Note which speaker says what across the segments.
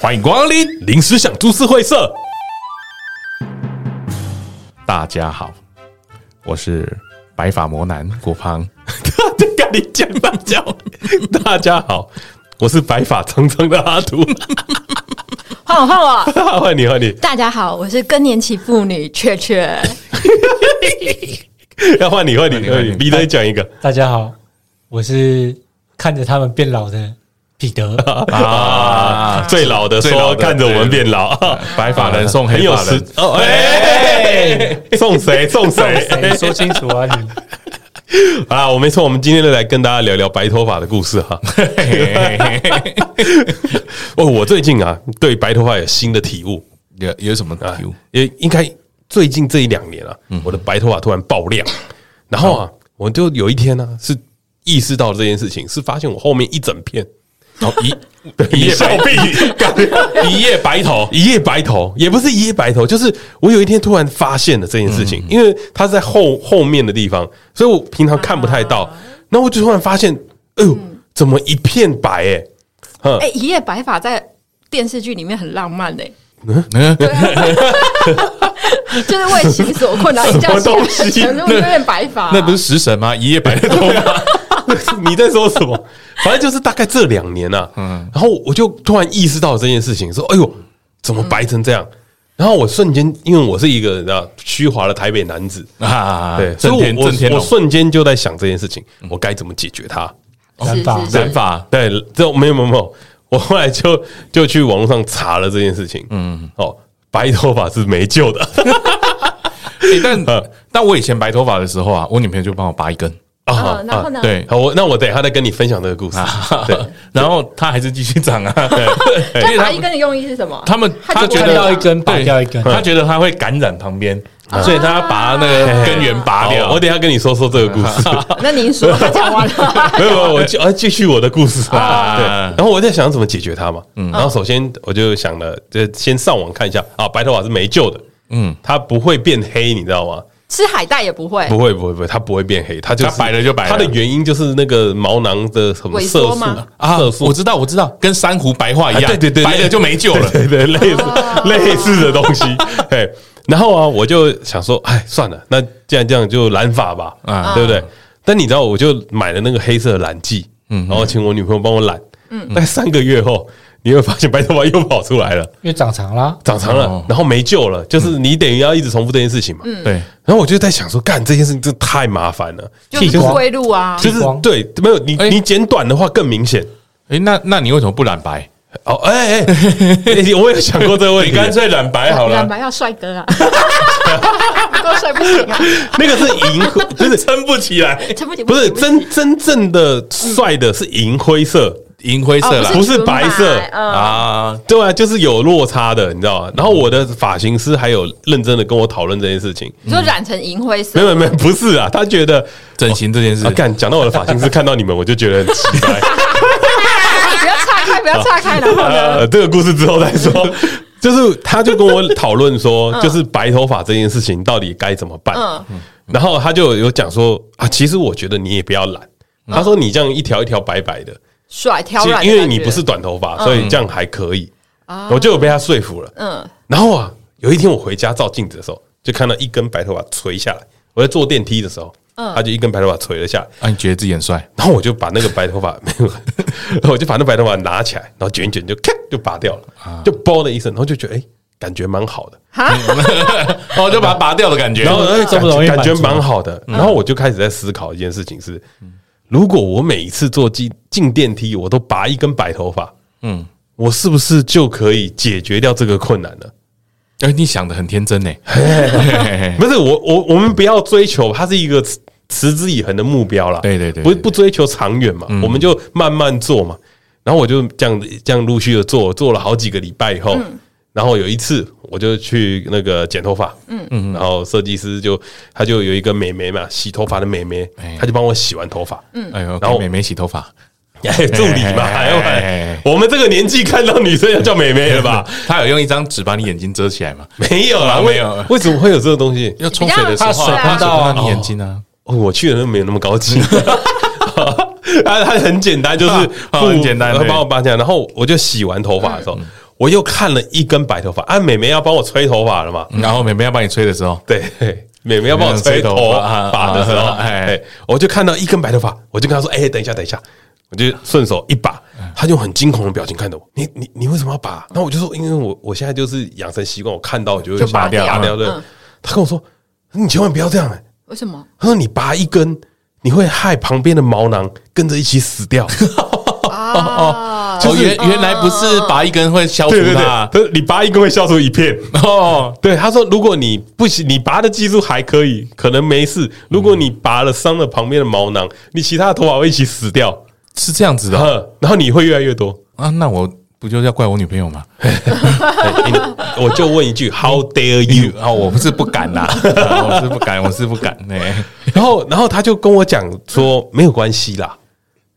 Speaker 1: 欢迎光临临时想株式会社。大家好，我是白发魔男郭胖， 跟你讲大家好，大家好，我是白发苍苍的阿图，
Speaker 2: 换我换我，
Speaker 1: 欢迎你，欢迎
Speaker 2: 大家好，我是更年期妇女雀雀。
Speaker 1: 你，要换你，换你，换你，彼得讲一个
Speaker 3: 大家好，我是看着他们变老的彼 得。
Speaker 1: 啊，最老的
Speaker 4: 最老
Speaker 1: 说
Speaker 4: 的
Speaker 1: 看着我们变老，
Speaker 4: 白发人送
Speaker 1: 很
Speaker 4: 黑
Speaker 1: 有
Speaker 4: 发
Speaker 1: 时
Speaker 4: 人，
Speaker 1: 哦，哎，送谁送谁？
Speaker 3: 你说清楚啊你！
Speaker 1: 好啦，我没错，我们今天就来跟大家聊聊白头发的故事哈。 哦，我最近啊，对白头发有新的体悟
Speaker 4: 有有什么
Speaker 1: 啊
Speaker 4: Q？，
Speaker 1: 也应该最近这一两年啊，我的白头发突然爆亮，然后啊，我就有一天呢、是意识到这件事情，是发现我后面一整片，
Speaker 4: 哦，一
Speaker 1: 一夜白头，一夜白头， 一夜白头，也不是一夜白头，就是我有一天突然发现了这件事情，因为它是在后后面的地方，所以我平常看不太到。那我就突然发现，哎呦，怎么一片白、欸？哎，
Speaker 2: 哎、一夜白发在电视剧里面很浪漫嘞、
Speaker 4: 嗯，
Speaker 2: 啊就是为情所困，啊然后一觉
Speaker 1: 什
Speaker 2: 醒
Speaker 1: 么东
Speaker 2: 来
Speaker 1: 西
Speaker 2: 全部都变白发、
Speaker 4: 那不是食神吗？一夜白的头发，
Speaker 1: 你在说什么？反正就是大概这两年啊，嗯，然后我就突然意识到这件事情，说：“哎呦，怎么白成这样？”然后我瞬间，因为我是一个你知道虚华的台北男子，
Speaker 4: 啊，
Speaker 1: 对，所
Speaker 4: 正
Speaker 1: 以
Speaker 4: 天
Speaker 1: 我
Speaker 4: 正天
Speaker 1: 我我
Speaker 4: 龙嗯
Speaker 1: 瞬间就在想这件事情，我该怎么解决它？
Speaker 2: 是
Speaker 3: 染发
Speaker 2: 是
Speaker 4: 染
Speaker 2: 是，
Speaker 4: 发，
Speaker 1: 对，这没有没有没有，我后来就就去网络上查了这件事情，嗯，哦，白头发是没救的
Speaker 4: 诶哎
Speaker 1: 嗯
Speaker 4: 但但我以前白头发的时候啊，我女朋友就帮我拔一根，
Speaker 2: 嗯，然后呢？
Speaker 4: 对，
Speaker 1: 啊好，我那我等一下再跟你分享这个故
Speaker 4: 啊
Speaker 1: 事。 对，
Speaker 4: 然后她还是继续 长啊，因
Speaker 2: 那
Speaker 4: 为
Speaker 2: 拔
Speaker 4: 她
Speaker 2: 一根的用意是什么？
Speaker 4: 他们
Speaker 2: 他
Speaker 4: 他
Speaker 2: 就
Speaker 4: 觉
Speaker 3: 看
Speaker 4: 得
Speaker 3: 到一根拔
Speaker 4: 对
Speaker 3: 掉一根
Speaker 4: 他觉得他会感染旁边，
Speaker 1: 啊
Speaker 4: 所以他把那个根源拔
Speaker 1: 好，
Speaker 4: 掉
Speaker 1: 哦我。等一下跟你说说这个故 事。
Speaker 2: 那您说，他讲完 了。
Speaker 1: 没有，没有，我就要继续我的故事啊。
Speaker 4: 啊
Speaker 1: 对，然后我在想怎么解决它嘛。嗯，然后首先我就想了，就先上网看一下啊，白头发是没救的。嗯，它不会变黑，你知道吗？
Speaker 2: 吃海带也不会，
Speaker 1: 不会，不会，不会，它不会变黑，它就是
Speaker 4: 它白了就白了
Speaker 1: 它的原因就是那个毛囊的什么
Speaker 2: 萎
Speaker 1: 色
Speaker 2: 缩
Speaker 1: 素
Speaker 2: 吗
Speaker 4: 啊
Speaker 1: 色，素
Speaker 4: 我知道，我知道，跟珊瑚白化一样，
Speaker 1: 啊对对对
Speaker 4: 哎白的就没救了。
Speaker 1: 对对，类似类似的东西。 哎，然后啊，我就想说，哎，算了，那既然这样就染发吧，啊，
Speaker 4: 啊
Speaker 1: 对不对？但你知道，我就买了那个黑色的染剂，嗯，然后请我女朋友帮我染，嗯，大概三个月后，你会发现白头发又跑出来了，
Speaker 3: 因为长长啦，
Speaker 1: 长长了
Speaker 4: 哦，嗯
Speaker 1: 然后没救了，就是你等于要一直重复这件事情嘛。
Speaker 4: 对，
Speaker 1: 然后我就在想说，干这件事情真的太麻烦了，
Speaker 2: 就是不归路啊。
Speaker 1: 就是
Speaker 3: 剃光
Speaker 1: 对，没有你
Speaker 4: 哎
Speaker 1: 你剪短的话更明显。
Speaker 4: 哎，那那你为什么不染白？
Speaker 1: 哦，哎哎，哎我有想过这个问题，
Speaker 4: 你干脆染白好
Speaker 2: 染
Speaker 4: 了，
Speaker 2: 白要帅哥啊，不够帅不行啊，
Speaker 1: 那个是银灰，不是
Speaker 4: 撑不起来，
Speaker 2: 撑不起。
Speaker 1: 不是
Speaker 2: 起
Speaker 1: 真真正的帅的是银灰色，
Speaker 4: 银灰色
Speaker 2: 哦
Speaker 4: 啦，
Speaker 1: 不是白色
Speaker 2: 纯嗯
Speaker 4: 啊，
Speaker 1: 对啊，就是有落差的，你知道吗？然后我的发型师还有认真的跟我讨论这件事情，
Speaker 2: 你说染成银灰色
Speaker 1: 没，有没有不是啊，他觉得
Speaker 4: 整形这件事
Speaker 1: 啊，，干讲到我的发型师看到你们，我就觉得很奇 怪。
Speaker 2: 不要岔开，不要岔开，然后呢？
Speaker 1: 呃，这个故事之后再 说。就是他就跟我讨论说，
Speaker 4: 嗯
Speaker 1: 就是白头发这件事情到底该怎么办。
Speaker 2: 嗯
Speaker 1: 然后他就有讲说啊，其实我觉得你也不要懒。他说你这样一条一条白白的，
Speaker 2: 甩挑
Speaker 1: 其
Speaker 2: 染
Speaker 1: 实
Speaker 2: 的感觉，哦
Speaker 1: 因为你不是短头发，所以这样还可以。我就有被他说服了。
Speaker 2: 嗯，
Speaker 1: 然后啊，有一天我回家照镜子的时候，就看到一根白头发垂下来。我在坐电梯的时候，
Speaker 2: 嗯
Speaker 1: 他就一根白头发垂了下来。
Speaker 4: 啊，你觉得自己很 帅？
Speaker 1: 然后我就把那个白头发没有， 然后我就把那白头发拿起来，然后卷一卷就咔就拔掉了，就啵的一声，然后就觉得哎、诶感觉蛮好的，
Speaker 4: 哦，就把它拔掉的感觉。
Speaker 1: 然后哎
Speaker 3: 这么容易
Speaker 1: 感
Speaker 3: 满足嗯
Speaker 1: 觉蛮好的，然后我就开始在思考一件事情是，如果我每一次坐进进电梯，我都拔一根白头发，嗯，我是不是就可以解决掉这个困难呢？
Speaker 4: 哎、你想的很天真 呢。
Speaker 1: 不是我我我们不要追求，它是一个持持之以恒的目标啦。
Speaker 4: 对对对
Speaker 1: 不
Speaker 4: 对嗯
Speaker 1: 不追求长远嘛，我们就慢慢做嘛。然后我就这样子这样陆续的做，做了好几个礼拜以后，然后有一次我就去那个剪头发，嗯嗯，然后设计师就他就有一个美眉嘛，洗头发的美眉
Speaker 4: 哎，
Speaker 1: 他就帮我洗完头发，嗯，
Speaker 4: 哎呦，
Speaker 1: 然后
Speaker 4: 给美眉洗头发，
Speaker 1: 哎，助理嘛，
Speaker 4: 哎
Speaker 1: 还要
Speaker 4: 哎哎
Speaker 1: 我们这个年纪看到女生要叫美眉了
Speaker 4: 对吧
Speaker 1: 吧？？
Speaker 4: 她嗯有用一张纸把你眼睛遮起来吗？
Speaker 1: 没有啦，
Speaker 4: 没有啊
Speaker 1: 为为什么会有这个东西？
Speaker 4: 要冲水的时候，
Speaker 2: 比较好看
Speaker 4: 怕
Speaker 2: 啊
Speaker 4: 水碰到你眼睛啊。
Speaker 1: 哦，我去的那没有那么高级。它它很简单，就是
Speaker 4: 啊
Speaker 1: 布
Speaker 4: 很简单对
Speaker 1: 帮我拔起来，然后我就洗完头发的时候，我又看了一根白头发，啊，美眉要帮我吹头发了嘛，
Speaker 4: 嗯然后妹妹要帮你吹的时候，
Speaker 1: 对，美眉要帮我吹头发的时候，
Speaker 4: 啊啊啊
Speaker 1: 哎，我就看到一根白头发，我就跟她说：“哎，等一下，等一下。”我就顺手一把，她就很惊恐的表情看着我：“你你你为什么要拔？”那我就说：“因为我我现在就是养成习惯，我看到我就会
Speaker 2: 就拔掉
Speaker 1: 拔掉。”对
Speaker 2: 嗯，
Speaker 1: 她跟我说：“你千万不要这样、哎
Speaker 2: 为什么？
Speaker 1: 她说：“你拔一根，你会害旁边的毛囊跟着一起死掉。”
Speaker 2: 啊，
Speaker 4: 哦，原原来不是拔一根会消 除
Speaker 1: 对对对，
Speaker 4: 它
Speaker 1: 她说你拔一根会消除一片。
Speaker 4: 哦，
Speaker 1: 哦对，他说，如果你不行，你拔的技术还可以，可能没事。如果你拔了伤了旁边的毛囊，你其他的头发会一起死掉，
Speaker 4: 是这样子的
Speaker 1: 然
Speaker 4: 哦
Speaker 1: 后然后你会越来越 多。
Speaker 4: 啊，那我不就是要怪我女朋友吗？
Speaker 1: 哎你我就问一句，How dare you？
Speaker 4: 啊，我不是不敢 啦，啊我是不敢，我是不敢 哎，
Speaker 1: 然后然后他就跟我讲说，没有关系啦。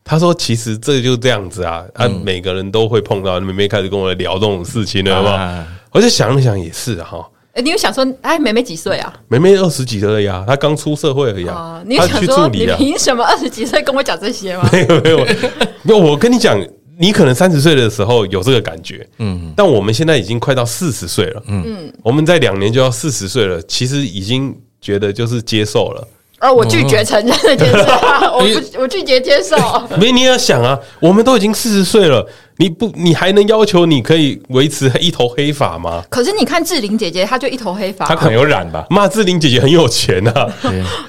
Speaker 1: 他说：“其实这就这样子啊，啊，每个人都会碰到。”妹妹开始跟我聊这种事情了，好不好
Speaker 4: 啊？
Speaker 1: 我就想了想，也是啊哈、
Speaker 2: 哎，你有想说，哎，妹妹几岁啊？
Speaker 1: 妹妹二十几而已啊，她刚出社会而已啊
Speaker 2: 啊，，你有
Speaker 1: 她
Speaker 2: 想
Speaker 1: 去
Speaker 2: 说，
Speaker 1: 助
Speaker 2: 你
Speaker 1: 理啊。
Speaker 2: 凭什么二十几岁跟我讲这些 吗？
Speaker 1: 没有没有，没有。我跟你讲，你可能三十岁的时候有这个感觉，嗯，但我们现在已经快到四十岁了，嗯，我们在两年就要四十岁了，其实已经觉得就是接受了。
Speaker 2: 而哦我拒绝承认这件事 啊，我不，我拒绝接受。
Speaker 1: 没，你要想啊，我们都已经四十岁了，你不，你还能要求你可以维持一头黑发吗？
Speaker 2: 可是你看志玲姐姐，她就一头黑发
Speaker 4: 她，可能有染 吧，
Speaker 1: 骂志玲姐姐很有钱啊！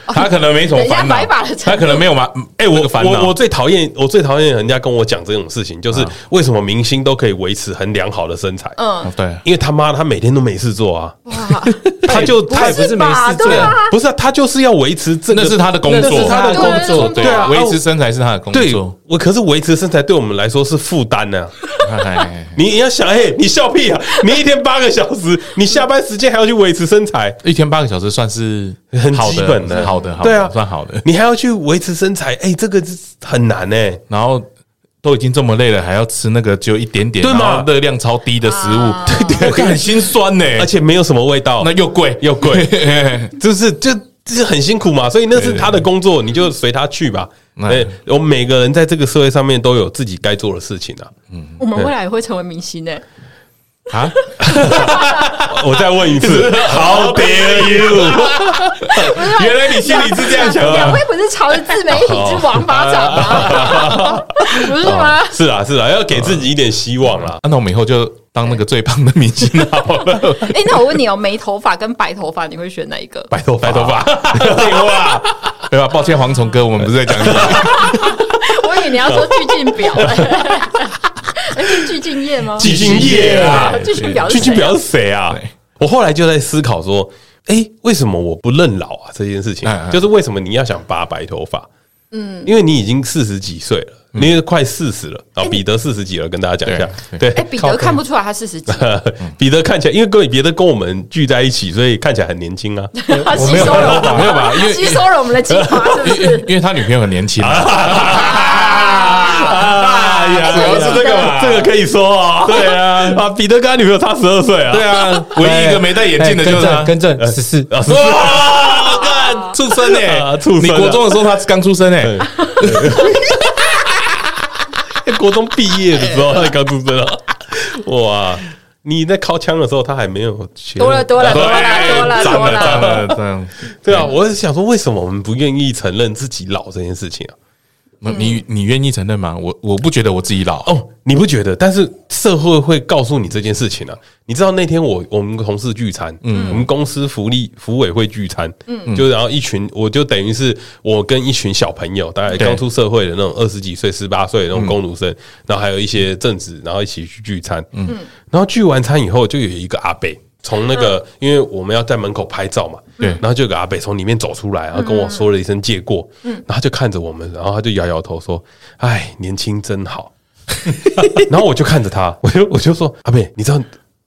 Speaker 4: 她可能没什么
Speaker 2: 等
Speaker 4: 烦恼
Speaker 2: 一下白发的，程度
Speaker 4: 她可能没有麻，哎，
Speaker 1: 我
Speaker 4: 我烦
Speaker 1: 我我
Speaker 4: 恼，
Speaker 1: 最讨厌，我最讨厌人家跟我讲这种事情，就是为什么明星都可以维持很良好的身材？
Speaker 2: 嗯，
Speaker 4: 对，
Speaker 1: 因为他妈他每天都没事做啊，
Speaker 2: 哇，
Speaker 1: 他就
Speaker 3: 不
Speaker 1: 他
Speaker 3: 是没
Speaker 2: 吧？
Speaker 3: 事做
Speaker 2: 对啊，
Speaker 1: 不是、啊，他就是要维持这个，
Speaker 4: 那是她的工
Speaker 3: 那
Speaker 4: 作
Speaker 3: 是，他的工作，
Speaker 2: 对
Speaker 4: 对
Speaker 2: 对
Speaker 1: 啊
Speaker 4: 啊，维持身材是她的工
Speaker 1: 对
Speaker 4: 作，
Speaker 1: 我，可是维持身材对我们来说是负担呢。
Speaker 4: 哎
Speaker 1: 你你要想，哎、你笑屁啊！你一天八个小时，你下班时间还要去维持身材，
Speaker 4: 一天八个小时算是
Speaker 1: 很
Speaker 4: 好
Speaker 1: 基本
Speaker 4: 的，
Speaker 1: 的，
Speaker 4: 好的，好的
Speaker 1: 对啊，
Speaker 4: 算好的。
Speaker 1: 你还要去维持身材，哎、这个是很难哎、
Speaker 4: 然后都已经这么累了，还要吃那个只有一点点，
Speaker 1: 对嘛
Speaker 4: 然后热量超低的食物，
Speaker 2: 啊
Speaker 4: 对 对，我看很心酸呢。
Speaker 1: 而且没有什么味道
Speaker 4: 那，又贵，
Speaker 1: 又贵
Speaker 4: 对
Speaker 1: 就是就。就是很辛苦嘛，所以那是他的工作，你就随他去吧。
Speaker 4: 嗯
Speaker 1: 哎，我们每个人在这个社会上面都有自己该做的事情啊。
Speaker 2: 我们未来也会成为明星呢。
Speaker 4: 啊，
Speaker 1: 我再问一 次，How dare you？
Speaker 2: 哎
Speaker 4: 原来你心里是这样想
Speaker 2: 两
Speaker 4: 的。
Speaker 2: 位不是朝着自媒体之王发展 吗？不是吗？
Speaker 1: 是啊，是啊，要给自己一点希望 啦。
Speaker 4: 啊那我们以后就当那个最棒的明星好了。
Speaker 2: 哎，那我问你哦，没头发跟白头发，你会选哪一个？
Speaker 1: 白头
Speaker 4: 白头发，废
Speaker 1: 啊
Speaker 4: 话，对吧？抱歉，蝗虫哥，我们不是在 讲你。
Speaker 2: 我以为你要 说鞠婧表， 哎是鞠婧祎吗？
Speaker 1: 鞠婧祎啊
Speaker 2: 鞠婧祎
Speaker 1: 俊俊
Speaker 2: 是谁啊
Speaker 1: 表是谁啊
Speaker 4: 对？
Speaker 1: 我后来就在思考说，哎、为什么我不认老啊？这件事情
Speaker 4: 哎哎
Speaker 1: 就是为什么你要想拔白头发？嗯，因为你已经四十几岁了，
Speaker 4: 嗯
Speaker 1: 你也快四十了啊。彼得四十几了，跟大家讲一下，对
Speaker 2: 哎，。彼得看不出来他四十几，
Speaker 1: 彼得看起来，因为各位彼得跟我们聚在一起，所以看起来很年轻 啊。
Speaker 2: 他吸
Speaker 4: 没有
Speaker 2: 收了我
Speaker 4: 吧
Speaker 2: 们，
Speaker 4: 没有吧？因为
Speaker 2: 吸收了我们的精华，是不
Speaker 4: 因为
Speaker 2: 是？
Speaker 4: 因为他女朋友很年轻啊，
Speaker 1: 哎呀
Speaker 2: 主要是这个
Speaker 4: 嘛
Speaker 1: 这个可以说哦。
Speaker 4: 对啊
Speaker 1: 啊，彼得跟他女朋友差十二岁啊。
Speaker 4: 对啊，唯一一个没戴眼镜的就是他呃
Speaker 3: 哎。更正，十四，
Speaker 1: 啊，是
Speaker 4: 哇，干畜生
Speaker 1: 啊
Speaker 4: 哎，
Speaker 1: 畜生啊
Speaker 4: 你国中的时候他刚出生哎、
Speaker 1: 对国中毕业的时 候，他刚出生啊！哇，你在敲枪的时候，他还没有学
Speaker 2: 多了多了
Speaker 4: 对
Speaker 2: 多了多了
Speaker 4: 脏
Speaker 2: 多
Speaker 4: 了
Speaker 2: 了
Speaker 4: 脏。了脏。
Speaker 1: 对啊，我是想说，为什么我们不愿意承认自己老这件事情啊？
Speaker 4: 你你愿意承认吗？我我不觉得我自己老，
Speaker 1: 哦，你不觉得？但是社会会告诉你这件事情啊。你知道那天我我们同事聚餐，嗯，我们公司福利福委会聚餐，嗯，就然后一群，我就等于是我跟一群小朋友，大概
Speaker 4: 对
Speaker 1: 刚出社会的那种二十几岁、十八岁的那种工读生，然后还有一些正职，然后一起去聚餐，嗯，然后聚完餐以后，就有一个阿伯。从那个，因为我们要在门口拍照嘛，
Speaker 4: 对
Speaker 1: 然后就有个阿北从里面走出来，然后跟我说了一声借过，然后他就看着我们，然后他就摇摇头说：“哎，年轻真好。”然后我就看着他，我就我就说：“阿北，你知道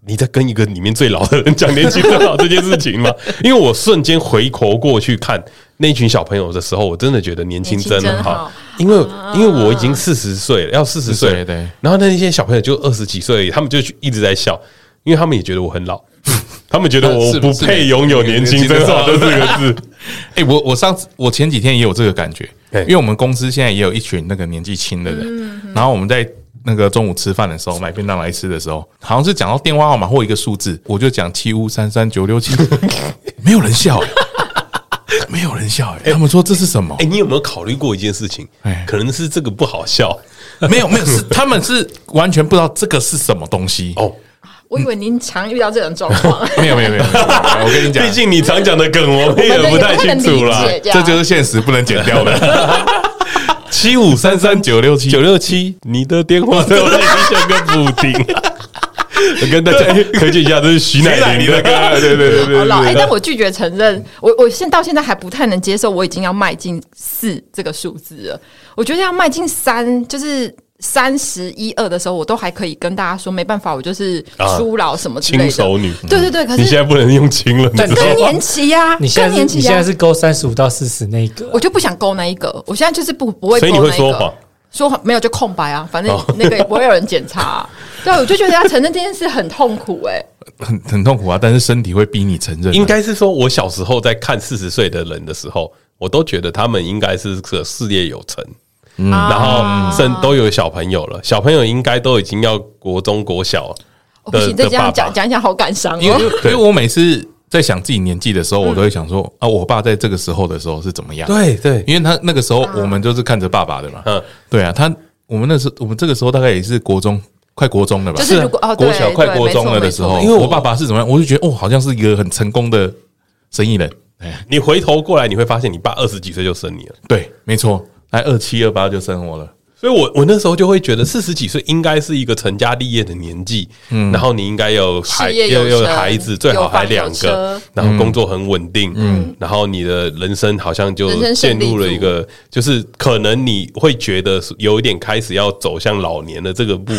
Speaker 1: 你在跟一个里面最老的人讲年轻真好这件事情吗？”因为我瞬间回头过去看那群小朋友的时候，我真的觉得年轻真
Speaker 2: 年轻真
Speaker 1: 好
Speaker 2: 好，嗯
Speaker 1: 因为因为我已经四十岁了，要四十岁了，
Speaker 4: 40对
Speaker 1: 然后那些小朋友就二十几岁而已，他们就一直在笑，因为他们也觉得我很老。 他们觉得我
Speaker 4: 是
Speaker 1: 不
Speaker 4: 是
Speaker 1: 配拥有“年轻真好”这四个字。
Speaker 4: 哎、我我上次我前几天也有这个感觉，
Speaker 1: 对
Speaker 4: 因为我们公司现在也有一群那个年纪轻的人，然后我们在那个中午吃饭的时候买便当来吃的时候，好像是讲到电话号码或一个数字，我就讲七五三三九六七，没有人笑、欸，没有人笑、欸，他们说这是什么
Speaker 1: 哎、？你有没有考虑过一件事情
Speaker 4: 哎？
Speaker 1: 可能是这个不好笑
Speaker 4: 没有没有，是他们是完全不知道这个是什么东西。
Speaker 1: 哦。
Speaker 2: 我以为您常遇到这种状况，
Speaker 4: 没有没有没有，没有没有我跟你讲
Speaker 1: 毕，竟你常讲的梗，我们也
Speaker 2: 我们
Speaker 1: 不
Speaker 2: 也
Speaker 1: 太
Speaker 2: 不太
Speaker 1: 清
Speaker 2: 能
Speaker 1: 楚
Speaker 2: 理
Speaker 1: 啦。
Speaker 2: 解
Speaker 4: 这就是现实，不能剪 掉的。
Speaker 1: 七五三三
Speaker 4: 九六七
Speaker 1: 九六七，你的电话在我的音箱跟补丁。我 跟大家推荐一下，这是徐乃麟的歌，对对对对
Speaker 2: 好老哎、
Speaker 1: 对。
Speaker 2: 但我拒绝承认，我我现到现在还不太能接受，我已经要迈进四这个数字了。我觉得要迈进三，就是三十一二的时候，我都还可以跟大家说，没办法，我就是
Speaker 1: 啊
Speaker 2: 初老什么之
Speaker 1: 轻
Speaker 2: 类的。
Speaker 1: 熟女，
Speaker 2: 对对对，可
Speaker 1: 你现
Speaker 2: 是
Speaker 1: 在不能用轻了，你
Speaker 3: 但
Speaker 1: 知道
Speaker 2: 更
Speaker 1: 吗？
Speaker 2: 年期呀、
Speaker 3: 你现
Speaker 2: 更
Speaker 3: 在是
Speaker 2: 年期啊
Speaker 3: 你现
Speaker 2: 呀、
Speaker 3: 在是勾三十五到四十那一个，
Speaker 2: 我就不想勾那一个，我现在就是不不会勾
Speaker 1: 所
Speaker 2: 那
Speaker 1: 以
Speaker 2: 一
Speaker 1: 你
Speaker 2: 个。
Speaker 1: 会说谎，
Speaker 2: 说谎没有就空白啊，反正
Speaker 1: 哦
Speaker 2: 那个也不会有人检查、啊对，我就觉得要承认这件事很痛苦哎、
Speaker 4: 很很痛苦啊，但是身体会逼你承认。啊
Speaker 1: 应该是说，我小时候在看四十岁的人的时候，我都觉得他们应该是个事业有成，
Speaker 2: 嗯
Speaker 1: 然后甚都有小朋友了，小朋友应该都已经要国中、国小
Speaker 2: 哦我不
Speaker 1: 的
Speaker 2: 行，再
Speaker 1: 的
Speaker 2: 这
Speaker 1: 爸
Speaker 2: 样讲
Speaker 1: 爸。
Speaker 2: 讲一讲好感伤
Speaker 4: 因为
Speaker 2: 哦。
Speaker 4: 因为我每次在想自己年纪的时候，我都会想说啊，我爸在这个时候的时候是怎么样？
Speaker 1: 对对，
Speaker 4: 因为他那个时候我们就是看着爸爸的嘛。
Speaker 1: 嗯
Speaker 4: 对啊，他我们那时候我们这个时候大概也是国中。快国中了吧？
Speaker 2: 就是如果哦对
Speaker 4: 国小快
Speaker 2: 对
Speaker 4: 国
Speaker 2: 没
Speaker 4: 中
Speaker 2: 错
Speaker 4: 了
Speaker 2: 没
Speaker 4: 的时
Speaker 2: 错
Speaker 4: 候，
Speaker 1: 因
Speaker 4: 因
Speaker 1: 为
Speaker 4: 为
Speaker 1: 我
Speaker 4: 我爸爸是怎么样，我就觉得哦，好像是一个很成功的生意人。哎，
Speaker 1: 你回头过来，你会发现你爸二十几岁就生你了。
Speaker 4: 对，没错，来二七二八就生我了。
Speaker 1: 所以我我那时候就会觉得四十几岁应该是一个成家立业的年纪，嗯，然后你应该有孩
Speaker 2: 事业
Speaker 1: 要
Speaker 2: 有
Speaker 1: 有
Speaker 2: 成
Speaker 1: 孩子，最好还两
Speaker 2: 有房
Speaker 1: 个
Speaker 2: 有车，
Speaker 1: 然后工作很稳定，嗯，然后你的人生好像就
Speaker 2: 人生
Speaker 1: 陷
Speaker 2: 胜利
Speaker 1: 入了一个，就是可能你会觉得有一点开始要走向老年的这个 步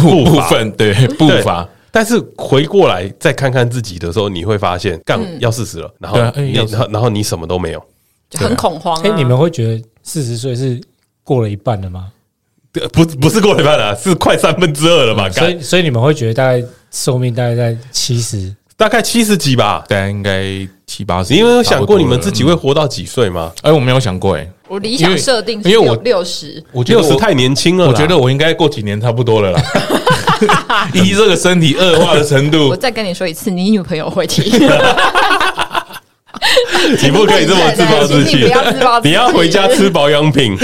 Speaker 1: 步
Speaker 4: 部
Speaker 1: 伐
Speaker 4: 分对步
Speaker 1: 对
Speaker 4: 伐，
Speaker 1: 但是回过来再看看自己的时候，你会发现，干
Speaker 2: 嗯
Speaker 1: 要四十了，然后
Speaker 4: 对啊哎
Speaker 1: 你
Speaker 4: 要
Speaker 1: 然后然后你什么都没有，
Speaker 2: 就很恐慌、啊。
Speaker 3: 哎所以你们会觉得四十岁是过了一半了吗？
Speaker 1: 对呃不不是过了一半了，是快三分之二了吧？
Speaker 3: 所
Speaker 1: 干
Speaker 3: 以所以你们会觉得大概寿命大概在七十，
Speaker 1: 大概七十几吧。
Speaker 4: 大概应该七八十。
Speaker 1: 你有没有想过你们
Speaker 4: 差
Speaker 1: 自
Speaker 4: 不多了嗯
Speaker 1: 己会活到几岁吗？
Speaker 4: 哎，我没有想过哎，
Speaker 2: 我理想设定是
Speaker 4: 因
Speaker 2: 六
Speaker 4: 为因为我
Speaker 2: 六十，
Speaker 4: 我觉
Speaker 1: 六
Speaker 4: 得
Speaker 1: 十
Speaker 4: 我
Speaker 1: 太年轻了啦，
Speaker 4: 我觉得我应该过几年差不多了啦。 一这个身体恶化的程
Speaker 2: 我
Speaker 4: 度，
Speaker 2: 再跟你说一次，你女朋友会提。
Speaker 1: 你不可以这么自暴自
Speaker 2: 请
Speaker 1: 弃
Speaker 2: 你不要自暴，自弃
Speaker 1: 你要回家吃保养品。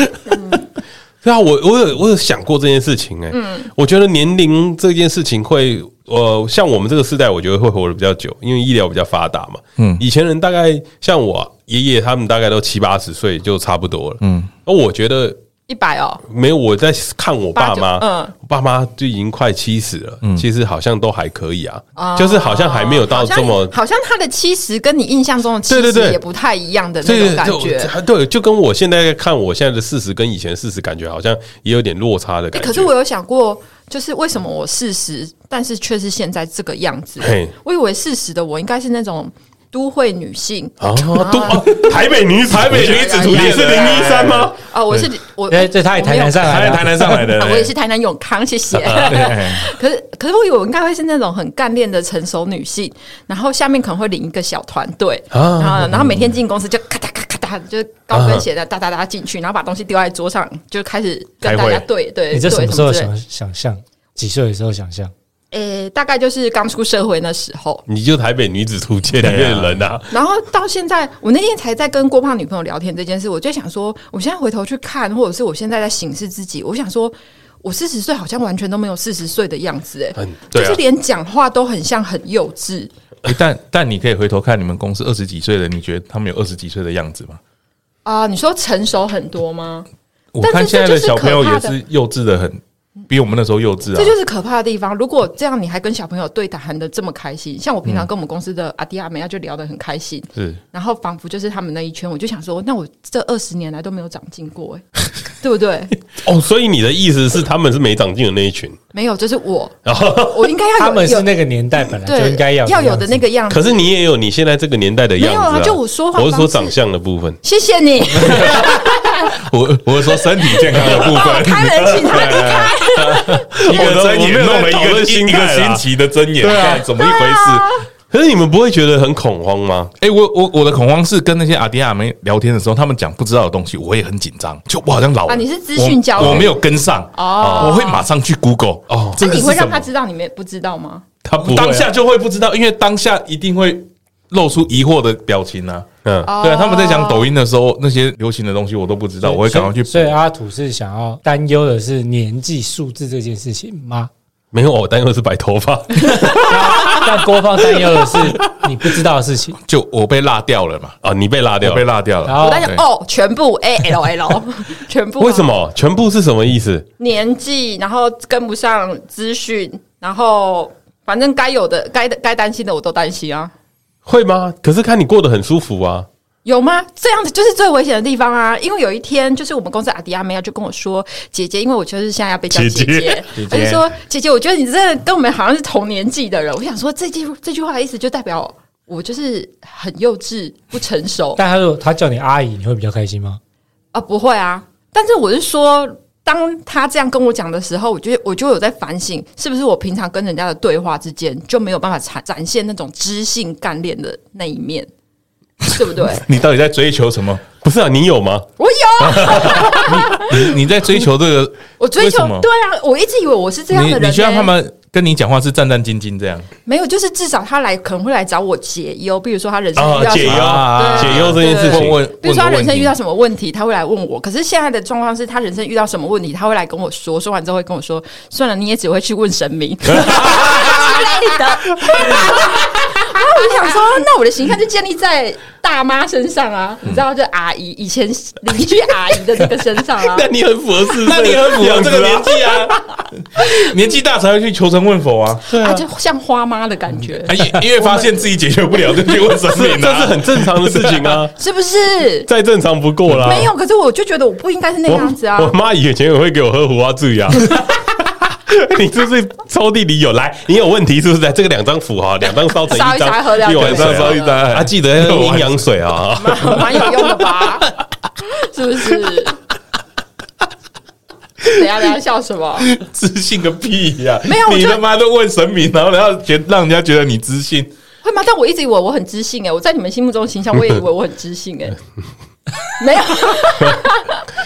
Speaker 1: 对啊，我我有我有想过这件事情哎、我觉得年龄这件事情会，呃，像我们这个时代，我觉得会活得比较久，因为医疗比较发达嘛。嗯，以前人大概像我爷爷他们大概都七八十岁就差不多了。嗯，那我觉得
Speaker 2: 一百哦，
Speaker 1: 没有，我在看我爸妈，
Speaker 2: 八九嗯
Speaker 1: 我爸妈就已经快七十了，其实好像都还可以啊，就是好像还没有到
Speaker 2: 哦好像
Speaker 1: 这么
Speaker 2: 好像他的七十跟你印象中的七
Speaker 1: 对对对
Speaker 2: 十也不太一样的那
Speaker 1: 这
Speaker 2: 种
Speaker 1: 个
Speaker 2: 感
Speaker 1: 就
Speaker 2: 觉。
Speaker 1: 对，就跟我现在看我现在的事实跟以前事实感觉好像也有点落差的
Speaker 2: 欸
Speaker 1: 感觉。
Speaker 2: 可是我有想过，就是为什么我四十，但是却是现在这个样子
Speaker 1: 嘿？
Speaker 2: 我以为四十的我应该是那种都会女性
Speaker 1: 啊，都哦台北 女子
Speaker 4: 台北女子图
Speaker 1: 你
Speaker 4: 鉴
Speaker 1: 是零一三吗？
Speaker 2: 啊，我是我，
Speaker 3: 对对，哎他也
Speaker 2: 我没
Speaker 3: 台
Speaker 2: 有
Speaker 3: 南上
Speaker 4: 他
Speaker 3: 来
Speaker 4: 在
Speaker 3: 啊了
Speaker 4: 台南上来的啊
Speaker 2: 啊，我也是台南永康，谢 谢。
Speaker 4: 对
Speaker 2: 可是，可是我以为我应该会是那种很干练的成熟女性，然后下面可能会领一个小团队，
Speaker 1: 啊
Speaker 2: 然
Speaker 3: 嗯
Speaker 2: 后然后每天进公司就咔嗒咔嗒咔嗒，就是高跟鞋的哒哒哒进去，然后把东西丢在桌上，就开始跟大
Speaker 1: 开
Speaker 2: 家
Speaker 1: 会
Speaker 2: 对对
Speaker 3: 你这
Speaker 2: 呃对
Speaker 3: 什么时候
Speaker 2: 之类的
Speaker 3: 想想象？几岁的时候想象？
Speaker 2: 诶，大概就是刚出社会那时候。
Speaker 1: 你就台北女子图鉴里面的人呐、啊，
Speaker 2: 然后到现在，我那天才在跟郭胖女朋友聊天这件事，我就想说，我现在回头去看，或者是我现在在审视自己，我想说，我四十岁好像完全都没有四十岁的样子、哎、
Speaker 1: 很对啊
Speaker 2: 就是连讲话都很像很幼稚。
Speaker 4: 哎 但但你可以回头看你们公司二十几岁的，你觉得他们有二十几岁的样子吗？
Speaker 2: 啊、你说成熟很多
Speaker 3: 啊
Speaker 2: 吗？
Speaker 4: 我
Speaker 2: 但是
Speaker 4: 看现在
Speaker 2: 这
Speaker 4: 的
Speaker 2: 就是
Speaker 4: 小朋友
Speaker 2: 可怕
Speaker 4: 也
Speaker 2: 的
Speaker 4: 是幼稚的很，比我们那时候幼稚啊。
Speaker 2: 这就是可怕的地方。如果这样，你还跟小朋友对谈的这么开心，像我平常跟我们公司的阿迪阿美亚就聊得很开心，
Speaker 4: 是
Speaker 2: 然后仿佛就是他们那一圈，我就想说，那我这二十年来都没有长进过、哎，对不对？
Speaker 1: 哦，所以你的意思是他们是没长进的那一群，啊
Speaker 2: 没有，就是我，
Speaker 1: 然后。
Speaker 2: 我应该要有
Speaker 3: 他们
Speaker 2: 有
Speaker 3: 是那个年代本来就
Speaker 2: 对，
Speaker 3: 应该要
Speaker 2: 要有的那
Speaker 3: 样子
Speaker 2: 个样子。
Speaker 1: 可是你也有你现在这个年代的样子、
Speaker 2: 没有啊就我说话
Speaker 1: 我是说
Speaker 2: 方式
Speaker 1: 长相的部分。
Speaker 2: 谢谢你，
Speaker 4: 我我是说身体健康的 部
Speaker 2: 帮我
Speaker 4: 分，
Speaker 2: 开门，请他离开。
Speaker 4: 一个
Speaker 1: 我
Speaker 4: 睁
Speaker 1: 没
Speaker 4: 眼
Speaker 1: 有
Speaker 4: 弄
Speaker 1: 在
Speaker 4: 了一
Speaker 1: 讨
Speaker 4: 个
Speaker 1: 论
Speaker 4: 一
Speaker 1: 心
Speaker 4: 个
Speaker 1: 态啦啊
Speaker 4: 星期的睁眼，对啊，怎么一回事？
Speaker 1: 可是你们不会觉得很恐慌吗？
Speaker 4: 哎、我我我的恐慌是跟那些阿迪亚妹聊天的时候，他们讲不知道的东西，我也很紧张，就我好像老了
Speaker 2: 啊你是资讯焦虑
Speaker 4: 我，我没有跟上
Speaker 2: 哦
Speaker 4: 我会马上去 Google
Speaker 1: 哦
Speaker 2: 那
Speaker 4: 这个
Speaker 2: 你
Speaker 4: 是
Speaker 2: 会
Speaker 4: 什
Speaker 2: 让他
Speaker 4: 么？
Speaker 2: 知道你们不知道吗？
Speaker 1: 他不会啊
Speaker 4: 当下就会不知道，因为当下一定会露出疑惑的表情啊。
Speaker 1: 嗯，
Speaker 2: 哦
Speaker 4: 对啊，他们在讲抖音的时候，那些流行的东西我都不知道，我会赶快去补。
Speaker 3: 所以阿土是想要担忧的是年纪数字这件事情吗？
Speaker 1: 没有，我担忧是白头发。
Speaker 3: 但郭放担忧的是你不知道的事情，
Speaker 4: 就我被落掉了嘛，
Speaker 1: 啊，你被拉
Speaker 4: 我
Speaker 1: 掉
Speaker 4: 被，落掉
Speaker 3: 然
Speaker 4: 了。
Speaker 3: 后
Speaker 2: 我在讲
Speaker 4: 对
Speaker 2: 哦，全部 A L L，全 部啊
Speaker 1: 为什么？全部是什么意思？
Speaker 2: 年纪，然后跟不上资讯，然后反正该有的、该该担心的我都担心啊。
Speaker 1: 会吗？可是看你过得很舒服啊。
Speaker 2: 有吗？这样子就是最危险的地方啊！因为有一天，就是我们公司阿迪亚梅亚就跟我说：“姐姐，因为我就是现在要被叫姐姐，
Speaker 4: 姐姐
Speaker 2: 她就说姐姐，我觉得你真的跟我们好像是同年纪的人。”我想说这句这句话的意思就代表我就是很幼稚、不成熟
Speaker 3: 但他说他叫你阿姨，你会比较开心吗？
Speaker 2: 啊，不会啊。但是我是说，当他这样跟我讲的时候，我就我就有在反省，是不是我平常跟人家的对话之间就没有办法展展现那种知性干练的那一面，对不对？
Speaker 4: 你到底在追求什么？
Speaker 1: 不是啊，你有 吗？
Speaker 2: 我有。
Speaker 4: 你你在追求 这个？
Speaker 2: 我追求
Speaker 4: 为什么
Speaker 2: 对啊，我一直以为我是这样的
Speaker 4: 你
Speaker 2: 人、
Speaker 4: 你
Speaker 2: 啊呢
Speaker 4: 需要他们跟你讲话是战战兢兢这样。
Speaker 2: 没有，就是至少他来可能会来找我解忧，比如说他人生
Speaker 1: 啊
Speaker 2: 遇到
Speaker 1: 解
Speaker 2: 什
Speaker 1: 忧
Speaker 2: 么，
Speaker 4: 啊
Speaker 1: 解忧这件事情。
Speaker 2: 对
Speaker 4: 问，问
Speaker 2: 比如
Speaker 4: 问
Speaker 2: 说他
Speaker 4: 个
Speaker 2: 人
Speaker 4: 问
Speaker 2: 生
Speaker 4: 题
Speaker 2: 遇到。什么问题，他会来问我。可是现在的状况是他人生遇到什么问题，他会来跟我说，说完之后会跟我说，算了，你也只会去问神 明之类的。然后我就想说，那我的形象就建立在大妈身上啊，
Speaker 4: 嗯
Speaker 2: 你知道，就阿姨以前邻居阿姨的那个身上 啊
Speaker 1: 你很符合是，
Speaker 4: 那你很符合这个年
Speaker 1: 纪。
Speaker 4: 纪啊，年纪大才会去求神问佛啊。
Speaker 1: 对
Speaker 2: 啊，
Speaker 1: 啊，
Speaker 2: 就像花妈的感觉，
Speaker 4: 哎，因因为发现自己解决不了，就去问神
Speaker 1: 是
Speaker 4: 明
Speaker 1: 这是
Speaker 4: 啊。
Speaker 1: 很正常的事情 啊，
Speaker 2: 是不是？
Speaker 1: 再正常不过啦。
Speaker 2: 没有，可是我就觉得我不应该是那
Speaker 1: 啊我，
Speaker 2: 个样子啊。
Speaker 1: 我妈以前也会给我喝胡花醉啊。 你是不是抽屉里有来？你有问题是不是？这个两张符哈，两张烧成
Speaker 2: 烧
Speaker 1: 一
Speaker 2: 一烧
Speaker 1: 张，
Speaker 2: 喝掉
Speaker 1: 一碗
Speaker 2: 对
Speaker 1: 烧烧一张
Speaker 4: 对
Speaker 1: 啊，记得要 用阴阳水啊。
Speaker 2: 蛮蛮有用的吧？ 是不是？等一下，等一下，笑什么？
Speaker 4: 自信个屁呀、
Speaker 2: 没有我就
Speaker 4: 你他妈都问神明，然后然后觉让人家觉得你自信，
Speaker 2: 会吗？但我一直以为我很知性哎、我在你们心目中的形象，我也以为我很知性 哎、没有，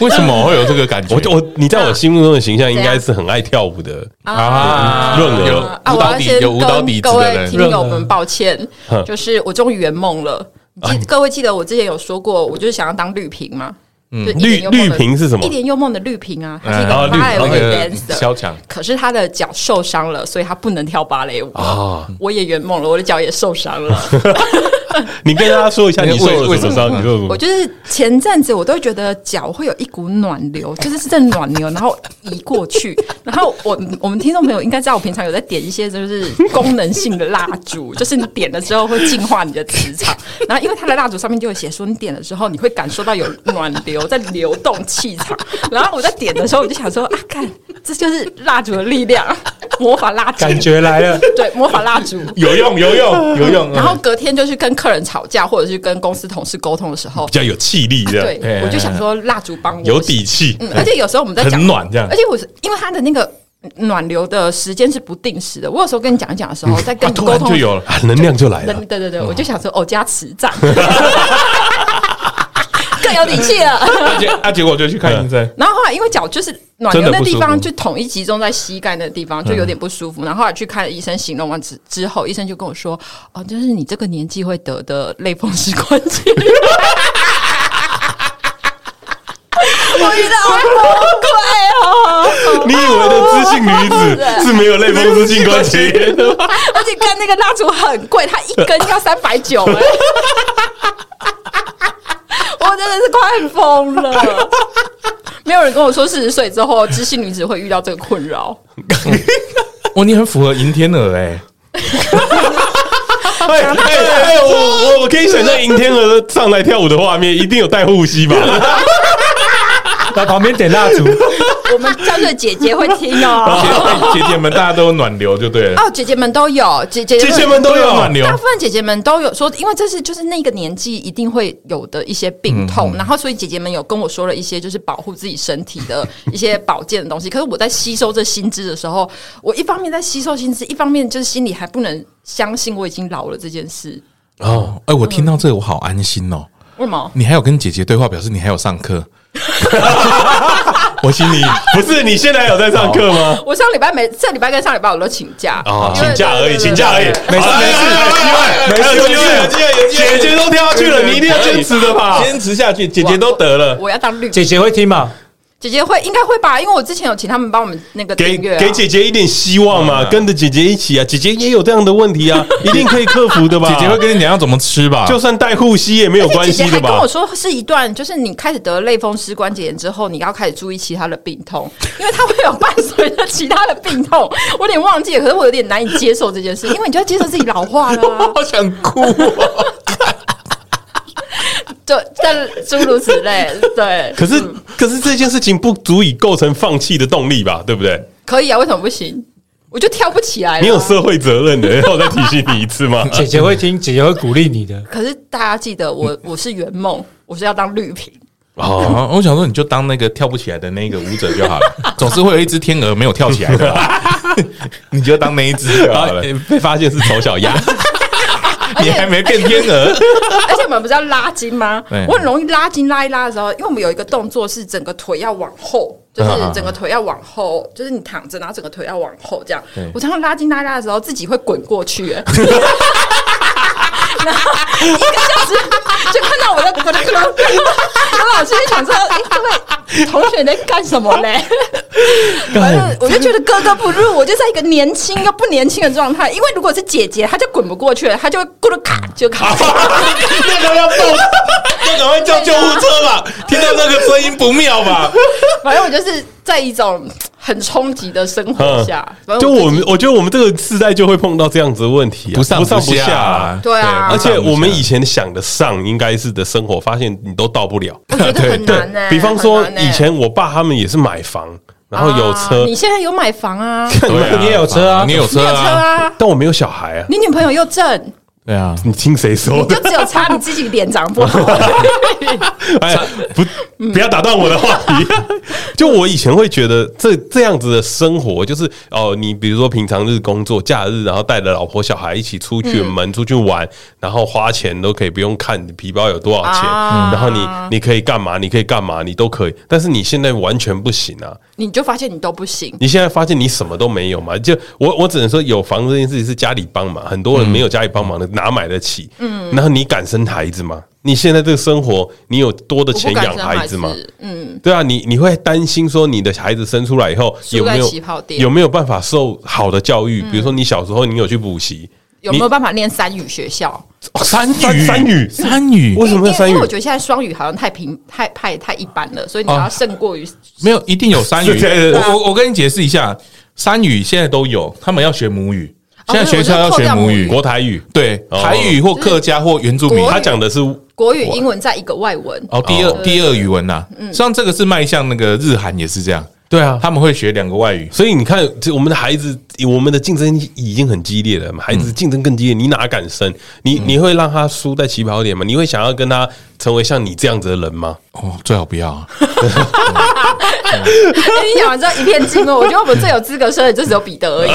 Speaker 4: 为什么会有这个感觉？
Speaker 1: 我我你在我心目中的形象应该是很爱跳舞的，
Speaker 4: 啊
Speaker 1: 润了
Speaker 4: 有
Speaker 2: 啊，
Speaker 4: 舞
Speaker 2: 我
Speaker 4: 蹈
Speaker 2: 要
Speaker 4: 底
Speaker 2: 先
Speaker 4: 有舞蹈底
Speaker 2: 跟
Speaker 4: 子
Speaker 2: 各
Speaker 4: 的
Speaker 2: 位
Speaker 4: 人，嗯
Speaker 2: 听友们抱歉
Speaker 1: 哼，
Speaker 2: 就是我终于圆梦 了。记
Speaker 4: 哎
Speaker 2: 各位记得我之前有说过，我就是想要当绿瓶嘛，就一
Speaker 1: 绿
Speaker 2: 点幽梦的
Speaker 1: 绿瓶是什么
Speaker 2: 一点幽梦的绿瓶啊，他是一
Speaker 4: 嗯
Speaker 1: 啊
Speaker 2: 个
Speaker 1: 绿
Speaker 2: 芭蕾
Speaker 1: 那
Speaker 2: 舞
Speaker 4: 个
Speaker 2: dancer，
Speaker 4: 萧蔷
Speaker 2: 可是他的脚受伤了，所以他不能跳芭蕾舞
Speaker 4: 哦
Speaker 1: 啊。
Speaker 2: 我也圆梦了，我的脚也受伤了。
Speaker 1: 你跟大家说一下
Speaker 4: 你
Speaker 1: 你受了
Speaker 4: 为
Speaker 1: 什么
Speaker 4: 为什么
Speaker 1: 伤？你受了什
Speaker 3: 嗯
Speaker 2: 我
Speaker 1: 么？
Speaker 2: 就是前阵子我都觉得脚会有一股暖流， 就是是阵暖流，然后移过去。 然后我我们听众朋友应该知道，我平常有在点一些就是功能性的蜡烛， 就是你点了之后会净化你的磁场。 然后因为它的蜡烛上面就有写说，你点了之后你会感受到有暖流在流动气场。 然后我在点的时候，我就想说啊，看这就是蜡烛的力量， 魔法蜡烛，
Speaker 3: 感觉嗯来了，
Speaker 2: 对，魔法蜡烛。
Speaker 4: 有用有用有用。嗯
Speaker 2: 然后隔天就去跟客人吵架，或者是跟公司同事沟通的时候
Speaker 1: 比，较有气力的，
Speaker 4: 哎
Speaker 2: 对，我就想说蜡烛帮我
Speaker 1: 有底气。
Speaker 2: 嗯，而且有时候我们在讲哎
Speaker 4: 很暖这样
Speaker 2: 而且我是因为它的那个暖流的时间是不定时的，我有时候跟你讲一讲的时候，在跟
Speaker 4: 啊
Speaker 2: 你
Speaker 4: 突
Speaker 2: 沟
Speaker 4: 然
Speaker 2: 通
Speaker 4: 就有了，哎嗯
Speaker 1: 啊，能量就来
Speaker 2: 对
Speaker 1: 了。
Speaker 2: 对对对，我就想说哦，加持站。 更有底气了。
Speaker 4: 啊结啊结果就去看医生，
Speaker 2: 然后后来因为脚就是暖流
Speaker 4: 真的
Speaker 2: 那
Speaker 4: 不
Speaker 2: 地
Speaker 4: 舒
Speaker 2: 方，
Speaker 4: 服
Speaker 2: 就统一集中在膝盖那地方，就有点不舒服。然后后来去看医生，形容完之之后，医生就跟我说：“哦，就是你这个年纪会得的类风湿关节。” 我遇到好崩溃哦！
Speaker 1: 你以为的知性女
Speaker 2: 啊
Speaker 1: 子是没有类风湿性关 节炎的吗？
Speaker 2: 而且跟那个蜡烛很贵，它一根要三百九 哎。我真的是快疯了， 没有人跟我说四十岁之后知性女子会遇到这个困扰。
Speaker 4: 哇，你很符合银天鹅哎，
Speaker 2: 啊
Speaker 1: 哎哎哎，我我我可以想象尹天鹅上来跳舞的画面，一定有带护膝吧？
Speaker 2: 啊
Speaker 3: 在旁边点蜡烛，
Speaker 2: 我们叫做姐姐会听 哦。
Speaker 4: 姐姐姐们大家都有暖流就对了，
Speaker 2: 哦，姐姐们都有，姐姐
Speaker 1: 姐姐们都有
Speaker 4: 暖流
Speaker 2: 大部分姐姐们都有说，因为这是就是那个年纪一定会有的一些病
Speaker 1: 嗯
Speaker 2: 痛，然后所以姐姐们有跟我说了一些就是保护自己身体的一些保健的东西。可是我在吸收这新知的时候，我一方面在吸收新知，一方面就是心里还不能相信我已经老了这件事。
Speaker 4: 哦。哎，我听到这个我好安心哦。
Speaker 1: 嗯
Speaker 2: 为什么？
Speaker 4: 你还有跟姐姐对话，表示你还有上课。 我心里
Speaker 1: 不是你现在有在上课吗？
Speaker 2: 我上礼拜每这礼拜跟上礼拜我都请假嗯
Speaker 1: 哦，
Speaker 2: 因为
Speaker 1: 请假而已，
Speaker 2: 对对对
Speaker 1: 请假而已，
Speaker 2: 对对
Speaker 1: 没事没事，有机会，还有机会，有机会，有机会，姐姐都跳下去了，你一定要坚持的吧？
Speaker 4: 坚持下去，姐
Speaker 1: 姐姐都得了，
Speaker 2: 我要当绿
Speaker 3: 姐姐会听吗？
Speaker 2: 姐姐会应该会吧，因为我之前有请他们帮我们那个
Speaker 1: 给
Speaker 2: 订阅啊
Speaker 1: 给姐姐一点希望嘛，跟着姐姐一起啊，姐姐也有这样的问题啊，一定可以克服的吧？
Speaker 4: 姐姐会跟你讲要怎么吃吧？
Speaker 1: 就算带护膝也没有
Speaker 2: 而
Speaker 1: 关
Speaker 2: 且姐
Speaker 1: 系
Speaker 2: 姐还
Speaker 1: 的
Speaker 2: 跟
Speaker 1: 吧
Speaker 2: 我？说是一段，就是你开始得类风湿关节炎之后，你要开始注意其他的病痛， 因为它会有伴随着其他的病痛。我有点忘记了，可是我有点难以接受这件事，因为你就要接受自己老化了、 啊，
Speaker 4: 好想哭哦。
Speaker 2: 对，但诸如此类，对，
Speaker 1: 可是可是这件事情不足以构成放弃的动力吧？对不对？
Speaker 2: 可以啊，为什么不行？我就跳不起来了。
Speaker 1: 你有社会责任的，要我再提醒你一次吗？
Speaker 3: 姐姐会听，姐姐会鼓励你的。
Speaker 2: 可是大家记得我，我是圆梦，我是要当绿瓶。
Speaker 1: 哦，
Speaker 4: 哦，我想说你就当那个跳不起来的那个舞者就 好了，总是会有一只天鹅没有跳起来的吧，你就当那一只就好
Speaker 1: 然后
Speaker 4: 了。
Speaker 1: 啊被发现是丑小鸭，
Speaker 4: 你还没变天鹅，
Speaker 2: 而且我们不是要拉筋吗
Speaker 4: 对？
Speaker 2: 我很容易拉筋，拉一拉的时候，因为我们有一个动作是整个腿要往后，就是
Speaker 4: 嗯嗯嗯
Speaker 2: 整个腿要往后，就是你躺着，然后整个腿要往后这样。我常常拉筋拉一拉的时候，自己会滚过去、 欸然后一个小时就看到我在滚来滚去，然后老师就想说：“哎、这位同学你在干什么嘞？”反正我就觉得格格不入，我就在一个年轻又不年轻的状态。因为如果是姐姐，她就滚不过去了，她就会咕噜卡 就卡住。
Speaker 4: 那个要动，要赶快叫救护车吧！听到那个声音不妙吧？
Speaker 2: 反正我就是在一种很冲击的生活下，反
Speaker 1: 嗯就
Speaker 2: 正
Speaker 1: 我
Speaker 2: 自己
Speaker 1: 们，我觉得我们这个世代就会碰到这样子的问题啊、
Speaker 4: 不上
Speaker 1: 不上
Speaker 4: 不
Speaker 1: 下
Speaker 4: 下
Speaker 1: 啊，
Speaker 2: 对啊
Speaker 1: 而
Speaker 4: 不上
Speaker 1: 且
Speaker 4: 不下
Speaker 1: 我们以前想的上应该是的生活，发现你都到不了。
Speaker 2: 我觉得嗯很难呢、
Speaker 1: 比方说
Speaker 2: 很难欸
Speaker 1: 以前我爸他们也是买房，然后有
Speaker 2: 啊
Speaker 1: 车，
Speaker 2: 你现在有买 房啊，
Speaker 4: 对啊
Speaker 3: 你也有车啊
Speaker 4: 你有
Speaker 2: 你
Speaker 4: 车
Speaker 2: 有车
Speaker 4: 啊？
Speaker 2: 啊，
Speaker 1: 但我没有小孩啊。
Speaker 2: 你女朋友又 正，
Speaker 4: 对啊，
Speaker 1: 你听谁说
Speaker 2: 就
Speaker 1: 的？
Speaker 2: 只有差你自己脸长 不好。
Speaker 1: 哎，不，不要打断我的话题。 就我以前会觉得这这样子的生活，就是哦，你比如说平常日工作，假日然后带着老婆小孩一起出
Speaker 2: 嗯
Speaker 1: 去门、出去玩，然后花钱都可以不用看你皮包有多少钱，
Speaker 2: 啊
Speaker 1: 然后你你可以干嘛，你可以干嘛，你都可以。但是你现在完全不行啊！
Speaker 2: 你就发现你都不行，
Speaker 1: 你现在发现你什么都没有嘛？就我我只能说，有房这件事情是家里帮忙，很多人没有家里帮忙的哪买得起？嗯，然后你敢生孩子吗？你现在这个生活，你有多的
Speaker 2: 我不
Speaker 1: 钱
Speaker 2: 敢
Speaker 1: 养
Speaker 2: 生
Speaker 1: 孩子吗？
Speaker 2: 嗯，
Speaker 1: 对啊，你你会担心说你的孩子生出来以后
Speaker 2: 输
Speaker 1: 有
Speaker 2: 在
Speaker 1: 没有
Speaker 2: 起跑点嗯
Speaker 1: 有没有办法受好的教育？比如说你小时候你有去补习，
Speaker 2: 有没有办法念三语学校？
Speaker 4: 三
Speaker 1: 三三语
Speaker 4: 三语
Speaker 1: 为什么要
Speaker 2: 哎因为
Speaker 1: 三
Speaker 2: 因
Speaker 1: 语
Speaker 2: 为？我觉得现在双语好像太平太太太一般了，所以你
Speaker 1: 哦
Speaker 2: 要胜过于
Speaker 4: 没有，一定有三语。
Speaker 1: 对对对
Speaker 4: 我我我跟你解释一下，三语现在都有，他们要学母语，现在学校要学母语，
Speaker 1: 国台语，
Speaker 4: 对
Speaker 1: 哦
Speaker 4: 台语或客家或原住民
Speaker 2: 国。语
Speaker 1: 他讲的是
Speaker 2: 国语、英文在一个外文。
Speaker 4: 哦，第二
Speaker 1: 哦
Speaker 4: 第二语文呐，像这个是迈向那个日韩也是这样，
Speaker 1: 对啊，
Speaker 4: 他们会学两个外语。
Speaker 1: 所以你看，这我们的孩子，我们的竞争已经很激烈了，孩子竞争更激烈，你哪敢生？
Speaker 4: 嗯
Speaker 1: 你你会让他输在起跑点吗？你会想要跟他成为像你这样子的人吗？
Speaker 4: 哦，最好不要 啊。
Speaker 2: 你讲完之后一片静默，我觉得我们最有资格说的就只有彼得而已。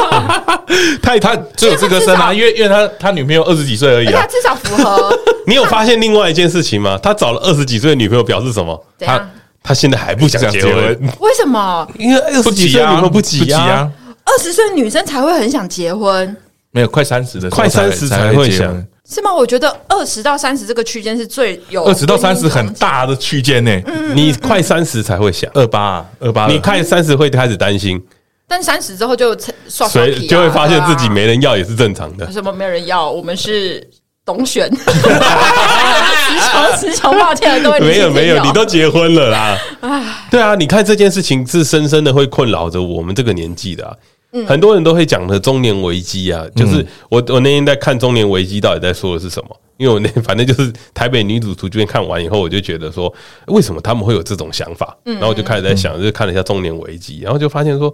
Speaker 4: 他他只有这个生啊，因为因为他他女朋友二十几岁而已
Speaker 2: 而且他
Speaker 4: 啊。
Speaker 2: 至少符 合，
Speaker 1: 你有发现另外一件事情吗？他找了二十几岁的女朋友，表示什么？
Speaker 2: 怎
Speaker 1: 他
Speaker 2: 样
Speaker 1: 他现在还不想
Speaker 4: 想
Speaker 1: 结
Speaker 4: 结
Speaker 1: 婚
Speaker 4: 婚，
Speaker 2: 为什么
Speaker 1: 因为二
Speaker 4: 不
Speaker 1: 十几
Speaker 4: 急
Speaker 1: 岁的女
Speaker 4: 啊，
Speaker 1: 朋友不
Speaker 4: 急
Speaker 1: 急啊。，
Speaker 2: 二十岁女生才会很想结婚？
Speaker 4: 没有快三十的时候
Speaker 1: 快
Speaker 4: 才会，
Speaker 1: 30
Speaker 4: 才
Speaker 1: 才会
Speaker 4: 结
Speaker 1: 想
Speaker 4: 婚。
Speaker 2: 是吗？我觉得二十到三十这个区间是最
Speaker 1: 哦
Speaker 2: 有
Speaker 4: 二十到三十很大的区间呢，
Speaker 1: 你快三十才会想，
Speaker 4: 二八啊二八，
Speaker 1: 你快三十会开始担心，
Speaker 2: 但三十之后就刷
Speaker 1: 所
Speaker 2: 刷皮啊、
Speaker 1: 以就会发现自己
Speaker 2: 对
Speaker 1: 没人要也是正常的
Speaker 2: 啊、。什么没有人要，我们是 董选，词穷词穷，抱歉了各位女
Speaker 1: 没有
Speaker 2: 性朋
Speaker 1: 没
Speaker 2: 友，
Speaker 1: 有，你都结婚 了啦。对啊，你看这件事情是深深的会困扰着我们这个年纪的啊、
Speaker 2: 嗯
Speaker 1: 很多人都会讲的中年危机啊，就是我我那天在看中年危机到底在说的是什么，因为我那 反正就是台北女主图剧院看完以后，我就觉得说为什么他们会有这种想法，
Speaker 2: 嗯
Speaker 1: 然后我就开始在想，就看了一下中年危机，然后就发现说，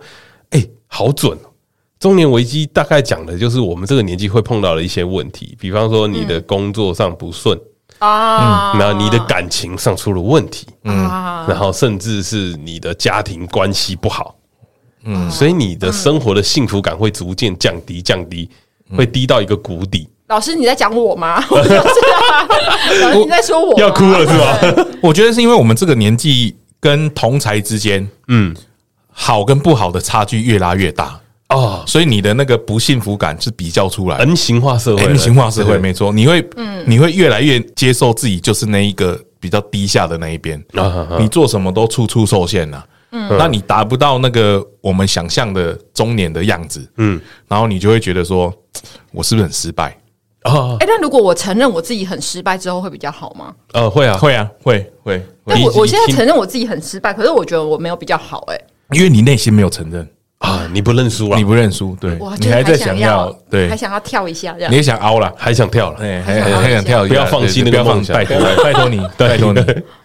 Speaker 1: 哎，好准哦、中年危机大概讲的就是我们这个年纪会碰到的一些问题，比方说你
Speaker 2: 嗯
Speaker 1: 的工作上不顺，
Speaker 2: 啊，
Speaker 1: 嗯然后你的感情上出了问题，
Speaker 4: 嗯
Speaker 2: 啊，
Speaker 1: 然后甚至是你的家庭关系不好，
Speaker 2: 啊
Speaker 1: 嗯，所以你的生活的幸福感会逐渐降低，降低，
Speaker 4: 嗯
Speaker 1: 会低到一个谷底。
Speaker 2: 老师你在讲 我吗？我就是啊，老师你在说我吗
Speaker 1: 要哭了是吧？
Speaker 2: 对
Speaker 4: 我觉得是因为我们这个年纪跟同才之间
Speaker 1: 嗯，
Speaker 4: 好跟不好的差距越拉越大，
Speaker 1: 哦
Speaker 4: 所以你的那个不幸福感是比较出来的。
Speaker 1: ，N 型化社会了
Speaker 4: M 型化社会
Speaker 1: 对
Speaker 4: 没错，你会，
Speaker 1: 嗯
Speaker 4: 你会越来越接受自己就是那一个比较低下的那一边
Speaker 1: 啊啊啊，
Speaker 4: 你做什么都处处受限呐、嗯，那你达不到那个我们想象的中年的样子，嗯，然后你就会觉得说，我是不是很失败？
Speaker 1: 哦
Speaker 2: 哎，那如果我承认我自己很失败之后，会比较好吗？
Speaker 1: 哦，会啊，
Speaker 4: 会啊，会会，会
Speaker 2: 但我
Speaker 1: 你
Speaker 2: 我现在
Speaker 1: 听
Speaker 2: 承认我自己很失败，可是我觉得我没有比较好，哎，
Speaker 4: 因为你内心没有承认，
Speaker 1: 啊，你不认输了
Speaker 4: 你，不认输，对
Speaker 2: 我，
Speaker 4: 你
Speaker 2: 就是
Speaker 4: 在
Speaker 2: 想
Speaker 4: 想要，对
Speaker 2: 还，想要跳一下这样
Speaker 4: 你。也想凹啦。
Speaker 1: 还想跳了，
Speaker 4: 哎，
Speaker 2: 还
Speaker 4: 还
Speaker 2: 想凹
Speaker 4: 还
Speaker 2: 一
Speaker 4: 想
Speaker 2: 下
Speaker 4: 跳一下，
Speaker 1: 不要放弃那个
Speaker 4: 对不要放
Speaker 1: 梦想
Speaker 4: 拜托，拜 托你，拜托你，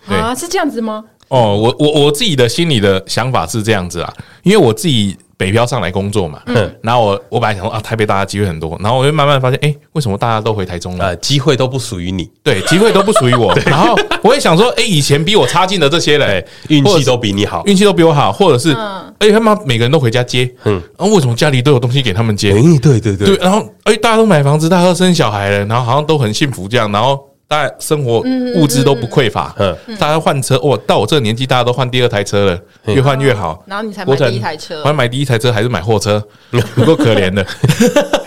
Speaker 4: 对
Speaker 2: 啊，是这样子吗？
Speaker 4: 哦，我我我自己的心里的想法是这样子啊，因为我自己北漂上来工作嘛，嗯，然后我我本来想说啊，台北大家机会很多，然后我就慢慢发现，哎、为什么大家都回台中了？
Speaker 1: 啊，机会都不属于你，
Speaker 4: 对，机会都不属 于我。然后我也想说，哎、以前比我差劲的这些
Speaker 2: 嗯
Speaker 4: 人，
Speaker 1: 哎，运
Speaker 4: 或者
Speaker 1: 气
Speaker 4: 是
Speaker 1: 都比你好，
Speaker 4: 运气都比我好，或者是，哎、他妈每个人都回家接，嗯，然后为什么家里都有东西给他们接？
Speaker 1: 哎，对对
Speaker 4: 对，，然后哎、大家都买房子，大家都生小孩了，然后好像都很幸福这样，然后大家生活物资都不匮乏，
Speaker 1: 嗯
Speaker 4: 嗯，大家换车，哇，到我这个年纪，大家都换第二台车了，越换越好，
Speaker 2: 然后你嗯才买
Speaker 4: 国产
Speaker 2: 第一台车
Speaker 4: 我还买第一台车还是买货车，不够可 怜的。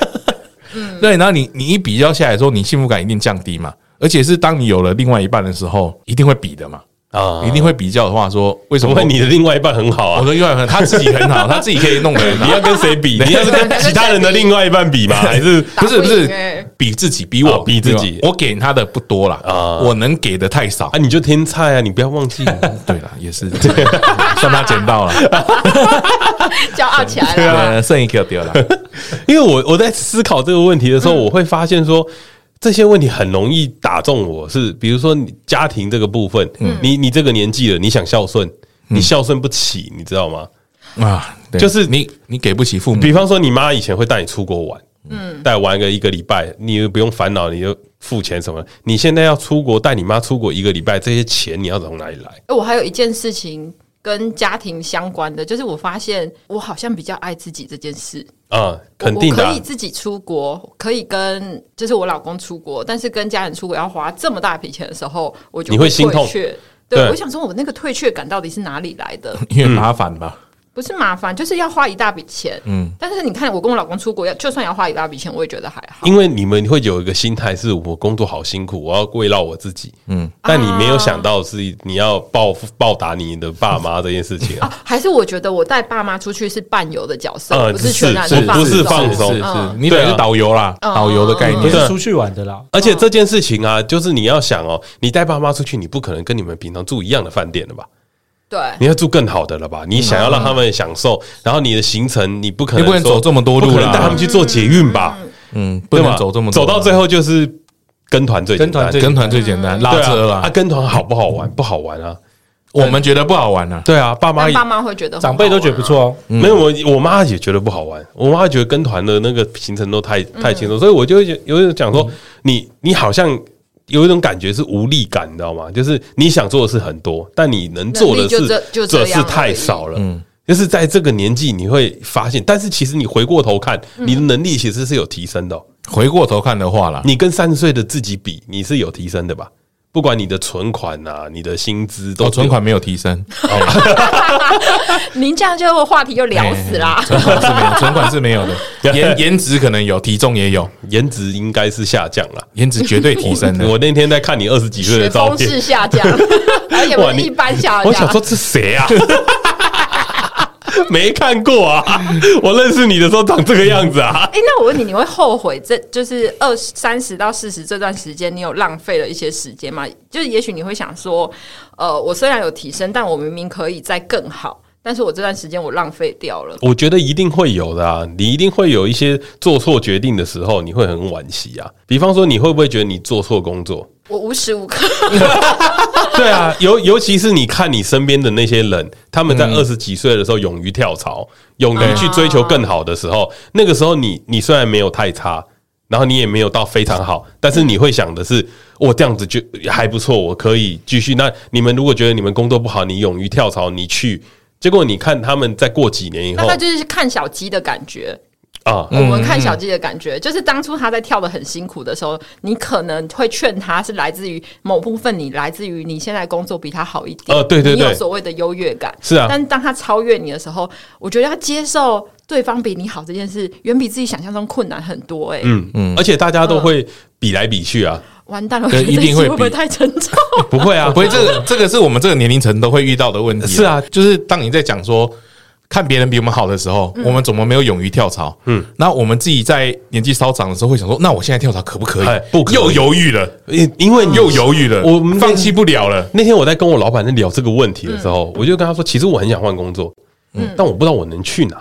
Speaker 4: 对，然后你你一比较下来说，你幸福感一定降低嘛，而且是当你有了另外一半的时候，一定会比的嘛，
Speaker 1: 啊，
Speaker 4: 一定会比较的话说，为什
Speaker 1: 怎
Speaker 4: 么
Speaker 1: 么会你的另外一半很好
Speaker 4: 我？我
Speaker 1: 啊？
Speaker 4: 的另外一半他自己很好，他自己可以 弄得很
Speaker 1: 你
Speaker 4: 好。
Speaker 1: 要跟谁 比？你要是 跟其他人的另外一半比吗？还是
Speaker 2: 打
Speaker 4: 不是不
Speaker 2: 不赢
Speaker 4: 是
Speaker 2: 欸，
Speaker 4: 比自己，比我
Speaker 1: 哦，比自己
Speaker 4: 对吧我给他的不多啦，
Speaker 1: 啊
Speaker 4: 我能给的太少
Speaker 1: 啊，。你就天菜啊，你不要忘记。
Speaker 4: 对啦，也是啊算他捡 到了，
Speaker 2: 骄傲起来了。啊
Speaker 4: 对，啊剩一个丢了。
Speaker 1: 因为我我在思考这个问题的
Speaker 2: 嗯
Speaker 1: 时候，我会发现说。这些问题很容易打中我，是比如说你家庭这个部分，
Speaker 2: 嗯
Speaker 1: 你你这个年纪了，你想孝顺，你孝顺不起，你知道吗？
Speaker 4: 啊，对
Speaker 1: 就是
Speaker 4: 你你给不起父母，
Speaker 1: 比方说你妈以前会带你出国玩，嗯，带玩个一个礼拜，你又不用烦恼，你就付钱什么的。你现在要出国带你妈出国一个礼拜，这些钱你要从哪里来？
Speaker 2: 哎我还有一件事情跟家庭相关的，就是我发现我好像比较爱自己这件事。
Speaker 1: 啊，肯定的
Speaker 2: 我
Speaker 1: 啊
Speaker 2: 可以自己出国，可以跟就是我老公出国，但是跟家人出国要花这么大笔钱的时候，我就
Speaker 1: 你会心痛
Speaker 2: 退却。
Speaker 1: 对
Speaker 2: 对，我想说，我那个退却感到底是哪里来的？
Speaker 4: 因为麻烦吧。
Speaker 2: 不是麻烦，就是要花一大笔钱。嗯，但是你看，我跟我老公出国，要就算要花一大笔钱，我也觉得还好。
Speaker 1: 因为你们会有一个心态，是我工作好辛苦，我要慰劳我自己。嗯，但你没有想到是你要报复报答你的爸妈这件事情 啊。
Speaker 2: 啊，还是我觉得我带爸妈出去是伴游的角色，
Speaker 1: 呃
Speaker 2: 不是全然的
Speaker 1: 是
Speaker 2: 放
Speaker 1: 不是
Speaker 2: 松
Speaker 1: 放松
Speaker 4: 是
Speaker 2: 哦
Speaker 4: 是
Speaker 1: 嗯
Speaker 4: 你等于是导游啦，导游的概
Speaker 3: 不
Speaker 4: 念。
Speaker 1: 对
Speaker 3: 是出去玩的啦。
Speaker 1: 而且这件事情啊，就是你要想哦，你带爸妈出去，你不可能跟你们平常住一样的饭店了 吧？
Speaker 2: 对，
Speaker 1: 你要住更好的了吧？你想要让他们享受，然后你的行程你不可能
Speaker 4: 嗯你不能
Speaker 1: 说
Speaker 4: 走这么多路啦
Speaker 1: 不可能带他们去做捷运吧？
Speaker 4: 嗯，不
Speaker 1: 对
Speaker 4: 能
Speaker 1: 吧？
Speaker 4: 走这么多
Speaker 1: 走到最后就是跟团最简
Speaker 3: 跟团
Speaker 1: 单，
Speaker 3: 最
Speaker 4: 跟团最简单，拉
Speaker 1: 对啊
Speaker 4: 车
Speaker 1: 啊，啊
Speaker 4: 啦。
Speaker 1: 跟团好不好玩？不好玩啊！
Speaker 4: 我们觉得不好玩啊，
Speaker 1: 对啊，爸妈
Speaker 2: 但
Speaker 1: 也
Speaker 2: 爸妈会觉得很
Speaker 3: 长辈都觉得
Speaker 2: 好
Speaker 3: 不错哦，
Speaker 2: 嗯
Speaker 1: 没有，我我妈也觉得不好玩，我妈觉得跟团的那个行程都
Speaker 2: 嗯
Speaker 1: 太太轻松，所以我就会觉得有一种讲说，你你好像有一种感觉是无力感，你知道吗？就是你想做的事很多，但你能做的
Speaker 2: 能力就这
Speaker 1: 事
Speaker 2: 就
Speaker 1: 这
Speaker 2: 这样
Speaker 1: 事
Speaker 2: 而已嗯
Speaker 1: 太少了。就是在这个年纪，你会发现，但是其实你回过头看，
Speaker 2: 嗯
Speaker 1: 你的能力其实是有提升的哦、
Speaker 4: 回过头看的话啦，
Speaker 1: 你跟三十岁的自己比，你是有提升的吧？不管你的存款啊，你的薪资都
Speaker 4: 我
Speaker 1: 有
Speaker 4: 哦存款没有提升，
Speaker 2: 您这样就话题就聊哦死啦。
Speaker 4: 存款是没有，存款是没有的。颜颜值可能有，体重也有，
Speaker 1: 颜值应该是下降了。
Speaker 4: 颜值绝对提升 的。
Speaker 1: 我那天在看你二十几岁的
Speaker 2: 雪
Speaker 1: 照
Speaker 2: 峰
Speaker 1: 片，
Speaker 2: 式下降， 而且不
Speaker 1: 哇
Speaker 2: 是
Speaker 1: 你
Speaker 2: 一般下降。
Speaker 1: 我想说这谁啊？ 没看过啊！我认识你的时候长这个样子啊！
Speaker 2: 哎、那我问你，你会后悔这就是二三十到四十这段时间，你有浪费了一些时间吗？就是也许你会想说，呃，我虽然有提升，但我明明可以再更好。但是我这段时间我浪费掉了。
Speaker 1: 我觉得一定会有的啊，你一定会有一些做错决定的时候，你会很惋惜啊。比方说，你会不会觉得你做错工作？
Speaker 2: 我无时无刻
Speaker 1: 对啊，尤尤其是你看你身边的那些人，他们在二十几岁的时候勇于跳槽，勇于去追求更好的时候，那个时候你你虽然没有太差，然后你也没有到非常好，但是你会想的是，我这样子就还不错，我可以继续。那你们如果觉得你们工作不好，你勇于跳槽，你去，结果你看他们再过几年以
Speaker 2: 那
Speaker 1: 后
Speaker 2: 他就是看小鸡的感觉。
Speaker 1: 啊，
Speaker 2: 我们看小鸡的感觉，就是当初他在跳的很辛苦的时候，你可能会劝他是来自于某部分，你来自于你现在工作比他好一点，
Speaker 1: 呃对对
Speaker 2: 你有
Speaker 1: 对
Speaker 2: 所谓的优越感。
Speaker 1: 是啊
Speaker 2: 但当他超越你的时候，我觉得要接受对方比你好这件事，远比自己想象中困难很多、欸。哎、
Speaker 1: 嗯嗯，而且大家都会比来比去啊，
Speaker 2: 完蛋了，我觉
Speaker 4: 对
Speaker 2: 得这
Speaker 4: 一
Speaker 2: 集
Speaker 4: 定会
Speaker 2: 会不会
Speaker 4: 比
Speaker 2: 太沉 重？
Speaker 1: 不会啊，
Speaker 4: 不会，这个这个是我们这个年龄层都会遇到的问题。
Speaker 1: 是啊，
Speaker 4: 就是当你在讲说看别人比我们好的时候，我们怎么没有勇于跳槽？嗯，那我们自己在年纪稍长的时候会想说，那我现在跳槽可不可以嗯
Speaker 1: 哎？不可以
Speaker 4: 又犹豫了，
Speaker 1: 因因为你
Speaker 4: 又犹豫了，
Speaker 1: 我们
Speaker 4: 放弃不了了。
Speaker 1: 那天我在跟我老板在聊这个问题的时候，
Speaker 2: 嗯
Speaker 1: 我就跟他说，其实我很想换工作，但我不知道我能去哪，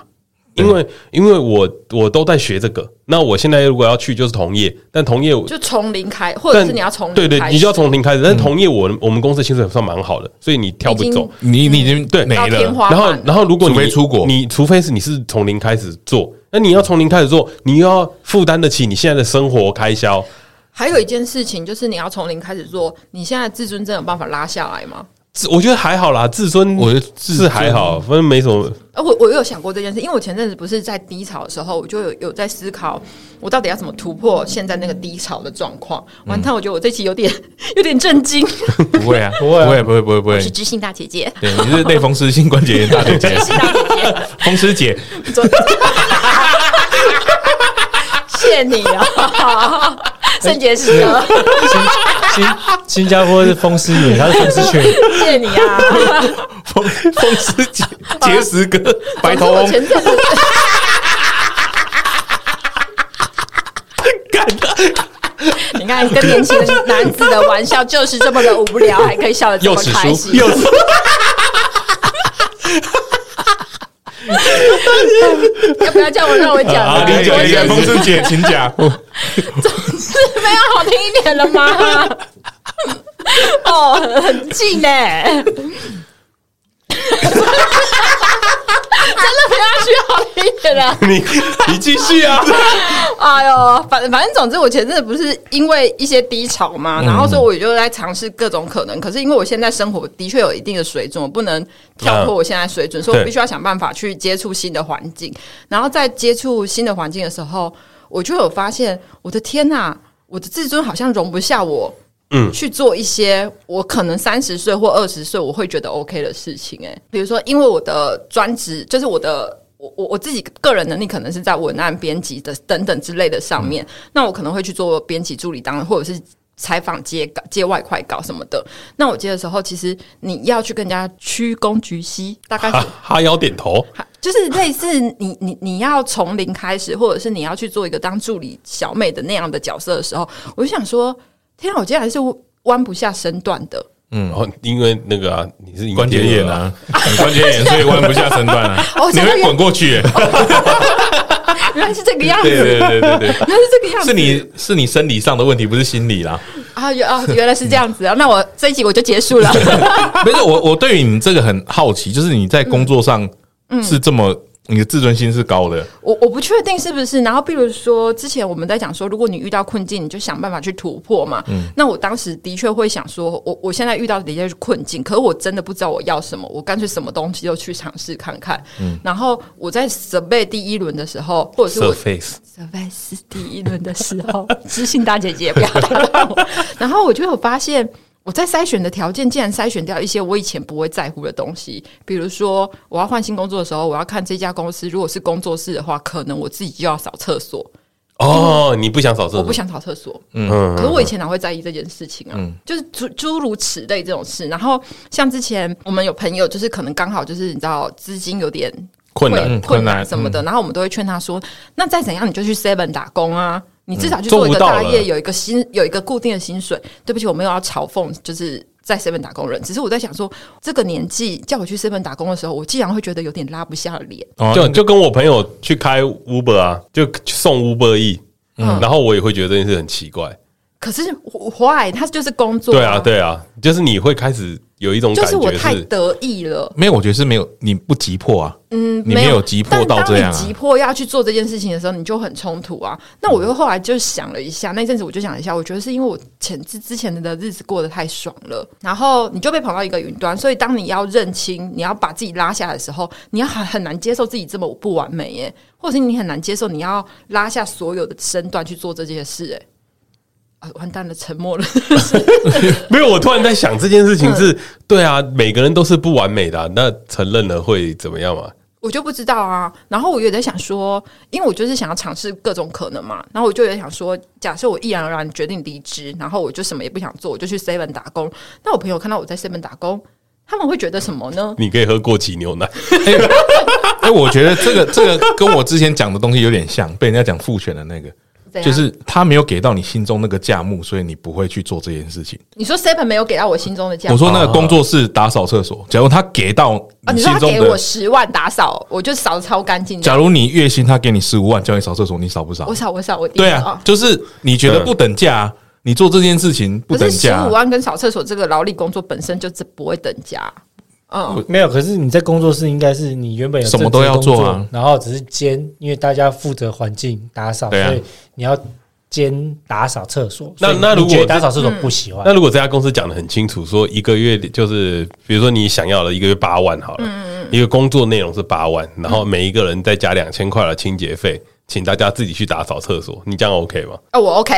Speaker 1: 因为因为我我都在学这个，那我现在如果要去就是同业，但同业我
Speaker 2: 就从零开，或者
Speaker 1: 但
Speaker 2: 是你要从零
Speaker 1: 对对
Speaker 2: 开，始嗯
Speaker 1: 你就要从零开始，但同业我我们公司薪水算蛮好的，所以你挑不
Speaker 2: 已经
Speaker 1: 走。
Speaker 4: 你你已经
Speaker 1: 对
Speaker 4: 没
Speaker 2: 到天
Speaker 4: 了，
Speaker 2: 花
Speaker 1: 然后
Speaker 2: 板，了。
Speaker 1: 然后如果你
Speaker 4: 除非出国
Speaker 1: 你除非是你是从零开始做，那你要从零开始做，你又要负担得起你现在的生活开销。
Speaker 2: 还有一件事情就是你要从零开始做，你现在自尊真的有办法拉下来吗？
Speaker 1: 自我觉得还好啦，自尊
Speaker 4: 我觉得自
Speaker 1: 是还好，反正没什么。
Speaker 2: 呃，我我有想过这件事，因为我前阵子不是在低潮的时候，我就有有在思考，我到底要怎么突破现在那个低潮的状况。完蛋，我觉得我这期有点有点震惊，
Speaker 4: 不会啊， 不
Speaker 3: 会啊
Speaker 4: 不会，不会，不会，不
Speaker 2: 是
Speaker 4: 会。
Speaker 2: 知性大姐姐，
Speaker 4: 对，你是类风湿性关节炎大姐 姐
Speaker 2: 知，性大姐
Speaker 4: 风湿姐，
Speaker 2: 姐，昨 谢谢你 啊，圣洁师哥，
Speaker 3: 新新加坡是风湿野，它是风湿犬。
Speaker 2: 谢谢你啊。
Speaker 4: 风风湿 姐，结石哥，白头
Speaker 2: 总之啊我
Speaker 4: 翁，
Speaker 2: 前阵子。你看，跟年轻男子的玩笑就是这么的无聊，还可以笑得这么开心。
Speaker 1: 又是
Speaker 2: 要不要叫我让我讲
Speaker 1: 啊
Speaker 2: 呢？
Speaker 1: 理解
Speaker 2: 我
Speaker 1: 理解
Speaker 2: 觉
Speaker 4: 风
Speaker 2: 得
Speaker 4: 湿姐，请讲。
Speaker 2: 是没有好听一点了吗？哦，很很近呢、真的不要去好听一点了。
Speaker 1: 你你继续 啊！
Speaker 2: 哎呦，反反正总之，我前阵子不是因为一些低潮嘛，然后所以我就在尝试各种可能。可是因为我现在生活的确有一定的水准，我不能跳脱我现在水准，所以我
Speaker 1: 对
Speaker 2: 必须要想办法去接触新的环境。然后在接触新的环境的时候，我就有发现，我的天呐、我的自尊好像容不下我。
Speaker 1: 嗯
Speaker 2: 去做一些我可能三十岁或二十岁我会觉得 OK 的事情、欸，比如说因为我的专职就是我的。我我我自己个人能力可能是在文案编辑的等等之类的上面，那我可能会去做编辑助理当，或者是采访接稿、接外快稿什么的。那我接的时候，其实你要去跟人家鞠躬鞠膝，大概是
Speaker 1: 哈哈腰点头，
Speaker 2: 就是类似你你你要从零开始，或者是你要去做一个当助理小美的那样的角色的时候，我就想说，天啊，我竟然是弯不下身段的。
Speaker 1: 然后因为那个啊，你是
Speaker 4: 关节炎啊，你关节炎，所以弯不下身段啊
Speaker 2: 哦，
Speaker 4: 你
Speaker 2: 真的
Speaker 4: 会
Speaker 2: 耶
Speaker 4: 滚过去、欸。
Speaker 2: 原来是这个哦样子，
Speaker 4: 对对
Speaker 2: 原
Speaker 4: 对对对，
Speaker 2: 来是 这个样子，
Speaker 4: 是你是你生理上的问题，不是心理啦。
Speaker 2: 啊原啊，原来是这样子啊！那我这一集我就结束了。
Speaker 4: 没是我我对于你这个很好奇，就是你在工作上
Speaker 2: 嗯
Speaker 4: 是这么。你的自尊心是高的，
Speaker 2: 我我不确定是不是。然后，比如说之前我们在讲说，如果你遇到困境，你就想办法去突破嘛。那我当时的确会想说，我我现在遇到的的确是困境，可是我真的不知道我要什么，我干脆什么东西都去尝试看看。然后我在准备第一轮的时候，或者是我
Speaker 1: surface，
Speaker 2: Survive 第一轮的时候， 知性大姐姐不要打断 我。然后我就有发现，我在筛选的条件竟然筛选掉一些我以前不会在乎的东西，比如说我要换新工作的时候，我要看这家公司如果是工作室的话，可能我自己就要扫厕所，
Speaker 1: 哦，你不想扫厕所？
Speaker 2: 我不，想扫厕所。
Speaker 1: 嗯
Speaker 2: 可是我以前哪会在意这件事情啊？就是诸诸如此类这种事。然后像之前我们有朋友，就是可能刚好就是你知道资金有点
Speaker 1: 困难
Speaker 2: 会
Speaker 4: 嗯
Speaker 2: 困
Speaker 4: 困
Speaker 2: 难
Speaker 4: 难
Speaker 2: 什么的，然后我们都会劝他说：“那再怎样你就去 Seven 打工啊，你至少去
Speaker 1: 嗯做
Speaker 2: 做一
Speaker 1: 不
Speaker 2: 个
Speaker 1: 到
Speaker 2: 大
Speaker 1: 了
Speaker 2: 业，有一个薪有一个固定的薪水。”对不起，我没有要嘲讽，就是在 seven 打工人，只是我在想说，这个年纪叫我去 seven 打工的时候，我竟然会觉得有点拉不下脸。
Speaker 4: 哦
Speaker 1: 就就跟我朋友去开 Uber 啊，就送 Uber E，、然
Speaker 2: 嗯
Speaker 1: 后我也会觉得这件事很奇怪。
Speaker 2: 可是 why？他就是工作、
Speaker 1: 对啊，，对啊，就是你会开始有一种
Speaker 2: 就
Speaker 1: 感
Speaker 2: 是我
Speaker 1: 觉
Speaker 2: 太
Speaker 1: 是，
Speaker 2: 得意了。
Speaker 4: 没有，我觉得是没有，你不急迫啊，嗯，你没有急迫
Speaker 2: 但
Speaker 4: 到
Speaker 2: 当
Speaker 4: 这样
Speaker 2: 你
Speaker 4: 啊，
Speaker 2: 急迫要去做这件事情的时候，你就很冲突啊。那我又后来就想了一下，那一阵子我就想了一下，我觉得是因为我前之之前的日子过得太爽了，然后你就被捧到一个云端，所以当你要认清，你要把自己拉下来的时候，你要很很难接受自己这么不完美耶，或者是你很难接受你要拉下所有的身段去做这件事耶。啊，完蛋了，沉默了。
Speaker 1: 没有。我突然在想这件事
Speaker 2: 嗯
Speaker 1: 情是，对啊，每个人都是不完美的啊、那承认了会怎么样嘛？
Speaker 2: 我就不知道啊。然后我也在想说，因为我就是想要尝试各种可能嘛。然后我就有点想说，假设我毅然而然决定离职，然后我就什么也不想做，我就去 Seven 打工。那我朋友看到我在 Seven 打工，他们会觉得什么呢？
Speaker 1: 你可以喝过期牛奶，
Speaker 4: 哎、我觉得这个这个跟我之前讲的东西有点像，被人家讲复选的那
Speaker 2: 怎
Speaker 4: 个，
Speaker 2: 样
Speaker 4: 就是他没有给到你心中那个价目，所以你不会去做这件事情。
Speaker 2: 你说 Seven 没有给到我心中的价
Speaker 4: 我说那个工作室打扫厕所，假如他给到
Speaker 2: 啊，
Speaker 4: 你
Speaker 2: 你说
Speaker 4: 心
Speaker 2: 他
Speaker 4: 中
Speaker 2: 给我
Speaker 4: 的，
Speaker 2: 十万打扫，我就扫得超干净
Speaker 4: 假
Speaker 2: 的。
Speaker 4: 如你月薪他给你十五万叫你扫厕所，你扫不扫
Speaker 2: 我？扫我扫我一定哦
Speaker 4: 对
Speaker 2: 扫
Speaker 4: 啊，就是你觉得不等价、啊，你做这件事情不
Speaker 2: 可
Speaker 4: 等
Speaker 2: 是十
Speaker 4: 价、
Speaker 2: 五
Speaker 4: 啊。
Speaker 2: 万跟扫厕所这个劳力工作本身就是不会等价，嗯，
Speaker 3: 没有，可是你在工作室应该是你原本有
Speaker 4: 什么都要
Speaker 3: 正职工
Speaker 4: 做啊
Speaker 3: 然后只是兼，因为大家负责环境打扫，
Speaker 4: 对啊
Speaker 3: 所以你要兼打扫厕所。
Speaker 1: 那
Speaker 3: 所以
Speaker 1: 那
Speaker 3: 你
Speaker 1: 如果
Speaker 3: 觉得
Speaker 1: 这
Speaker 3: 打扫
Speaker 2: 嗯
Speaker 3: 厕所不喜欢，
Speaker 1: 那如果这家公司讲的很清楚，说一个月就是，比如说你想要的一个月八万好了，一个工作内容是八万，然后每一个人再加两千块的清洁费，请大家自己去打扫厕所，你这样 OK 吗？
Speaker 2: 啊，我 OK，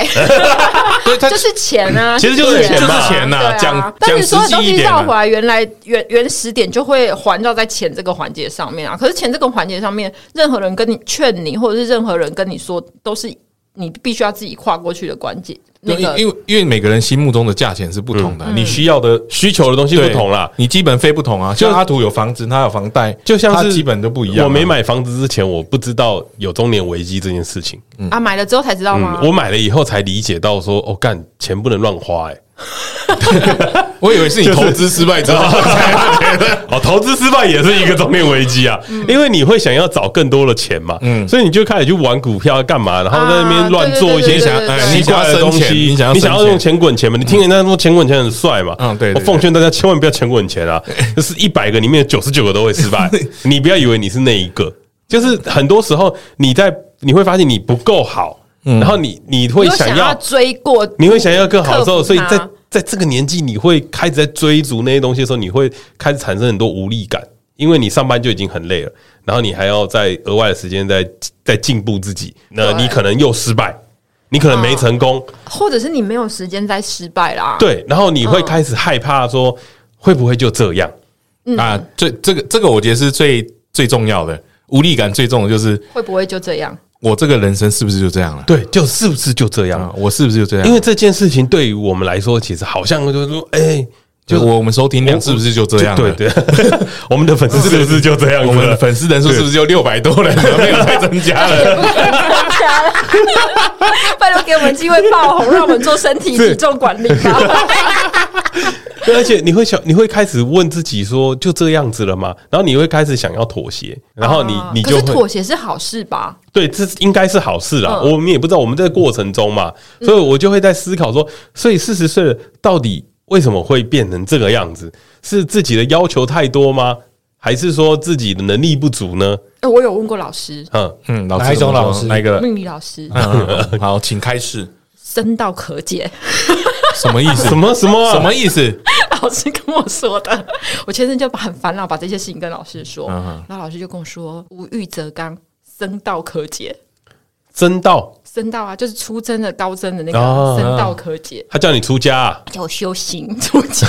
Speaker 2: 就是 钱 啊，
Speaker 1: 其实就是
Speaker 2: 钱
Speaker 1: 钱
Speaker 2: 嘛，
Speaker 1: 嘛就是钱
Speaker 4: 呐
Speaker 2: 对啊
Speaker 4: 讲
Speaker 2: 但是所有
Speaker 4: 讲
Speaker 2: 东
Speaker 4: 实际一
Speaker 2: 西
Speaker 4: 点啊
Speaker 2: 绕回来，原来原原始点就会环绕在钱这个环节上面啊。可是钱这个环节上面，任何人跟你劝你，或者是任何人跟你说，都是你必须要自己跨过去的关节。那
Speaker 4: 对，因
Speaker 2: 个嗯
Speaker 4: 因为因为每个人心目中的价钱是不同的，你
Speaker 1: 你需要的需求的东西不
Speaker 4: 嗯对
Speaker 1: 同啦，
Speaker 4: 你基本费不同啊。
Speaker 1: 就
Speaker 4: 像阿土有房子，他有房贷，
Speaker 1: 就像
Speaker 4: 他
Speaker 1: 是
Speaker 4: 基本都不一样啊。
Speaker 1: 我没买房子之前，我不知道有中年危机这件事情。
Speaker 2: 啊，买了之后才知道吗？
Speaker 1: 嗯，我买了以后才理解到说，哦，干钱不能乱花、欸，
Speaker 4: 我以为是你投资失败之后，
Speaker 1: 哦，投资失败也是一个中年危机啊，
Speaker 4: 嗯
Speaker 1: 因为你会想要找更多的钱嘛，嗯，所以你就开始去玩股票干嘛，然后在那
Speaker 4: 啊
Speaker 1: 边乱做一些
Speaker 2: 对
Speaker 1: 想
Speaker 2: 对对对
Speaker 4: 哎
Speaker 2: 对
Speaker 1: 奇
Speaker 4: 你想
Speaker 1: 怪
Speaker 4: 要
Speaker 1: 的
Speaker 4: 生
Speaker 1: 东
Speaker 4: 钱，
Speaker 1: 西，
Speaker 4: 你想要
Speaker 1: 你想要
Speaker 4: 省
Speaker 1: 用
Speaker 4: 钱，
Speaker 1: 钱滚钱嘛？你听人家说钱滚钱很帅嘛，
Speaker 4: 嗯对对对
Speaker 1: 我奉劝大家千万不要钱滚钱 啊，就是一百个里面九十九个都会失败，你不要以为你是那一个，就是很多时候你在你会发现你不够好，
Speaker 4: 嗯
Speaker 1: 然后你你会
Speaker 2: 你又
Speaker 1: 想
Speaker 2: 要
Speaker 1: 要
Speaker 2: 追过，
Speaker 1: 你会想要更好的时候，
Speaker 2: 克服
Speaker 1: 所以
Speaker 2: 它
Speaker 1: 在在这个年纪，你会开始在追逐那些东西的时候，你会开始产生很多无力感，因为你上班就已经很累了，然后你还要在额外的时间再再进步自己，那
Speaker 2: 对哦
Speaker 1: 你可能又失败，你可能没成功，
Speaker 2: 或者是你没有时间再失败啦。，
Speaker 1: 对，然后你会开始害怕说
Speaker 2: 嗯
Speaker 1: 会不会就这样？
Speaker 4: 啊，最这个这个我觉得是最最重要的，无力感最重的就是
Speaker 2: 会不会就这 样？
Speaker 4: 我这个人生是不是就这样了？
Speaker 1: 对，就是不是就这样？
Speaker 4: 啊，我是不是就这
Speaker 1: 嗯
Speaker 4: 样？
Speaker 1: 因为这件事情对于我们来说，其实好像就是说，哎、
Speaker 4: 就我们收听量是不是就这样？啊
Speaker 1: 对。对， 我们的粉丝是不是就这样子了？
Speaker 4: 我们的粉丝人数是不是就六百多人了？没有再增 加了。
Speaker 2: 拜托给我们机会爆红，让我们做身体体重管理吧。
Speaker 1: 对，而且你会想，你会开始问自己说，就这样子了吗？然后你会开始想要妥协，然后你、你
Speaker 2: 嗯哦可
Speaker 1: 就是会
Speaker 2: 妥协是好事吧？
Speaker 1: 对，这应该是好事啦。
Speaker 2: 嗯
Speaker 1: 我们也不知道我们在过程中嘛，所以我就会在思考说，所以四十岁了，到底为什么会变成这个样子？是自己的要求太多吗？还是说自己的能力不足呢？
Speaker 2: 哎，我有问过老师，
Speaker 1: 嗯，
Speaker 4: 嗯，老师
Speaker 3: 哪一
Speaker 4: 怎
Speaker 3: 种
Speaker 4: 么说
Speaker 3: 老师
Speaker 4: 哪一
Speaker 1: 呃
Speaker 4: 个？
Speaker 2: 命理老师，
Speaker 4: 嗯好，请开始。
Speaker 2: 深到可解。
Speaker 4: 什么意思？
Speaker 1: 什么什么啊
Speaker 4: 什么意思？
Speaker 2: 老师跟我说的，我前阵就很烦恼，把这些事情跟老师说，
Speaker 4: 嗯哼
Speaker 2: 然后老师就跟我说：“无欲则刚，僧道可解。
Speaker 1: 真道？”
Speaker 2: 僧道啊，就是出征的高僧的那个
Speaker 1: 哦
Speaker 2: 僧道可解，
Speaker 1: 他叫你出家、啊，
Speaker 2: 叫我修行出 家。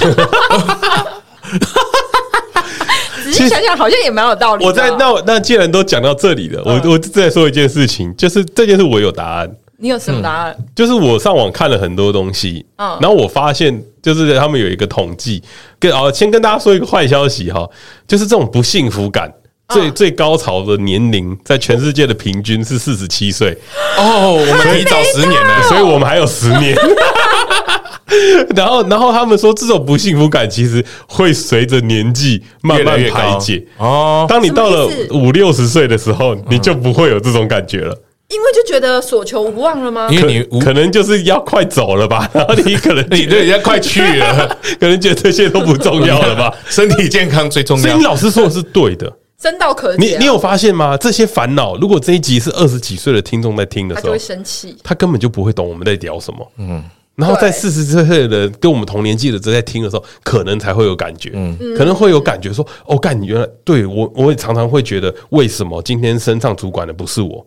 Speaker 2: 仔细想想，好像也蛮有道理的啊。
Speaker 1: 我在那那既然都讲到这里了，
Speaker 2: 嗯
Speaker 1: 我我再说一件事情，就是这件事我有答案。
Speaker 2: 你有什么答案？
Speaker 1: 就是我上网看了很多东西，
Speaker 2: 嗯
Speaker 1: 然后我发现就是他们有一个统计，跟啊，先跟大家说一个坏消息哈，就是这种不幸福感。
Speaker 2: 嗯
Speaker 1: 最最高潮的年龄，在全世界的平均是四十七岁，
Speaker 4: 哦，我们提早十年了，
Speaker 1: 所以我们还有十年。 然后，然后他们说，这种不幸福感其实会随着年纪慢
Speaker 4: 越来
Speaker 1: 慢
Speaker 4: 越
Speaker 1: 排
Speaker 4: 高
Speaker 1: 解。
Speaker 4: 哦，
Speaker 1: 当你到了
Speaker 2: 什么意思
Speaker 1: 五六十岁的时候，你就不会有这种感觉了。
Speaker 2: 因为就觉得所求无望了吗？
Speaker 4: 因
Speaker 1: 可
Speaker 4: 为你无
Speaker 1: 可能就是要快走了 吧，然后你可能
Speaker 4: 你对人家快去了，
Speaker 1: 可能觉得这些都不重要了 吧。
Speaker 4: 身体健康最重
Speaker 1: 所以
Speaker 4: 要
Speaker 1: 你。老师说的是对的，
Speaker 2: 真到可
Speaker 1: 你
Speaker 2: 解啊，
Speaker 1: 你有发现吗？这些烦恼，如果这一集是二十几岁的听众在听的
Speaker 2: 他
Speaker 1: 时
Speaker 2: 就
Speaker 1: 候
Speaker 2: 会，生气。
Speaker 1: 他根本就不会懂我们在聊什么。嗯。然后在
Speaker 2: 对
Speaker 1: 四十岁的人跟我们同年纪的在听的时候，可能才会有感觉，嗯，可能会有感觉说，哦，干，你原来对我，我也常常会觉得，为什么今天升上主管的不是我？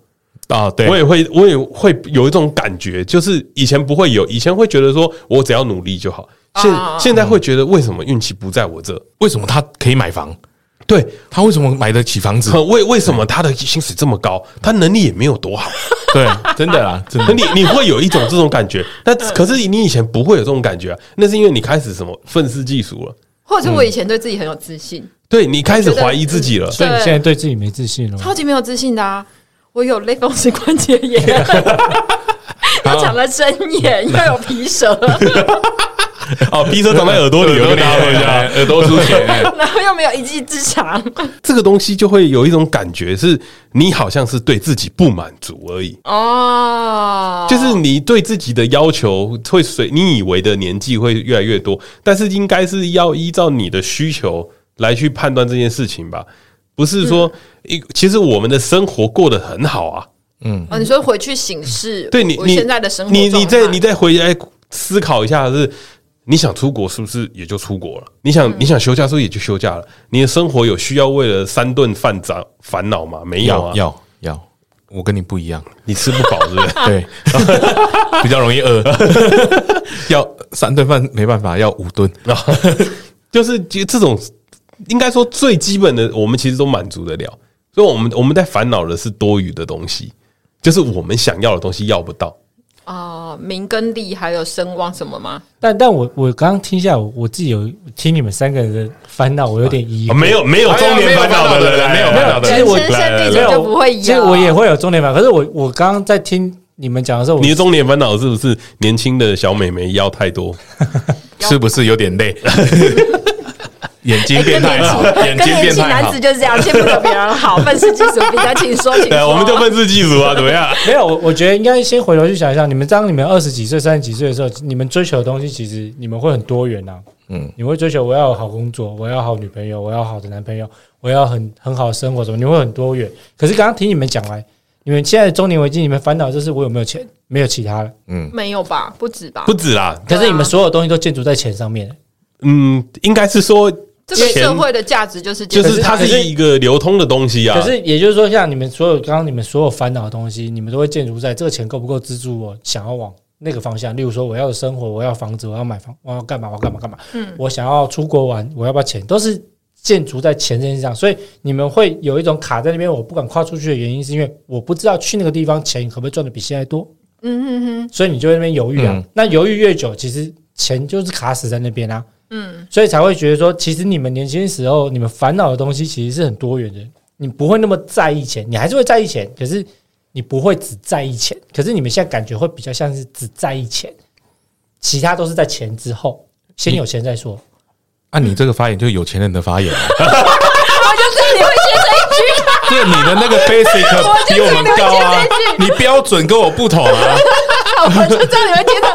Speaker 4: 啊，对，
Speaker 1: 我也会，我也会有一种感觉，就是以前不会有，以前会觉得说我只要努力就好，现、
Speaker 2: 啊
Speaker 1: 现在会觉得为什么运气不在我这？
Speaker 4: 为什么他可以买房？
Speaker 1: 对，
Speaker 4: 他为什么买得起房子？
Speaker 1: 很为为什么他的薪水这么高，他能力也没有多 好，
Speaker 4: 对，真的啦， 真
Speaker 1: 可
Speaker 4: 的。
Speaker 1: 你你会有一种这种感觉，那可是你以前不会有这种感觉啊，那是因为你开始什么愤世嫉俗了，
Speaker 2: 或者是我以前对自己很有自信，
Speaker 1: 对你开始怀疑自己了。
Speaker 3: 所以你现在对自己没自信了吗？
Speaker 2: 超级没有自信的啊！我有类风湿关节炎，
Speaker 1: 啊
Speaker 2: 又讲了针眼，又有 皮舌，
Speaker 1: 哦，鼻舌长在耳朵里，我跟大家啊说一下
Speaker 4: 哎， 耳朵出血，哎
Speaker 2: 然后又没有一技之长。
Speaker 1: 这个东西就会有一种感觉，是你好像是对自己不满足而已。
Speaker 2: 哦，
Speaker 1: 就是你对自己的要求会随你以为的年纪会越来越多，但是应该是要依照你的需求来去判断这件事情吧，不是说
Speaker 2: 嗯
Speaker 1: 一、其实我们的生活过得很好啊，
Speaker 2: 哦，你说回去醒视，
Speaker 1: 对你
Speaker 2: 我
Speaker 1: 你
Speaker 2: 现在的生活
Speaker 1: 你
Speaker 2: 状
Speaker 1: 你再
Speaker 2: 态
Speaker 1: 你再回来思考一下是。你想出国是不是也就出国了？你
Speaker 2: 嗯
Speaker 1: 想、你想休假是不是也就休假了？你的生活有需要为了三顿饭烦烦恼吗？没有啊
Speaker 4: 要，要要，我跟你不一样，
Speaker 1: 你吃不饱是不是？
Speaker 4: 对，比较容易饿， 要呃三顿饭没办法，要五顿。
Speaker 1: 然后 就是这这种，应该说最基本的，我们其实都满足得了。所以，我们我们在烦恼的是多余的东西，就是我们想要的东西要不到。
Speaker 2: 哦，名跟利还有声望什么吗？
Speaker 3: 但但我我刚刚听一下来，我我自己有听你们三个人的烦恼，我有点疑
Speaker 1: 啊
Speaker 3: 惑。
Speaker 1: 没有没有中年烦恼的人，
Speaker 4: 哎
Speaker 1: 没
Speaker 4: 呀
Speaker 1: 有
Speaker 4: 没
Speaker 1: 烦
Speaker 4: 有
Speaker 1: 恼
Speaker 4: 烦
Speaker 1: 的
Speaker 4: 恼的
Speaker 1: 人。
Speaker 2: 人
Speaker 1: 我
Speaker 2: 人生
Speaker 1: 来
Speaker 2: 地
Speaker 1: 来
Speaker 2: 这
Speaker 3: 没
Speaker 1: 来
Speaker 2: 种
Speaker 3: 有，
Speaker 2: 就不会有
Speaker 3: 其实我也会有中年版，可是我我刚刚在听你们讲的时候，我
Speaker 1: 你的中年烦恼是不是年轻的小美眉腰太多？
Speaker 4: 是不是有点累？眼睛
Speaker 2: 哎
Speaker 4: 变
Speaker 2: 跟
Speaker 4: 太
Speaker 2: 年
Speaker 4: 好，
Speaker 2: 轻
Speaker 4: 眼
Speaker 2: 跟
Speaker 4: 睛
Speaker 2: 年轻
Speaker 4: 变啊太
Speaker 2: 男
Speaker 4: 好
Speaker 2: 子。就是这样，见不得别人好，愤世嫉俗，比较 请说，请
Speaker 1: 对啊，
Speaker 2: 说。
Speaker 1: 我们就愤世嫉俗啊，怎么样？
Speaker 3: 没有，我我觉得应该先回头去想一想，你们当你们二十几岁、三十几岁的时候，你们追求的东西其实你们会很多元啊。嗯，你会追求我要有好工作，我要好女朋友，我要好的男朋友，我要很很好的生活，什么你会很多元。可是刚刚听你们讲来，你们现在的中年危机，你们烦恼就是我有没有钱，没有其他了。
Speaker 2: 没有吧，不止吧
Speaker 1: 不，止啦，
Speaker 3: 可是你们所有东西都建筑在钱上面，
Speaker 1: 嗯，应该是说
Speaker 2: 这个
Speaker 1: 钱
Speaker 2: 社会的价值就是
Speaker 1: 就
Speaker 2: 这样
Speaker 1: 是 它
Speaker 3: 可
Speaker 1: 是
Speaker 3: 是
Speaker 1: 一个流通的东西啊。
Speaker 3: 可是也就是说，像你们所有刚刚你们所有烦恼的东西，你们都会建筑在这个钱够不够资助我想要往那个方向。例如说，我要的生活，我要房子，我要买房，我要干嘛，我要干嘛干嘛。嗯，我想要出国玩，我要不要钱，都是建筑在钱这件事上。所以你们会有一种卡在那边，我不敢跨出去的原因，是因为我不知道去那个地方钱可不可以赚的比现在多。嗯哼哼，所以你就在那边犹豫啊。
Speaker 4: 嗯
Speaker 3: 那犹豫越久，其实钱就是卡死在那边啊。嗯，所以才会觉得说，其实你们年轻时候你们烦恼的东西其实是很多元的。你不会那么在意钱，你还是会在意钱，可是你不会只在意钱。可是你们现在感觉会比较像是只在意钱，其他都是在钱之后，先有钱再说。
Speaker 4: 按啊你这个发言，就是有钱人的发言啊。
Speaker 2: 我就是你会接这一句。
Speaker 4: 对，你的那个 basic 比我们高啊，你标准跟我不同啊。
Speaker 2: 我就知道你会接到。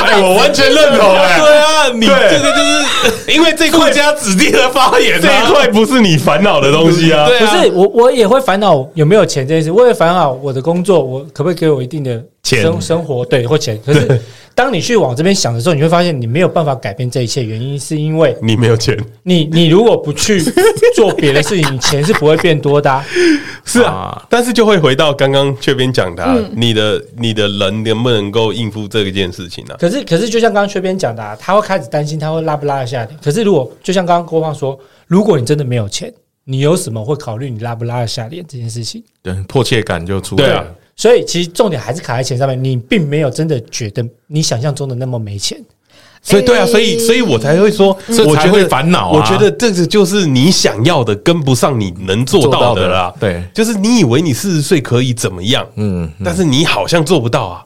Speaker 1: 哎，我 完全认同哎、
Speaker 4: 对啊，你
Speaker 1: 对
Speaker 4: 这个就是
Speaker 1: 因为这
Speaker 4: 富
Speaker 1: 块
Speaker 4: 家子弟的发言
Speaker 1: 这一
Speaker 4: 啊。
Speaker 1: 块不是你烦恼的东西啊。
Speaker 4: 对
Speaker 3: 不
Speaker 4: 啊
Speaker 3: 是我，我也会烦恼有没有钱这件事，我也烦恼我的工作，我可不可以给我一定的
Speaker 4: 钱
Speaker 3: 生生活对或钱。可 是当你去往这边想的时候，你会发现你没有办法改变这一切，原因是因为
Speaker 1: 你没有钱，
Speaker 3: 你你如果不去做别的事情，你钱是不会变多的啊、
Speaker 1: 是啊
Speaker 4: 啊，
Speaker 1: 但是就会回到刚刚雀边讲的啊，你的你的人能不能够应付这一件事情呢、啊？
Speaker 3: 可是，可是就像刚刚薛边讲的、啊，他会开始担心他会拉不拉得下脸。可是，如果就像刚刚郭胖说，如果你真的没有钱，你有什么会考虑你拉不拉得下脸这件事情？
Speaker 4: 对，迫切感就出
Speaker 1: 对
Speaker 4: 来
Speaker 1: 啊
Speaker 4: 了。
Speaker 3: 所以，其实重点还是卡在钱上面。你并没有真的觉得你想象中的那么没钱。
Speaker 1: 所以对啊，
Speaker 2: 哎
Speaker 1: 所以所以我才会说，
Speaker 4: 这
Speaker 1: 我
Speaker 4: 嗯才
Speaker 1: 觉得
Speaker 4: 会烦恼啊
Speaker 1: 我觉得这个就是你想要的跟不上你能做到的啦。
Speaker 4: 做到的对嗯
Speaker 1: 就是你 以为你四十岁可以怎么样，嗯，但是你好像做不到啊。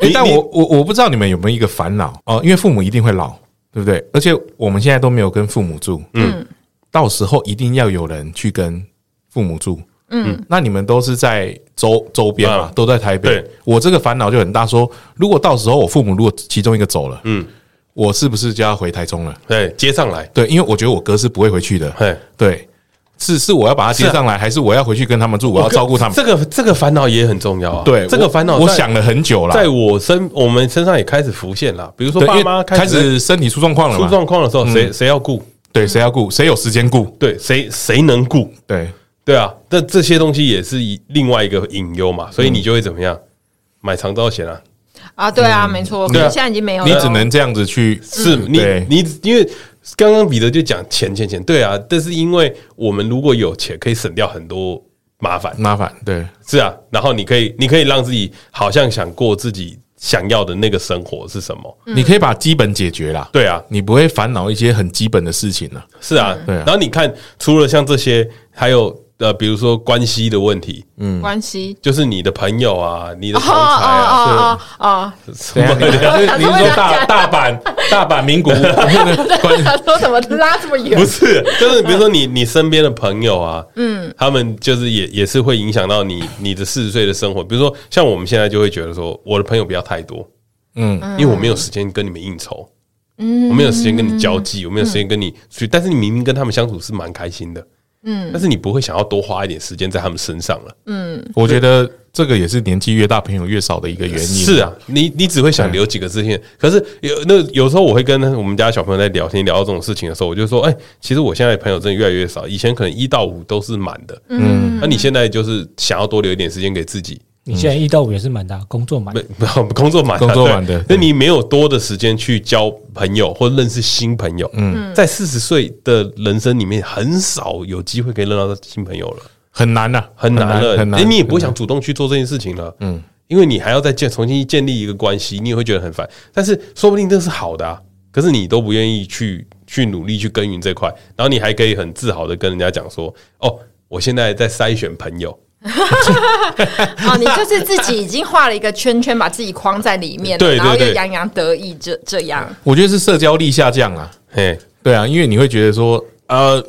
Speaker 4: 诶但我我我不知道你们有没有一个烦恼哦，因为父母一定会老，对不对？而且我们现在都没有跟父母住，嗯，到时候一定要有人去跟父母住，嗯，那你们都是在周周边嘛，
Speaker 1: 嗯
Speaker 4: 都在台北
Speaker 1: 对。
Speaker 4: 我这个烦恼就很大，说如果到时候我父母如果其中一个走了，嗯，我是不是就要回台中了？
Speaker 1: 对，接上来，
Speaker 4: 对，因为我觉得我哥是不会回去的，
Speaker 1: 嘿，
Speaker 4: 对。是是，我要把他接
Speaker 1: 是啊
Speaker 4: 上来，还是我要回去跟他们住？我要照顾他们
Speaker 1: 这。个这个烦恼也很重要啊。
Speaker 4: 对，
Speaker 1: 这个
Speaker 4: 我
Speaker 1: 烦恼
Speaker 4: 我
Speaker 1: 在
Speaker 4: 想了很久了。
Speaker 1: 在我身我们身上也开始浮现了。比如说
Speaker 4: 对，因
Speaker 1: 爸
Speaker 4: 为
Speaker 1: 妈
Speaker 4: 开
Speaker 1: 开始
Speaker 4: 始嗯身体出状况了
Speaker 1: 出
Speaker 4: 嘛，
Speaker 1: 状况的时候，谁谁要顾？
Speaker 4: 对，谁要顾？谁有时间顾？
Speaker 1: 对，谁谁能顾？
Speaker 4: 对，
Speaker 1: 对啊，但这些东西也是一另外一个隐忧嘛，
Speaker 4: 嗯
Speaker 1: 所以你就会怎么样？买长照险啊，
Speaker 2: 啊，对啊，没错，可
Speaker 1: 对啊
Speaker 2: 是现在已经没有了。哦
Speaker 4: 你只能这样子去，
Speaker 1: 是你
Speaker 4: 嗯对
Speaker 1: 你因为刚刚彼得就讲钱钱钱，对啊，但是因为我们如果有钱，可以省掉很多麻烦，
Speaker 4: 麻烦，对，
Speaker 1: 是啊，然后你可以你可以让自己好像想过自己想要的那个生活是什么？
Speaker 4: 你可以把基本解决啦，
Speaker 1: 对啊，
Speaker 4: 你不会烦恼一些很基本的事情 了。
Speaker 1: 是啊，
Speaker 4: 对啊
Speaker 1: 然后你看，除了像这些，还有呃，比如说关系的问题，
Speaker 2: 关系。
Speaker 1: 就是你的朋友啊，你的
Speaker 2: 哦
Speaker 1: 嗯同才啊，
Speaker 2: 哦哦哦
Speaker 1: 什 么
Speaker 4: 对啊
Speaker 1: 的，
Speaker 4: 你是说大大阪大阪名古屋
Speaker 2: 哦！ 他说怎么拉这么远
Speaker 1: 不？是，就是比如说你你身边的朋友啊，嗯，他们就是也也是会影响到你你的四十岁的生活。比如说像我们现在就会觉得说，我的朋友不要太多，
Speaker 4: 嗯，
Speaker 1: 因为我没有时间跟你们应酬，嗯，我没有时间跟你交际，我没有时间跟你去，但是你明明跟他们相处是蛮开心的，嗯，但是你不会想要多花一点时间在他们身上了。
Speaker 4: 我觉得这个也是年纪越大朋友越少的一个原因。哎
Speaker 1: 是，啊，你你只会想留几个字线。可是有那有时候我会跟我们家小朋友在聊天聊到这种事情的时候，我就说，哎、其实我现在朋友真的越来越少，以前可能一到五都是满的，嗯，那、你现在就是想要多留一点时间给自己。
Speaker 3: 你现在一到五也是满的啊，工作满
Speaker 1: 没，不 工作满的，
Speaker 4: 工作满
Speaker 1: 对
Speaker 4: 的
Speaker 1: 那
Speaker 4: 对
Speaker 1: 你没有多的时间去交朋友或认识新朋友。嗯，在四十岁的人生里面，很少有机会可以认到新朋友了。
Speaker 4: 很难呐，
Speaker 1: 很难了，
Speaker 4: 很
Speaker 1: 诶
Speaker 4: 难。
Speaker 1: 你也不会想主动去做这件事情了，嗯，因为你还要再建重新建立一个关系，你也会觉得很烦。但是说不定这是好的啊，可是你都不愿意去去努力去耕耘这块，然后你还可以很自豪的跟人家讲说，哦，我现在在筛选朋友，
Speaker 2: 哦，你就是自己已经画了一个圈圈，把自己框在里面了，
Speaker 1: 对对
Speaker 2: 然后又
Speaker 1: 对
Speaker 2: 洋洋得意这这样。
Speaker 4: 我觉得是社交力下降啊，
Speaker 1: 嘿，
Speaker 4: 对啊，因为你会觉得说，呃，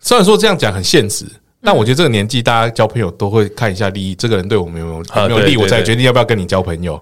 Speaker 4: 虽然说这样讲很现实，但我觉得这个年纪大家交朋友都会看一下利益，这个人对我们有没有
Speaker 1: 啊
Speaker 4: 有没有利
Speaker 1: 对
Speaker 4: 益，
Speaker 1: 对
Speaker 4: 我才
Speaker 1: 对
Speaker 4: 决定要不要跟你交朋友。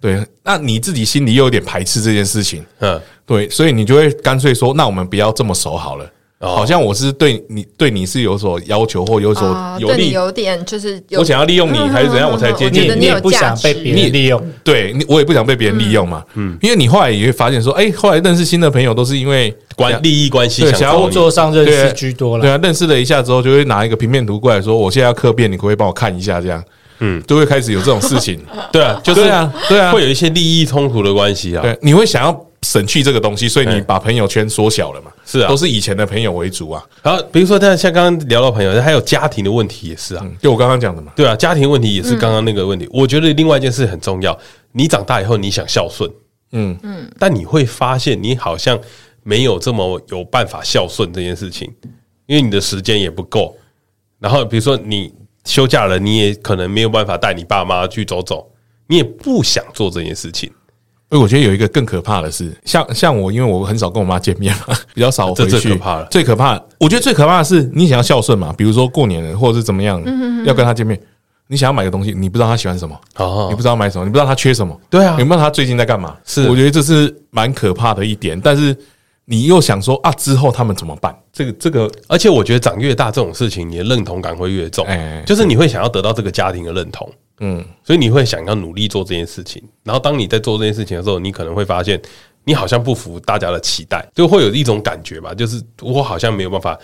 Speaker 4: 对，那你自己心里又有点排斥这件事情，
Speaker 1: 嗯，
Speaker 4: 对，所以你就会干脆说，那我们不要这么熟好了。
Speaker 1: 哦
Speaker 4: 好像我是对你对你是有所要求或有所
Speaker 2: 啊，
Speaker 4: 有
Speaker 2: 对你
Speaker 4: 利，
Speaker 2: 有点就是有
Speaker 4: 我想要利用你还是怎样，我才接
Speaker 2: 我觉
Speaker 4: 近
Speaker 2: 得
Speaker 4: 你。
Speaker 3: 你
Speaker 2: 有
Speaker 3: 也不
Speaker 2: 价
Speaker 3: 想
Speaker 2: 值
Speaker 3: 被别人利用，
Speaker 4: 对你，我也不想被别人利用嘛。嗯，因为你后来也会发现说，哎，后来认识新的朋友都是因为
Speaker 1: 关利益关系
Speaker 4: 对
Speaker 1: 想
Speaker 4: 想要
Speaker 1: 要
Speaker 3: 工作上认
Speaker 4: 对
Speaker 3: 识居多
Speaker 4: 对
Speaker 3: 了。
Speaker 4: 啊，认识了一下之后，就会拿一个平面图过来说：“我现在要客变，你可不可以帮我看一下？”这样，嗯，就会开始有这种 事情。
Speaker 1: 对啊，就是
Speaker 4: 对啊，对啊，
Speaker 1: 会有一些利益冲突的关系啊，
Speaker 4: 对，你会想要省去这个东西，所以你
Speaker 1: 嗯
Speaker 4: 把朋友圈缩小了嘛？
Speaker 1: 是啊
Speaker 4: 都是以前的朋友为主啊。
Speaker 1: 然后比如说，但像刚刚聊到朋友，还有家庭的问题也是啊，
Speaker 4: 嗯，就我刚刚讲的嘛。
Speaker 1: 对啊，家庭问题也是刚刚那个问题。我觉得另外一件事很重要，你长大以后你想孝顺，
Speaker 4: 嗯
Speaker 1: 嗯，但你会发现你好像没有这么有办法孝顺这件事情，因为你的时间也不够。然后比如说你休假了，你也可能没有办法带你爸妈去走走，你也不想做这件事情。
Speaker 4: 因为哎我觉得有一个更可怕的是，像像我，因为我很少跟我妈见面嘛， 比较少回
Speaker 1: 这
Speaker 4: 去。
Speaker 1: 最可怕了
Speaker 4: 最可怕，我觉得最可怕的是，你想要孝顺嘛，比如说过年了或者是怎么样，要跟她见面，你想要买个东西，你不知道她喜欢什么，你
Speaker 1: 哦
Speaker 4: 不，知道买什么，你不知道他缺什么，
Speaker 1: 对啊
Speaker 4: 你不知道他最近在干嘛，
Speaker 1: 是
Speaker 4: 我觉得这是蛮可怕的一点，但是你又想说啊，之后他们怎么办？这个这个，
Speaker 1: 而且我觉得长越大这种事情，你的认同感会越重，
Speaker 4: 哎
Speaker 1: 就是你会想要得到这个家庭的认同。
Speaker 4: 嗯，
Speaker 1: 所以你会想要努力做这件事情。然后当你在做这件事情的时候，你可能会发现你好像不符大家的期待，就会有一种感觉吧，就是我好像没有办法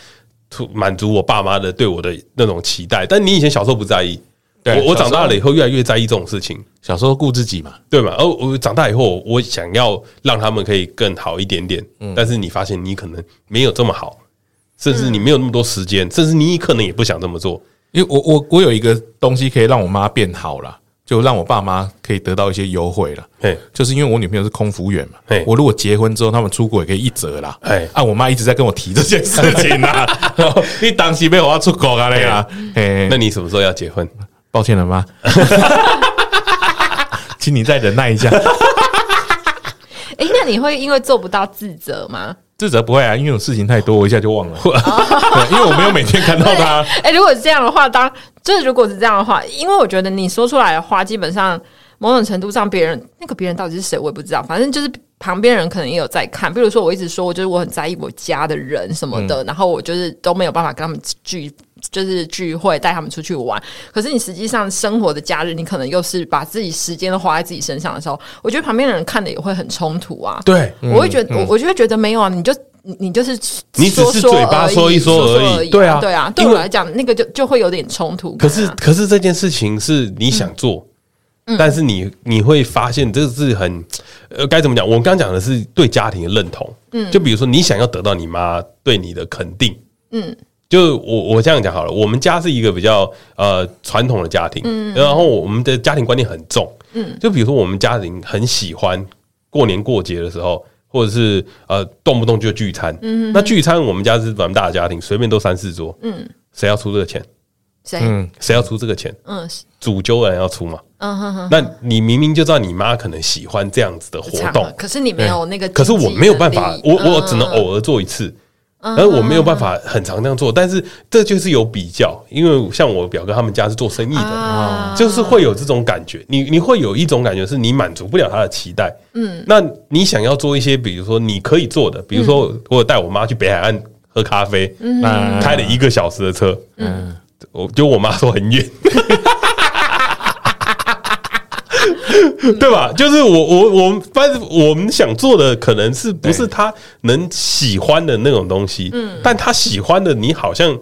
Speaker 1: 突满足我爸妈的对我的那种期待。但你以前小时候不在意，
Speaker 4: 对
Speaker 1: 我我
Speaker 4: 小时
Speaker 1: 长
Speaker 4: 候
Speaker 1: 大了以后越来越在意这种事情。
Speaker 4: 小时候顾自己嘛，
Speaker 1: 对嘛？而我长大以后，我想要让他们可以更好一点点，但是你发现你可能没有这么好，甚至你没有那么多时间，甚至你可能也不想这么做。
Speaker 4: 因为我我我有一个东西可以让我妈变好了，就让我爸妈可以得到一些优惠了。
Speaker 1: 嘿，
Speaker 4: 就是因为我女朋友是空服员嘛
Speaker 1: 嘿，
Speaker 4: 我如果结婚之后，他们出国也可以一折啦。
Speaker 1: 嘿
Speaker 4: 啊，我妈一直在跟我提这件 事情啦。然后你当时被我要出国啊嘞啦，哎，
Speaker 1: 那你什么时候要结婚？
Speaker 4: 抱歉 了吗？请你再忍耐一下。
Speaker 2: 哎，那你会因为做不到自责吗？
Speaker 4: 自责不会啊，因为我事情太多，我一下就忘了。 对，因为我没有每天看到他。
Speaker 2: 哎，如果是这样的话，当就是如果是这样的话，因为我觉得你说出来的话，基本上某种程度上，别人那个别人到底是谁，我也不知道。反正就是旁边人可能也有在看。比如说，我一直说，我就是我很在意我家的人什么的，然后我就是都没有办法跟他们聚，就是聚会，带他们出去玩。可是你实际上生活的假日，你可能又是把自己时间都花在自己身上的时候，我觉得旁边的人看的也会很冲突啊。
Speaker 1: 对，
Speaker 2: 我会觉得，我我就会觉得没有啊，你就你你就是
Speaker 1: 嗯你只
Speaker 2: 说
Speaker 1: 是
Speaker 2: 说
Speaker 1: 嘴巴
Speaker 2: 而已
Speaker 1: 说一说
Speaker 2: 说
Speaker 1: 而已
Speaker 2: 啊
Speaker 1: 对啊
Speaker 2: 对啊，对
Speaker 1: 因
Speaker 2: 我
Speaker 1: 为
Speaker 2: 来讲，那个就就会有点冲突感
Speaker 1: 可
Speaker 2: 啊。
Speaker 1: 是可是这件事情是你想做，但是你你会发现这是很呃该怎么讲？我刚刚讲的是对家庭的认同，嗯，就比如说你想要得到你妈对你的肯定，
Speaker 2: 嗯，
Speaker 1: 就我我这样讲好了，我们家是一个比较呃传统的家庭，然后我们的家庭观念很重，嗯，就比如说我们家庭很喜欢过年过节的时候。或者是呃，动不动就聚餐，嗯，那聚餐我们家是蛮大的家庭，随便都三四桌，嗯，谁要出这个钱？
Speaker 2: 谁？
Speaker 4: 嗯，
Speaker 1: 谁要出这个钱？
Speaker 2: 嗯是
Speaker 1: 主揪的人要出嘛？
Speaker 2: 嗯哼哼，
Speaker 1: 那你明明就知道你妈可能喜欢这样子的活
Speaker 2: 场
Speaker 1: 动
Speaker 2: 合，啊可是你没有那个，
Speaker 1: 可是我没有办法，我我
Speaker 2: 嗯
Speaker 1: 只能偶尔做一次，然后我没有办法很常这样做。但是这就是有比较，因为像我表哥他们家是做生意的，
Speaker 2: 啊
Speaker 1: 就是会有这种感觉。你你会有一种感觉，是你满足不了他的期待。嗯，那你想要做一些，比如说你可以做的，比如说我有带我妈去北海岸喝咖啡，
Speaker 4: 嗯那
Speaker 1: 开了一个小时的车，
Speaker 4: 嗯，
Speaker 1: 我就我妈说很远，对吧？就是我我我们但是我们想做的可能是不是她能喜欢的那种东西，嗯，但她喜欢的你好像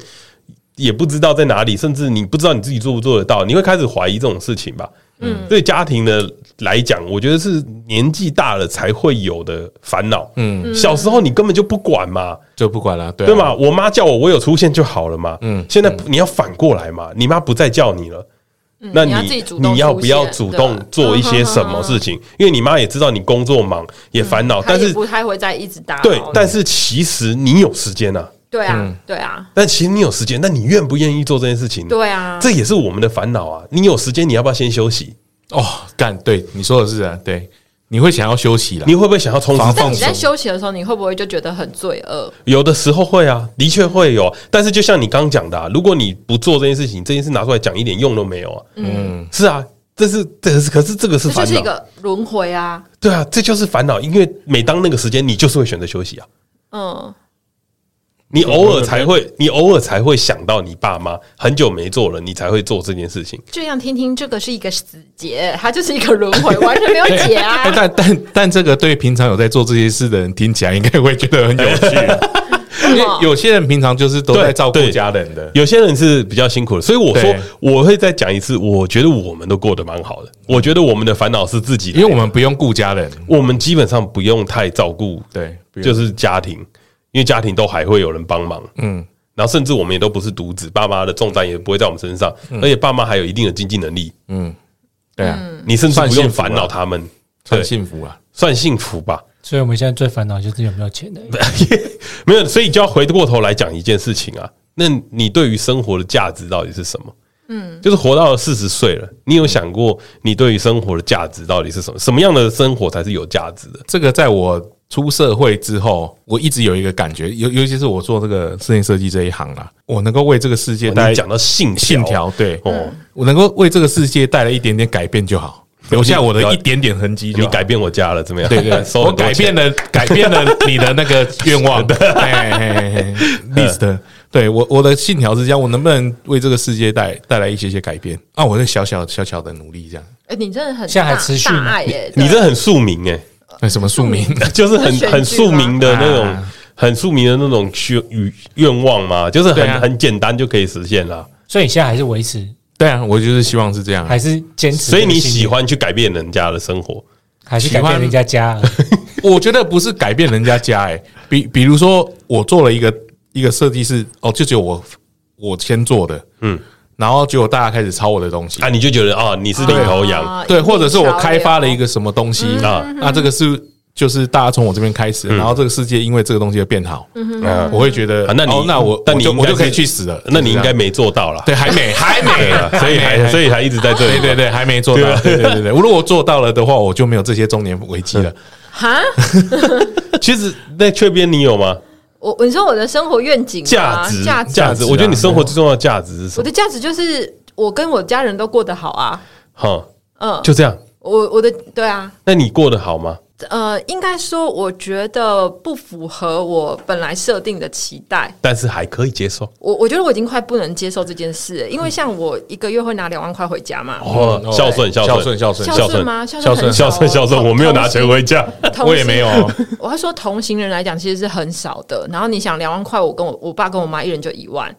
Speaker 1: 也不知道在哪里，甚至你不知道你自己做不做得到，你会开始怀疑这种事情吧？嗯，对家庭的来讲，我觉得是年纪大了才会有的烦恼。嗯，小时候你根本就不管嘛，
Speaker 4: 就不管了，对啊
Speaker 1: 对嘛？？我妈叫我，我有出现就好了嘛。嗯，现在不你要反过来嘛，你妈不再叫你了。那
Speaker 2: 嗯你要
Speaker 1: 你
Speaker 2: 自己主动
Speaker 1: 你要不要主
Speaker 2: 出现对啊嗯
Speaker 1: 动
Speaker 2: 吧
Speaker 1: 做一些什么事情？因为你妈也知道你工作忙也烦恼，
Speaker 2: 他
Speaker 1: 哦但
Speaker 2: 嗯也
Speaker 1: 是
Speaker 2: 不太会再一直打扰
Speaker 1: 对
Speaker 2: 你，
Speaker 1: 但是其实你有时间啊，
Speaker 2: 对啊，对啊，
Speaker 1: 但其实你有时间，那你愿不愿意做这件事情？
Speaker 2: 对啊
Speaker 1: 这也是我们的烦恼啊。你有时间，你要不要先休息？
Speaker 4: 哦，干，对你说的是啊，对，你会想要休息了
Speaker 1: 你。会不会想要充实
Speaker 4: 防
Speaker 1: 自己
Speaker 2: 但你
Speaker 4: 放手
Speaker 2: 在休息的时候，你会不会就觉得很罪恶？
Speaker 1: 有的时候会啊，的确会有。但是就像你刚讲的、啊，如果你不做这件事情，这件事拿出来讲一点用都没有啊。嗯，是啊，这是这是可是这个是
Speaker 2: 这就
Speaker 1: 烦
Speaker 2: 是一
Speaker 1: 恼，
Speaker 2: 个轮回啊，
Speaker 1: 对啊，这就是烦恼。因为每当那个时间，你就是会选择休息啊。
Speaker 2: 嗯。
Speaker 1: 你偶尔才会，你偶尔才会想到你爸妈很久没做了，你才会做这件事情。
Speaker 2: 这样听听，这个是一个死结，它就是一个轮回，完全没有解
Speaker 4: 哎
Speaker 2: 啊！
Speaker 4: 但但但这个对平常有在做这些事的人听起来，应该会觉得很有趣，
Speaker 2: 哦
Speaker 4: 因为有些人平常就是都在照顾
Speaker 1: 对对
Speaker 4: 家人的，
Speaker 1: 有些人是比较辛苦的，所以我说
Speaker 4: 对
Speaker 1: 我会再讲一次，我觉得我们都过得蛮好的。我觉得我们的烦恼是自己的，
Speaker 4: 因为我们不用顾家人，
Speaker 1: 我们基本上不用太照顾
Speaker 4: 对，不用
Speaker 1: 就是家庭，因为家庭都还会有人帮忙，嗯，然后甚至我们也都不是独子，爸妈的重担也不会在我们身上，
Speaker 4: 嗯
Speaker 1: 而且爸妈还有一定的经济能力，
Speaker 4: 对啊，
Speaker 1: 你甚至
Speaker 4: 算
Speaker 1: 不
Speaker 4: 幸
Speaker 1: 用
Speaker 4: 福啊
Speaker 1: 烦恼他们，对
Speaker 4: 算，幸福啊。
Speaker 1: 算幸福吧。
Speaker 3: 所以我们现在最烦恼就是有没有钱的。
Speaker 1: 没有，所以就要回过头来讲一件事情啊，那你对于生活的价值到底是什么？嗯，就是活到了四十岁了，你有想过你对于生活的价值到底是什么？什么样的生活才是有价值的？
Speaker 4: 这个在我出社会之后，我一直有一个感觉，尤尤其是我做这个室内设计这一行啦，我能够为这个世界带
Speaker 1: 哦你
Speaker 4: 来
Speaker 1: 讲到信
Speaker 4: 信条，对，
Speaker 1: 哦，
Speaker 4: 我能够为这个世界带来一点点改变就好，留下我的一点点痕迹就
Speaker 1: 你
Speaker 4: 好。
Speaker 1: 改变我家了，怎么样？
Speaker 4: 对对，
Speaker 1: 收
Speaker 4: 我
Speaker 1: 很多
Speaker 4: 改
Speaker 1: 钱
Speaker 4: 变了， 改变了你的那个愿 望的 嗯 list。对我我的信条是这样，我能不能为这个世界带带来一些些改变啊？我在小小小小的努力 这样，
Speaker 2: 哎，你真的很
Speaker 3: 现在还
Speaker 2: 大
Speaker 3: 持续吗
Speaker 2: 大爱耶！
Speaker 1: 你
Speaker 2: 对
Speaker 1: 这很庶民哎、
Speaker 4: 那什么宿命？
Speaker 1: 就是很
Speaker 2: 是选
Speaker 1: 很
Speaker 2: 举
Speaker 1: 庶
Speaker 2: 吗
Speaker 1: 民的那种
Speaker 4: 啊，
Speaker 1: 很庶民的那种愿愿望嘛，就是
Speaker 4: 对啊
Speaker 1: 很很简单就可以实现啦。
Speaker 3: 所以你现在还是维持，
Speaker 4: 对啊，我就是希望是这样啊。
Speaker 3: 还是坚持
Speaker 1: 所
Speaker 3: 这个信念。
Speaker 1: 以你喜欢去改变人家的生活，
Speaker 3: 还是改
Speaker 4: 喜欢
Speaker 3: 变人家家？
Speaker 4: 我觉得不是改变人家家、欸，比比如说我做了一个一个设计是哦，就只有我我先做的，嗯，然后结果大家开始抄我的东西，
Speaker 1: 啊，你就觉得啊，你是领头羊，
Speaker 2: 啊
Speaker 1: 嗯
Speaker 4: 对，或者是我开发了一个什么东西啊，那这个是就是大家从我这边开始，然后这个世界因为这个东西而变好，
Speaker 2: 嗯
Speaker 4: 哦
Speaker 1: 啊
Speaker 4: 我会觉
Speaker 1: 嗯
Speaker 4: 得
Speaker 1: 啊，那你
Speaker 4: 哦那我
Speaker 1: 但你
Speaker 4: 我就
Speaker 1: 应该是
Speaker 4: 我就可以去死了，
Speaker 1: 那你应
Speaker 4: 就是这
Speaker 1: 该
Speaker 4: 样
Speaker 1: 没做到了，
Speaker 4: 对，还 没还
Speaker 1: 对 啊
Speaker 4: 没，
Speaker 1: 所以还所
Speaker 4: 以
Speaker 1: 以啊还一直在这
Speaker 4: 对
Speaker 1: 里。
Speaker 4: 对对还没做到，对对对对，如果做到了的话，我就没有这些中年危机了。
Speaker 2: 啊哈，
Speaker 1: 其实那缺边你有吗？
Speaker 2: 我你说我的生活愿景吗
Speaker 1: 价值
Speaker 2: 价值
Speaker 1: 价值，
Speaker 4: 啊
Speaker 1: 我觉得你生活最重要的价值是什
Speaker 2: 我
Speaker 1: 么？
Speaker 2: 的价值就是我跟我家人都过得好啊，
Speaker 1: 哈，
Speaker 2: 嗯，
Speaker 1: 就这样。
Speaker 2: 我我的对啊，
Speaker 1: 那你过得好吗？
Speaker 2: 呃，应该说我觉得不符合我本来设定的期待，
Speaker 1: 但是还可以接受
Speaker 2: 我我觉得我已经快不能接受这件事了，因为像我一个月会拿两万块回家嘛，
Speaker 1: 哦
Speaker 4: 嗯，哦
Speaker 1: 孝顺孝
Speaker 4: 孝
Speaker 1: 顺
Speaker 4: 顺孝顺
Speaker 2: 孝
Speaker 1: 孝
Speaker 2: 顺
Speaker 1: 顺
Speaker 2: 吗？
Speaker 4: 孝
Speaker 2: 顺
Speaker 4: 顺
Speaker 2: 很少
Speaker 1: 孝
Speaker 2: 哦
Speaker 1: 顺孝顺，我没有拿钱。回家。
Speaker 2: 同
Speaker 4: 嗯我也没有哦，
Speaker 2: 我要说同行人来讲，其实是很少的。然后你想两万块，我跟我我爸跟我妈一人就一万，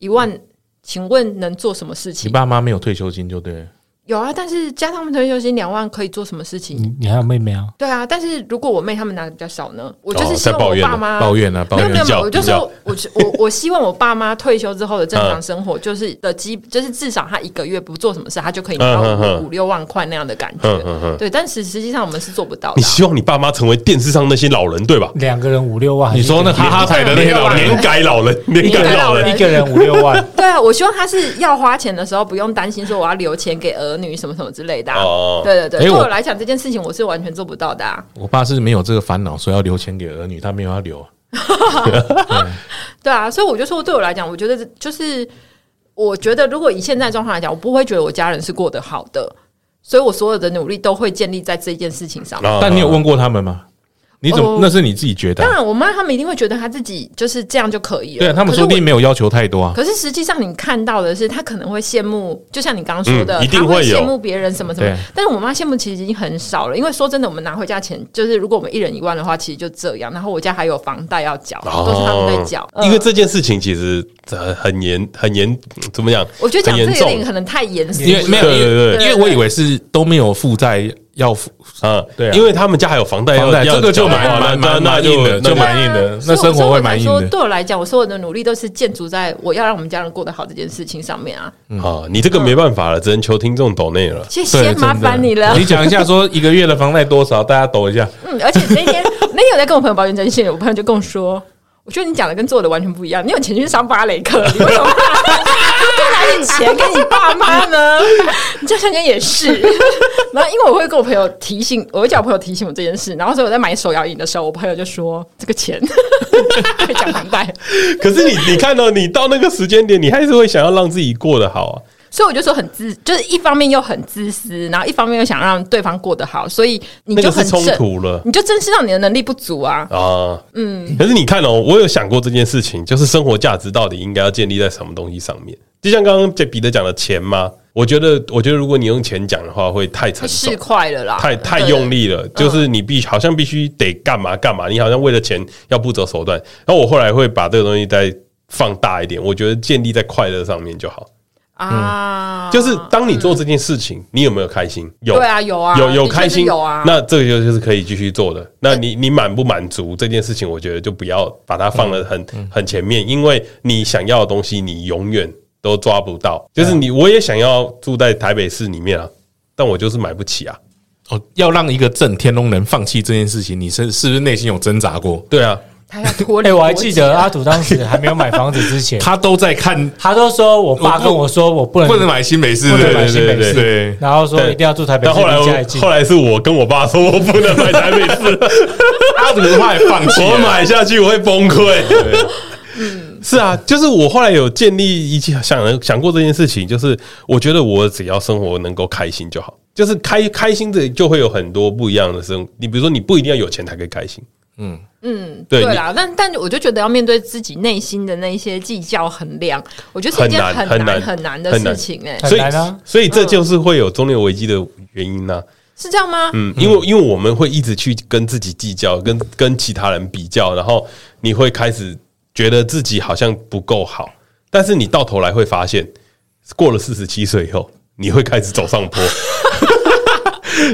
Speaker 2: 一万，
Speaker 1: 嗯
Speaker 2: 请问能做什么事
Speaker 4: 你
Speaker 2: 情？
Speaker 4: 爸妈没有退休金就对了，
Speaker 2: 有啊，但是加他们退休金两万可以做什么事情？
Speaker 3: 你
Speaker 1: 嗯
Speaker 3: 你还有妹妹啊？
Speaker 2: 对啊，但是如果我妹他们拿的比较少呢，我就是
Speaker 1: 哦
Speaker 2: 希
Speaker 1: 在
Speaker 2: 望
Speaker 1: 抱
Speaker 2: 我
Speaker 1: 怨
Speaker 2: 爸
Speaker 1: 了
Speaker 2: 妈
Speaker 4: 抱怨啊抱
Speaker 2: 没有没有，
Speaker 4: 怨
Speaker 2: 没
Speaker 1: 比较
Speaker 2: 有，我就
Speaker 1: 比较
Speaker 2: 说，我就我 我希望我爸妈退休之后的正
Speaker 1: 嗯
Speaker 2: 常生活，就是的基，就是至少他一个月不做什么事，他就可以拿
Speaker 1: 嗯嗯
Speaker 2: 到
Speaker 1: 嗯
Speaker 2: 五五六万块那样的感
Speaker 1: 嗯嗯
Speaker 2: 觉。对，但是实际上我们是做不到
Speaker 1: 你
Speaker 2: 的啊。
Speaker 1: 希望你爸妈成为电视上那些老人对吧？
Speaker 3: 两个人五六万，
Speaker 4: 啊你说啊那
Speaker 3: 还
Speaker 4: 哈哈台的那些老人
Speaker 1: 年改老人，年改老
Speaker 3: 是
Speaker 1: 人
Speaker 3: 一个人一个人五六万？
Speaker 2: 对啊，我希望他是要花钱的时候不用担心说我要留钱给儿女什么什么之类的啊。
Speaker 1: 哦
Speaker 2: 对对对，
Speaker 4: 哎
Speaker 2: 对
Speaker 4: 我
Speaker 2: 我来讲这件事情我是完全做不到的啊。
Speaker 4: 我爸是没有这个烦恼，说要留钱给儿女，他没有要留啊。
Speaker 2: 对啊，所以我就说，对我来讲，我觉得这就是，我觉得如果以现在状况来讲，我不会觉得我家人是过得好的，所以我所有的努力都会建立在这件事情上面。
Speaker 1: 啊
Speaker 4: 但你有问过他们吗？你怎
Speaker 2: 哦
Speaker 4: 么？那是你自己觉得
Speaker 2: 当
Speaker 4: 啊，
Speaker 2: 然，我妈他们一定会觉得她自己就是这样就可以了。
Speaker 4: 对啊他们
Speaker 2: 可是
Speaker 4: 说不定
Speaker 2: 我
Speaker 4: 没有要求太多啊。
Speaker 2: 可是实际上，你看到的是，她可能会羡慕，就像你刚刚说的，
Speaker 1: 嗯一定
Speaker 2: 她会
Speaker 1: 会有
Speaker 2: 羡慕别人什么什么
Speaker 4: 对。
Speaker 2: 但是我妈羡慕其实已经很少了，因为说真的，我们拿回家钱，就是如果我们一人一万的话，其实就这样。然后我家还有房贷要缴，
Speaker 1: 哦
Speaker 2: 都是他们在缴。
Speaker 1: 因为
Speaker 2: 嗯
Speaker 1: 这件事情其实呃很严很严，怎么讲？
Speaker 2: 我觉得讲
Speaker 1: 很严
Speaker 2: 这个有点
Speaker 1: 重
Speaker 2: 可能太严肃了，
Speaker 4: 因为没有，
Speaker 1: 对
Speaker 4: 因
Speaker 1: 对
Speaker 4: 为
Speaker 2: 对
Speaker 4: 因为我以为是都没有负债要付，
Speaker 1: 啊，
Speaker 4: 对啊
Speaker 1: 因为他们家还有房贷要
Speaker 4: 房贷
Speaker 1: 要
Speaker 4: 这个就
Speaker 1: 缴的话
Speaker 4: 蛮
Speaker 1: 那
Speaker 4: 蛮
Speaker 1: 那
Speaker 4: 蛮
Speaker 1: 就
Speaker 4: 硬的
Speaker 1: 那
Speaker 4: 就
Speaker 1: 就
Speaker 4: 蛮硬的那
Speaker 2: 啊所以我
Speaker 4: 生活
Speaker 2: 所
Speaker 4: 会
Speaker 2: 以我才
Speaker 4: 蛮硬
Speaker 2: 说
Speaker 4: 的
Speaker 2: 对我来讲，我所有的努力都是建筑在我要让我们家人过得好这件事情上面啊！
Speaker 4: 嗯
Speaker 1: 啊，你这个没办法了，只能求听众抖内 了。
Speaker 2: 谢
Speaker 4: 对
Speaker 2: 谢，
Speaker 4: 真的
Speaker 2: 麻烦你了。
Speaker 4: 你讲一下说一个月的房贷多少，大家抖一下。
Speaker 2: 嗯，而且那天那天我在跟我朋友抱怨这件事情，我朋友就跟我说。我觉得你讲的跟做的完全不一样。你有钱去上芭蕾课，你为什么哪里钱给你爸妈呢？你这样想想也是。 然后，因为我会跟我朋友提醒，我会叫我朋友提醒我这件事。然后，所以我在买手摇椅的时候，我朋友就说：“这个钱 可以讲房贷。”
Speaker 1: 可是你你看到你到那个时间点，你还是会想要让自己过得好啊。
Speaker 2: 所以我就说很自，就是一方面又很自私，然后一方面又想让对方过得好，所以你
Speaker 1: 那
Speaker 2: 就
Speaker 1: 个是
Speaker 2: 很
Speaker 1: 冲
Speaker 2: 正，
Speaker 1: 突了
Speaker 2: 你就正视到你的能力不足啊。
Speaker 1: 啊，嗯。可是你看哦，我有想过这件事情，就是生活价值到底应该要建立在什么东西上面？就像刚刚这彼得讲的钱吗？我觉得，我觉得如果你用钱讲的话，会太
Speaker 2: 太
Speaker 1: 沉重
Speaker 2: 市。侩了啦，
Speaker 1: 太太
Speaker 2: 对嗯
Speaker 1: 用力了，就是你必好像必须得干嘛干嘛，你好像为了钱要不择手段。然后我后来会把这个东西再放大一点，我觉得建立在快乐上面就好。
Speaker 2: 啊，
Speaker 1: 就是当你做这件事情，你有没有开心？有，
Speaker 2: 嗯对啊有啊
Speaker 1: 有
Speaker 2: 的确
Speaker 1: 有开心
Speaker 2: 是有啊
Speaker 1: 那这个就就是可以继续做的。那你你满不满足这件事情，我觉得就不要把它放
Speaker 2: 嗯
Speaker 1: 得很很前面，因为你想要的东西，你永远都抓不到。
Speaker 2: 啊
Speaker 1: 就是你，我也想要住在台北市里面啊，但我就是买不起啊。
Speaker 4: 哦，要让一个正天龙人放弃这件事情，你是是不是内心有挣扎过？
Speaker 1: 对啊，
Speaker 2: 他要脱离。啊
Speaker 3: 哎，我还记得阿土当时还没有买房子之前，
Speaker 4: 他都在看，
Speaker 3: 他都说我爸跟我说我不能
Speaker 4: 不能买新美式，
Speaker 3: 不能
Speaker 4: 对
Speaker 3: 买新北
Speaker 4: 对对
Speaker 3: 市
Speaker 4: 对
Speaker 3: 然后说
Speaker 1: 对
Speaker 3: 一定要住台北
Speaker 1: 但
Speaker 3: 市
Speaker 1: 后来
Speaker 3: 离家里
Speaker 1: 我
Speaker 3: 近
Speaker 1: 后。来是我跟我爸说，我不能买台北市，
Speaker 4: 阿祖他也放弃了，
Speaker 1: 我买下去我会崩溃。啊是啊，就是我后来有建立一起想想过这件事情，就是我觉得我只要生活能够开心就好，就是开开心的就会有很多不一样的生。你比如说，你不一定要有钱才可以开心，
Speaker 2: 嗯，
Speaker 1: 对
Speaker 2: 对啦，但但我就觉得要面对自己内心的那一些计较衡量，我觉得是一件
Speaker 1: 很难
Speaker 2: 很难
Speaker 1: 很难
Speaker 2: 很难的
Speaker 1: 很
Speaker 2: 事
Speaker 1: 难
Speaker 2: 情哎、
Speaker 3: 很
Speaker 1: 所以
Speaker 3: 难啊
Speaker 1: 所以这就是会有中年危机的原因啊呢、
Speaker 2: 是这样吗？
Speaker 1: 嗯，因为因为我们会一直去跟自己计较，跟跟其他人比较，然后你会开始觉得自己好像不够好，但是你到头来会发现，过了四十七岁以后，你会开始走上坡。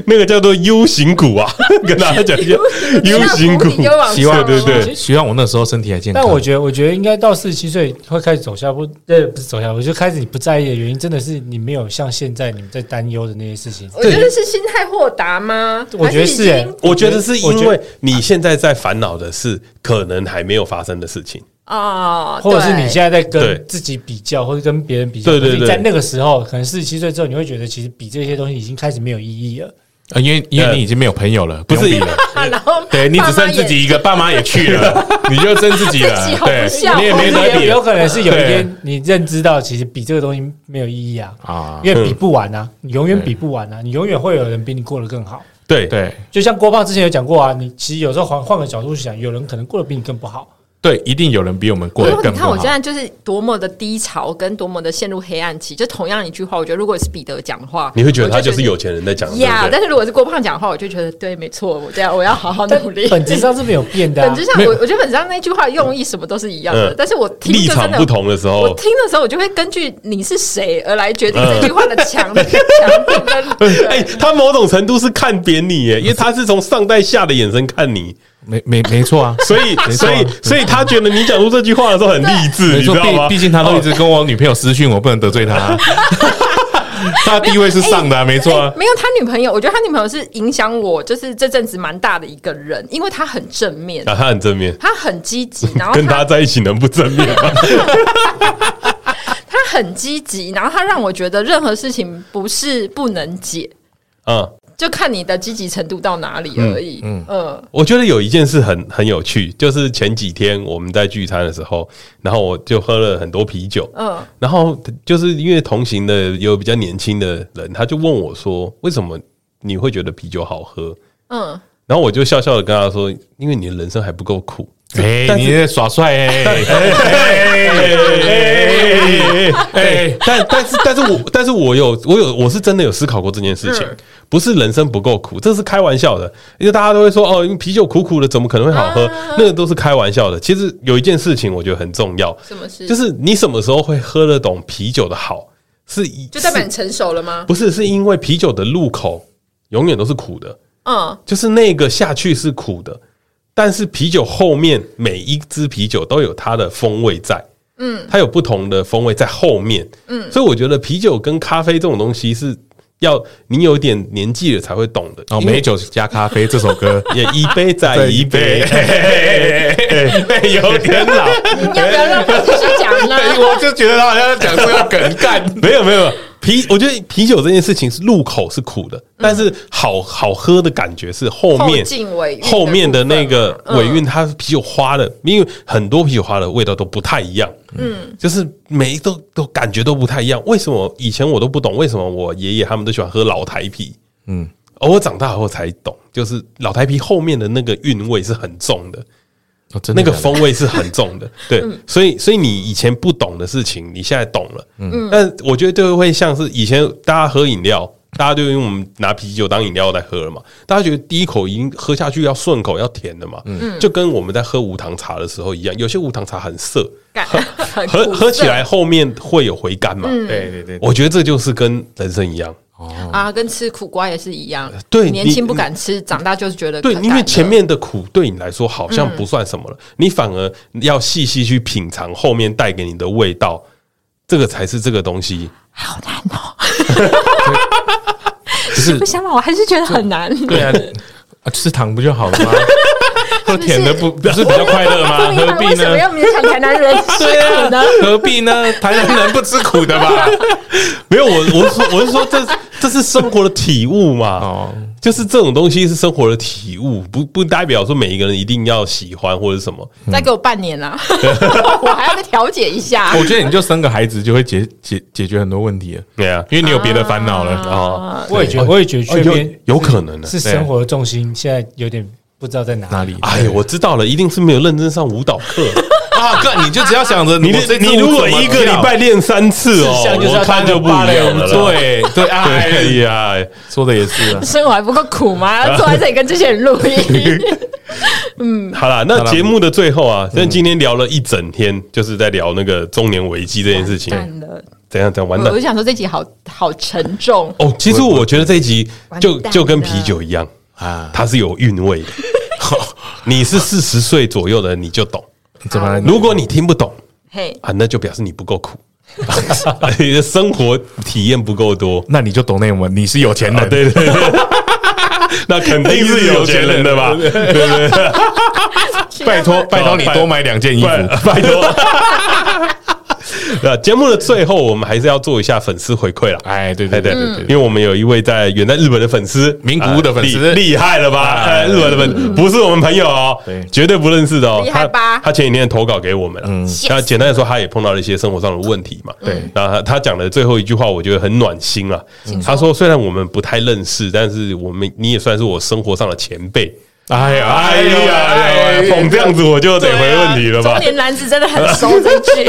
Speaker 1: 那个叫做 U 型股啊， 跟大家讲一下 U 型股，
Speaker 2: 有往上
Speaker 4: 希望
Speaker 1: 对对
Speaker 4: 对，希望我那时候身体还健康。
Speaker 3: 但我觉得，我觉得应该到四十七岁会开始走下坡，呃，不是走下坡，就开始你不在意的原因，真的是你没有像现在你们在担忧的那些事情。
Speaker 2: 我觉得是心态豁达吗？
Speaker 3: 我觉得
Speaker 2: 还
Speaker 3: 是
Speaker 2: 已
Speaker 3: 欸
Speaker 2: 经
Speaker 1: 我觉得是
Speaker 3: 我觉
Speaker 1: 因为你现在在烦恼的是可能还没有发生的事情，
Speaker 2: 啊，
Speaker 3: 或者是你
Speaker 2: 对
Speaker 3: 现在在
Speaker 1: 对
Speaker 3: 跟自己比较，或者跟别人比较，
Speaker 1: 对对
Speaker 3: 可是
Speaker 1: 对
Speaker 3: 在那个时候，可能四十七岁之后，你会觉得其实比这些东西已经开始没有意义了。
Speaker 4: 呃因为因为你已经没有朋友了，
Speaker 1: 不
Speaker 4: 不
Speaker 1: 是
Speaker 4: 是你了，
Speaker 2: 然后
Speaker 4: 对你只
Speaker 2: 爸妈
Speaker 4: 剩
Speaker 2: 也
Speaker 4: 自己一个，爸妈也去了，你就剩自
Speaker 2: 自
Speaker 4: 己
Speaker 2: 己
Speaker 4: 了，
Speaker 2: 好不孝
Speaker 4: 对，你也没得比
Speaker 3: 有可能是有一
Speaker 4: 对
Speaker 3: 天你认知到，其实比这个东西没有意义啊，
Speaker 4: 啊，
Speaker 3: 因为比不完
Speaker 1: 嗯
Speaker 3: 啊，你永远比不完啊，你永远会有人比你过得更好。
Speaker 1: 对
Speaker 4: 对
Speaker 3: 就像郭胖之前有讲过啊，你其实有时候换换个角度去想，有人可能过得比你更不好。
Speaker 4: 对，一定有人比我们过
Speaker 2: 因
Speaker 4: 得
Speaker 2: 为
Speaker 4: 更
Speaker 2: 你
Speaker 4: 不
Speaker 2: 看我
Speaker 4: 好
Speaker 2: 现。在就是多么的低潮，跟多么的陷入黑暗期。就同样一句话，我觉得如果是彼得讲的话，
Speaker 1: 你会觉得他
Speaker 2: 我
Speaker 1: 就是有钱人在讲，对
Speaker 2: 呀
Speaker 1: 不。对
Speaker 2: 但是如果是郭胖讲的话，我就觉得对，没错，我这样我要好好努力。
Speaker 3: 本质上是没有变的、啊，
Speaker 2: 本质上，
Speaker 4: 没
Speaker 2: 我
Speaker 4: 有
Speaker 2: 我觉得本质上那句话用意什么都是一样的
Speaker 1: 嗯，
Speaker 2: 但是我听
Speaker 1: 立
Speaker 2: 就真
Speaker 1: 场
Speaker 2: 的
Speaker 1: 不。同的时
Speaker 2: 我
Speaker 1: 候，
Speaker 2: 听的时候，我就会根据你是谁而来决定这句话的 强强度跟
Speaker 1: 哎，
Speaker 2: 对
Speaker 1: 他某种程度是看扁你耶，因为他是从上带下的眼神看 你，
Speaker 4: 没没没错啊，
Speaker 1: 所以
Speaker 4: 没错
Speaker 1: 所
Speaker 4: 啊
Speaker 1: 以所以他觉得你讲出这句话的时候很励志，
Speaker 4: 没
Speaker 1: 你知
Speaker 4: 错，
Speaker 1: 道吗？
Speaker 4: 毕毕竟他都一直跟我女朋友私讯，我不能得罪他啊，他地位是上的啊，没错啊
Speaker 2: 哎。没有他女朋友，我觉得他女朋友是影响我，就是这阵子蛮大的一个人，因为他很正面，
Speaker 1: 啊，他很正面，
Speaker 2: 他很积极，然 后
Speaker 1: 跟
Speaker 2: 他
Speaker 1: 他在一起能不正面 吗？
Speaker 2: 他很积极，然后他让我觉得任何事情不是不能解，
Speaker 1: 嗯。
Speaker 2: 就看你的积极程度到哪里而已。嗯，
Speaker 1: 我觉得有一件事很很有趣，就是前几天我们在聚餐的时候，然后我就喝了很多啤酒，嗯
Speaker 2: 嗯，
Speaker 1: 然后就是因为同行的有比较年轻的人，他就问我说，为什么你会觉得啤酒好喝？
Speaker 2: 嗯，
Speaker 1: 然后我就笑笑的跟他说，因为你的人生还不够苦。
Speaker 4: 哎，
Speaker 1: 但是
Speaker 4: 你在耍帅哎！
Speaker 1: 对，但但是但是我但是我有我有我是真的有思考过这件事情
Speaker 2: 嗯，
Speaker 1: 不是人生不够苦，这是开玩笑的，因为大家都会说哦，因为啤酒苦苦的，怎么可能会好喝？
Speaker 2: 嗯
Speaker 1: 那个都是开玩笑的。其实有一件事情我觉得很重要，
Speaker 2: 什么事？
Speaker 1: 就是你什么时候会喝得懂啤酒的好，是一
Speaker 2: 就代表你
Speaker 1: 是
Speaker 2: 成熟了吗？
Speaker 1: 不是是因为啤酒的入口永远都是苦的，
Speaker 2: 嗯，
Speaker 1: 就是那个下去是苦的，但是啤酒后面每一支啤酒都有它的风味在，嗯，它有不同的风味在后面，嗯，所以我觉得啤酒跟咖啡这种东西是要你有点年纪了才会懂的
Speaker 4: 哦，
Speaker 1: 因为
Speaker 4: 美酒加咖啡这首歌，
Speaker 1: 也一杯再一 杯，有点老，
Speaker 2: 你要不要让他继续讲 呢？
Speaker 4: 哎我就觉得他好像在讲这个梗干。
Speaker 1: 没有没有没有啤，我觉得啤酒这件事情是入口是苦的，但是好好喝的感觉是后面
Speaker 2: 嗯后劲尾韵的嗯
Speaker 1: 后面的那个
Speaker 2: 部分嘛
Speaker 1: 尾韵，它啤酒花的，因为很多啤酒花的味道都不太一样，嗯，就是每一都都感觉都不太一样。为什么以前我都不懂？为什么我爷爷他们都喜欢喝老台啤？嗯
Speaker 4: 嗯，
Speaker 1: 而我长大后才懂，就是老台啤后面的那个韵味是很重的。
Speaker 4: 哦真的
Speaker 1: 那个
Speaker 4: 假的
Speaker 1: 风味是很重的，对，所以所以你以前不懂的事情，你现在懂了，嗯，但我觉得就会像是以前大家喝饮料，大家就用我们拿啤酒当饮料来喝了嘛，大家觉得第一口已经喝下去要顺口要甜的嘛，嗯，就跟我们在喝无糖茶的时候一样，有些无糖茶很涩，
Speaker 2: 感很
Speaker 1: 喝
Speaker 2: 苦涩
Speaker 1: 喝起来后面会有回甘嘛，
Speaker 4: 对对对，
Speaker 1: 我觉得这就是跟人生一样，
Speaker 2: 啊，跟吃苦瓜也是一样。
Speaker 1: 呃对
Speaker 2: 年
Speaker 1: 你
Speaker 2: 轻不敢吃，长大就是觉得嗯
Speaker 1: 对，
Speaker 2: 可
Speaker 1: 因
Speaker 2: 淡
Speaker 1: 为
Speaker 2: 了
Speaker 1: 前面的苦对你来说好像不算什么了，你反而要细细去品尝后面带给你的味道，这个才是这个东西。
Speaker 2: 好难哦，
Speaker 4: 就是
Speaker 2: 不想吧，我还是觉得很难。
Speaker 4: 对啊，啊吃糖不就好了吗？喝甜的不不是比较快乐吗？
Speaker 2: 不明
Speaker 4: 何
Speaker 2: 白
Speaker 4: 必
Speaker 2: 为什么
Speaker 4: 呢？
Speaker 2: 要勉强台南人吃苦呢？
Speaker 4: 何必呢？台南人不吃苦的吧？
Speaker 1: 没有，我我是说我是说这这是生活的体悟嘛，
Speaker 4: 哦
Speaker 1: 就是这种东西是生活的体悟，不不代表说每一个人一定要喜欢或者什么。
Speaker 2: 再给我半年 啦，我还要再调解一下。
Speaker 4: 我觉得你就生个孩子就会解解解决很多问题了，
Speaker 1: 对啊，
Speaker 4: 因为你有别的烦恼了。哦，
Speaker 2: 啊，
Speaker 3: 我也觉得，我也觉得
Speaker 1: 哦
Speaker 3: 这边
Speaker 1: 有有可能啊的
Speaker 3: 是生活的重心现在有点不知道在哪
Speaker 4: 哪
Speaker 3: 里。
Speaker 4: 里？
Speaker 1: 哎呀，我知道了，一定是没有认真上舞蹈课。
Speaker 4: 啊，哥，你就只要想着
Speaker 1: 你
Speaker 4: 我这次
Speaker 1: 你如
Speaker 4: 我
Speaker 1: 果
Speaker 4: 怎么
Speaker 1: 一个礼
Speaker 4: 跳
Speaker 1: 拜练三次哦
Speaker 3: 四项，就是要
Speaker 1: 我看就不一样了啦。
Speaker 4: 对对，
Speaker 1: 哎
Speaker 4: 哎，
Speaker 1: 呀，
Speaker 4: 说的也是啊。
Speaker 2: 生活还不够苦吗？坐在这里跟这些人录音，
Speaker 1: 好啦，嗯
Speaker 4: 好
Speaker 1: 那
Speaker 4: 啦
Speaker 1: 节目的 最后啊，那今天聊了一整天，就是在聊那个中年危机这件事情。
Speaker 2: 完蛋了，
Speaker 1: 怎样怎样完
Speaker 2: 我
Speaker 1: 蛋
Speaker 2: 嗯我就想说这集好好沉重，
Speaker 1: 哦。其实我觉得这一集就
Speaker 2: 完蛋
Speaker 1: 就跟
Speaker 2: 了
Speaker 1: 啤酒一样，
Speaker 4: 啊，
Speaker 1: 它是有韵味的。 你是四十岁左右的人你就懂，
Speaker 4: 怎么了
Speaker 1: 如果你听不懂
Speaker 2: 嘿，
Speaker 1: 啊，那就表示你不够 苦，你的生活体验不够多。
Speaker 4: 那你就懂那我们，你是有钱人，
Speaker 1: 啊 对对对，那 肯定是有钱人的吧？
Speaker 4: 拜托拜托你
Speaker 1: 拜
Speaker 4: 多买两件衣 服，
Speaker 1: 拜拜托。呃，节目的最后，我们还是要做一下粉丝回馈啦。
Speaker 4: 哎，对对对对对
Speaker 1: 因为我们有一位在远在日本的粉丝，
Speaker 4: 名古屋的粉丝哎嗯
Speaker 1: 呃厉厉害了吧？呃日本的粉不是我们朋友哦
Speaker 4: 对，
Speaker 1: 绝对不认识的哦。
Speaker 2: 厉害
Speaker 1: 他
Speaker 2: 吧
Speaker 1: 他前几天投稿给我们了，
Speaker 2: Yes
Speaker 1: 那简单的说，他也碰到了一些生活上的问题嘛。
Speaker 4: 嗯对
Speaker 2: 嗯
Speaker 1: 然后他他讲的最后一句话，我觉得很暖心啊。他说，虽然我们不太认识，但是我们你也算是我生活上的前辈。
Speaker 4: 哎呀
Speaker 1: 哎呀，哎呀，
Speaker 2: 啊
Speaker 1: 捧这样子我就得回问题了吧
Speaker 2: 中？年男子真的很熟 这句，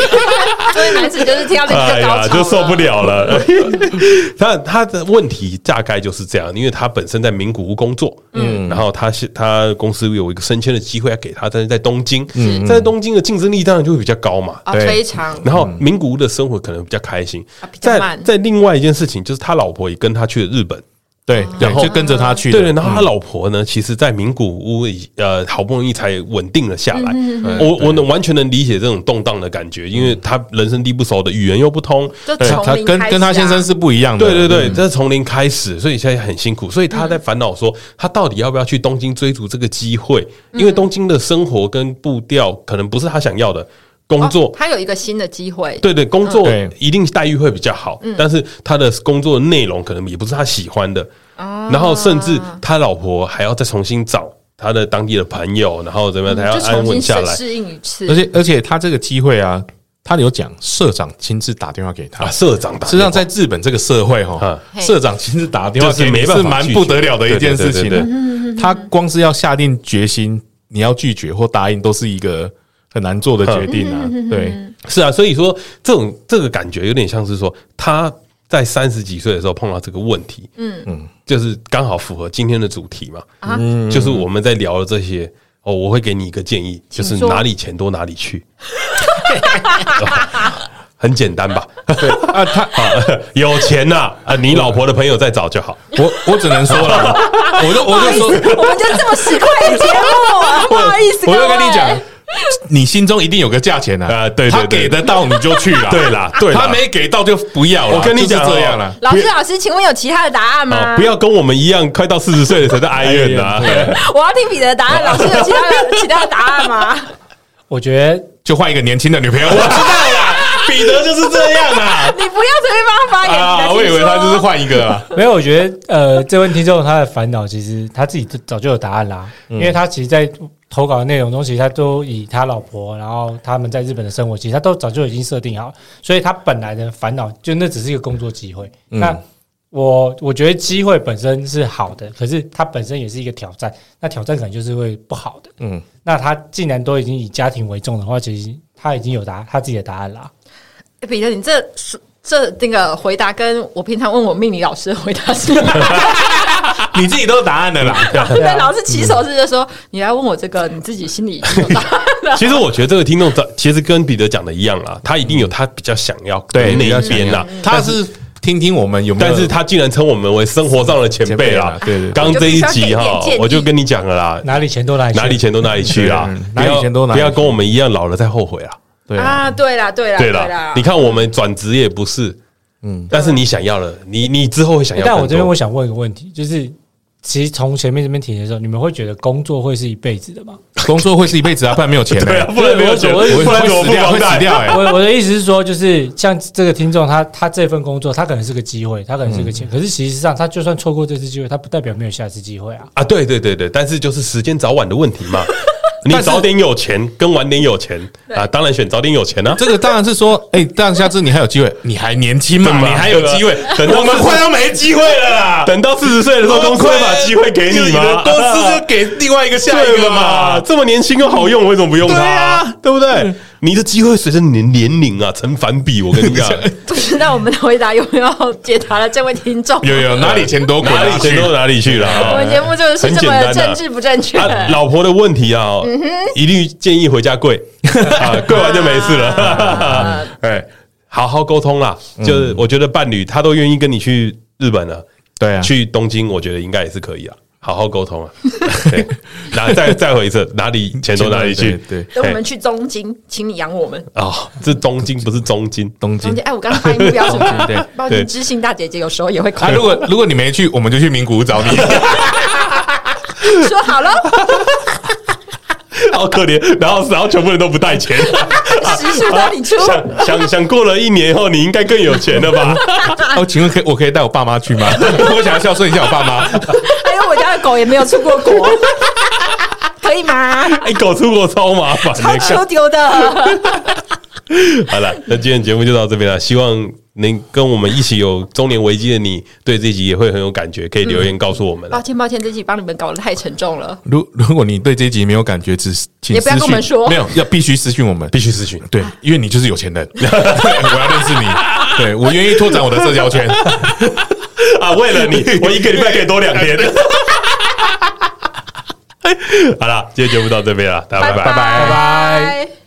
Speaker 2: 中年男子就是听到这个
Speaker 1: 哎
Speaker 2: 就高
Speaker 1: 呀，
Speaker 2: 潮，
Speaker 1: 就受不。了了。 他他的问题大概就是这样，因为他本身在名古屋工作，嗯，然后他是他公司有一个升迁的机会要给他，但是在东京，嗯，在东京的竞争力当然就会比较高嘛。
Speaker 2: 啊，
Speaker 4: 对
Speaker 2: 非常
Speaker 1: 然后名古屋的生活可能比较开心
Speaker 2: 啊比，较
Speaker 1: 在
Speaker 2: 慢
Speaker 1: 在另外一件事情就是他老婆也跟他去了日本，
Speaker 4: 对，
Speaker 1: 然
Speaker 4: 然
Speaker 1: 后
Speaker 4: 后就跟着他去的，
Speaker 1: 哎对，嗯然后他老婆呢，其实，在名古屋已呃，好不容易才稳定了下来。我我能完全能理解这种动荡的感觉，因为他人生地不熟的，语言又不通。
Speaker 2: 就
Speaker 4: 对
Speaker 2: 从
Speaker 4: 哎他
Speaker 2: 零
Speaker 4: 跟
Speaker 2: 开始
Speaker 4: 跟他
Speaker 2: 啊
Speaker 4: 先生是不一样的，
Speaker 1: 对对嗯对，这是从零开始，所以现在很辛苦，所以他在烦恼说，他到底要不要去东京追逐这个机会？因为东京的生活跟步调可能不是他想要的，嗯工作
Speaker 2: 哦他有一个新的机会，
Speaker 1: 对对，工作
Speaker 4: 嗯对
Speaker 1: 一定待遇会比较好，但是他的工作内容可能也不是他喜欢的。然后甚至他老婆还要再重新找他的当地的朋友，然后怎么样，他要
Speaker 2: 就
Speaker 1: 安
Speaker 2: 重
Speaker 1: 稳
Speaker 2: 新
Speaker 1: 下
Speaker 2: 适
Speaker 1: 来
Speaker 2: 适应一次
Speaker 4: 而。且而且他这个机会啊，他有讲社长亲自打电话给他
Speaker 1: 啊。。社长打
Speaker 4: 事实上，在日本这个社会哈
Speaker 1: 啊，
Speaker 2: 嘿
Speaker 4: 社长亲自打电话
Speaker 1: 就是
Speaker 4: 给你
Speaker 1: 没办
Speaker 4: 是
Speaker 1: 法
Speaker 4: 蛮
Speaker 1: 拒绝
Speaker 4: 不得了的一件
Speaker 1: 对
Speaker 4: 事情
Speaker 2: 嗯
Speaker 1: 对对对对
Speaker 4: 的。他光是要下定决心，你要拒绝或答应，都是一个很难做的决定
Speaker 2: 嗯
Speaker 4: 啊。对，
Speaker 1: 是啊，所以说这种这个感觉有点像是说他在三十几岁的时候碰到这个问题，嗯嗯，就是刚好符合今天的主题嘛，
Speaker 2: 啊
Speaker 1: 嗯，就是我们在聊的这些。哦，我会给你一个建议，就是
Speaker 2: 请说
Speaker 1: 哪里钱多哪里去， 很简单吧？
Speaker 4: 啊，他
Speaker 1: 有钱呐、啊，你老婆的朋友再找就好。
Speaker 4: 我我只能说了，我就我就说，
Speaker 2: 我们就这么实惠的节目，不好意思，
Speaker 4: 我就跟
Speaker 2: 各位
Speaker 4: 你讲，你心中一定有个价钱啊。
Speaker 1: 啊对对对
Speaker 4: 他给得到你就去了，
Speaker 1: 对啦对啦
Speaker 4: 他没给到就不要了。
Speaker 1: 我跟你讲
Speaker 4: 就是这
Speaker 1: 哦
Speaker 4: 样了。
Speaker 2: 老师老师，请问有其他的答案
Speaker 1: 啊、
Speaker 2: 吗？
Speaker 1: 不要跟我们一样，快到四十岁的时候在哀怨呐、
Speaker 4: 哀怨
Speaker 2: 我要听彼得的答案。老师有其他的其他的答案吗？
Speaker 3: 我觉得
Speaker 4: 就换一个年轻的女朋友。我知道啦，
Speaker 1: 彼得就是这样啊。
Speaker 2: 你不要随便帮他发言。
Speaker 4: 啊，
Speaker 2: 你
Speaker 4: 我
Speaker 2: 再
Speaker 4: 以
Speaker 2: 请
Speaker 4: 为他
Speaker 2: 说
Speaker 4: 就是换一个啊。
Speaker 3: 没有，我觉得呃，这位听众他的烦恼其实他自己早就有答案啦，
Speaker 1: 嗯
Speaker 3: 因为他其实，在投稿的内容中，其实他都以他老婆，然后他们在日本的生活，其实他都早就已经设定好，所以他本来的烦恼就那只是一个工作机会。
Speaker 1: 嗯
Speaker 3: 那我我觉得机会本身是好的，可是它本身也是一个挑战，那挑战可能就是会不好的。
Speaker 4: 嗯
Speaker 3: 嗯，那他既然都已经以家庭为重的话，其实他已经有答他自己的答案啦。
Speaker 2: 欸彼得，你这这那个回答跟我平常问我命理老师的回答是一样的，
Speaker 4: 你自己都有答案的啦。
Speaker 2: 对，啊老师起手是就说你来问我这个，你自己心里已经有答案了。
Speaker 1: 其实我觉得这个听众在其实跟彼得讲的一样啦，他一定有他比较想要的
Speaker 4: 对
Speaker 1: 那一边啦。
Speaker 4: 他是听听我们有没有，
Speaker 1: 但是他竟然称我们为生活上的前辈啦
Speaker 4: 前辈啦。对对对
Speaker 1: 刚这一集
Speaker 2: 我就必须
Speaker 1: 哈
Speaker 2: 要给一点建，议
Speaker 1: 我就跟你讲了啦，
Speaker 3: 哪里钱都来，
Speaker 1: 哪里钱都哪里去啦
Speaker 4: 嗯，
Speaker 1: 不要
Speaker 4: 哪里钱都哪里
Speaker 1: 不
Speaker 4: 去
Speaker 1: 要跟我们一样老了再后悔啦。
Speaker 4: 对啊，
Speaker 2: 啊，对啦，对啦，
Speaker 1: 对
Speaker 2: 啦
Speaker 1: 啦，， 你看我们转职也不是，嗯，但是你想要了，你你之后会想
Speaker 4: 哎
Speaker 3: 欸
Speaker 1: 要更
Speaker 3: 但
Speaker 1: 多。
Speaker 3: 我这边我想问一个问题，就是其实从前面这边提的时候，你们会觉得工作会是一辈子的吗？
Speaker 4: 工作会是一辈子啊，不然没有钱
Speaker 1: 对
Speaker 4: 欸
Speaker 1: 啊，不然没有钱，
Speaker 3: 我
Speaker 4: 我
Speaker 1: 不然
Speaker 4: 会
Speaker 1: 怎么
Speaker 4: 死
Speaker 1: 付
Speaker 4: 掉，
Speaker 1: 房
Speaker 4: 会死
Speaker 1: 贷？
Speaker 4: 掉哎。
Speaker 3: 我我的意思是说，就是像这个听众他他这份工作，他可能是个机会，他可能是个
Speaker 1: 嗯
Speaker 3: 钱，可是其实上他就算错过这次机会，他不代表没有下次机会啊。
Speaker 1: 啊，对对对对，但是就是时间早晚的问题 嘛。你
Speaker 4: 但是
Speaker 1: 早点有钱跟晚点有钱啊，当然选早点有钱啊。
Speaker 4: 这个当然是说，哎，但下次你还有机会，你还年轻嘛，
Speaker 1: 对吧
Speaker 4: 你还有机会
Speaker 1: 对吧，等到
Speaker 4: 我们
Speaker 1: 40
Speaker 4: 快要没机会了啦。
Speaker 1: 等到四十岁的时候，公司会把机会给你吗？
Speaker 4: 公司就给另外一个下一
Speaker 1: 对
Speaker 4: 个
Speaker 1: 嘛，
Speaker 4: 嘛。
Speaker 1: 这么年轻又好用，为什么不用它？
Speaker 4: 对啊
Speaker 1: 对不对？你的机会随着你的年龄啊成反比，我跟你讲，
Speaker 2: 不知道我们的回答有没有解答了这位听众？
Speaker 4: 有有 哪里钱多啊滚
Speaker 1: 哪里钱都哪里去了啊
Speaker 2: 我们节目就是
Speaker 1: 很
Speaker 2: 这
Speaker 1: 简
Speaker 2: 么
Speaker 1: 单
Speaker 2: 政
Speaker 1: 的
Speaker 2: 治不正确。
Speaker 1: 啊！老婆的问题啊，
Speaker 2: 嗯
Speaker 1: 一律建议回家跪啊，跪完就没事了。
Speaker 2: 啊
Speaker 4: 哎，
Speaker 1: 好好沟通啦。
Speaker 4: 嗯
Speaker 1: 就是我觉得伴侣他都愿意跟你去日本了，
Speaker 4: 对啊，
Speaker 1: 去东京，我觉得应该也是可以啊。好好沟 通啊，对，哪再再回一次，哪里钱都哪里去？
Speaker 4: 对，对
Speaker 2: 等我们去东京，请你养我们。
Speaker 1: 哦，这东京不是中京，
Speaker 4: 东
Speaker 2: 中
Speaker 4: 京
Speaker 2: 间，。哎，我刚刚发音不标准
Speaker 4: 对对，
Speaker 2: 抱歉，知性大姐姐有时候也会考
Speaker 4: 啊，如果如果你没去，我们就去名古屋找你。
Speaker 2: 说 好了，
Speaker 1: 啊好可怜。然后然后全部人都不带 钱，
Speaker 2: 时数都你出，
Speaker 1: 想想想过了一年后，你应该更有钱了吧？
Speaker 4: 哦，请问可以我可以带我爸妈去吗？ 我想要孝顺一下我爸妈。
Speaker 2: 还有我家的狗也没有出过国， 可以吗？
Speaker 1: 哎，狗出国超麻烦的，
Speaker 2: 超丢丢的，
Speaker 1: 好了，那今天节目就到这边了，希望能跟我们一起有中年危机的你，对这集也会很有感觉，可以留言告诉我们。
Speaker 2: 抱歉抱歉，这集帮你们搞得太沉重了。
Speaker 4: 如如果你对这一集没有感觉，只请
Speaker 2: 也不要
Speaker 4: 私
Speaker 2: 跟我们
Speaker 4: 讯
Speaker 2: 说
Speaker 4: 没有，要必须私讯我们。
Speaker 1: 必须咨询，
Speaker 4: 对，因为你就是有钱人， 对我要认识你。对我愿意拓展我的社交圈。
Speaker 1: 啊！为了 你，我一个礼拜可以多两 天。好了，今天节目到这边了，大家拜拜。
Speaker 4: 拜拜
Speaker 2: 拜。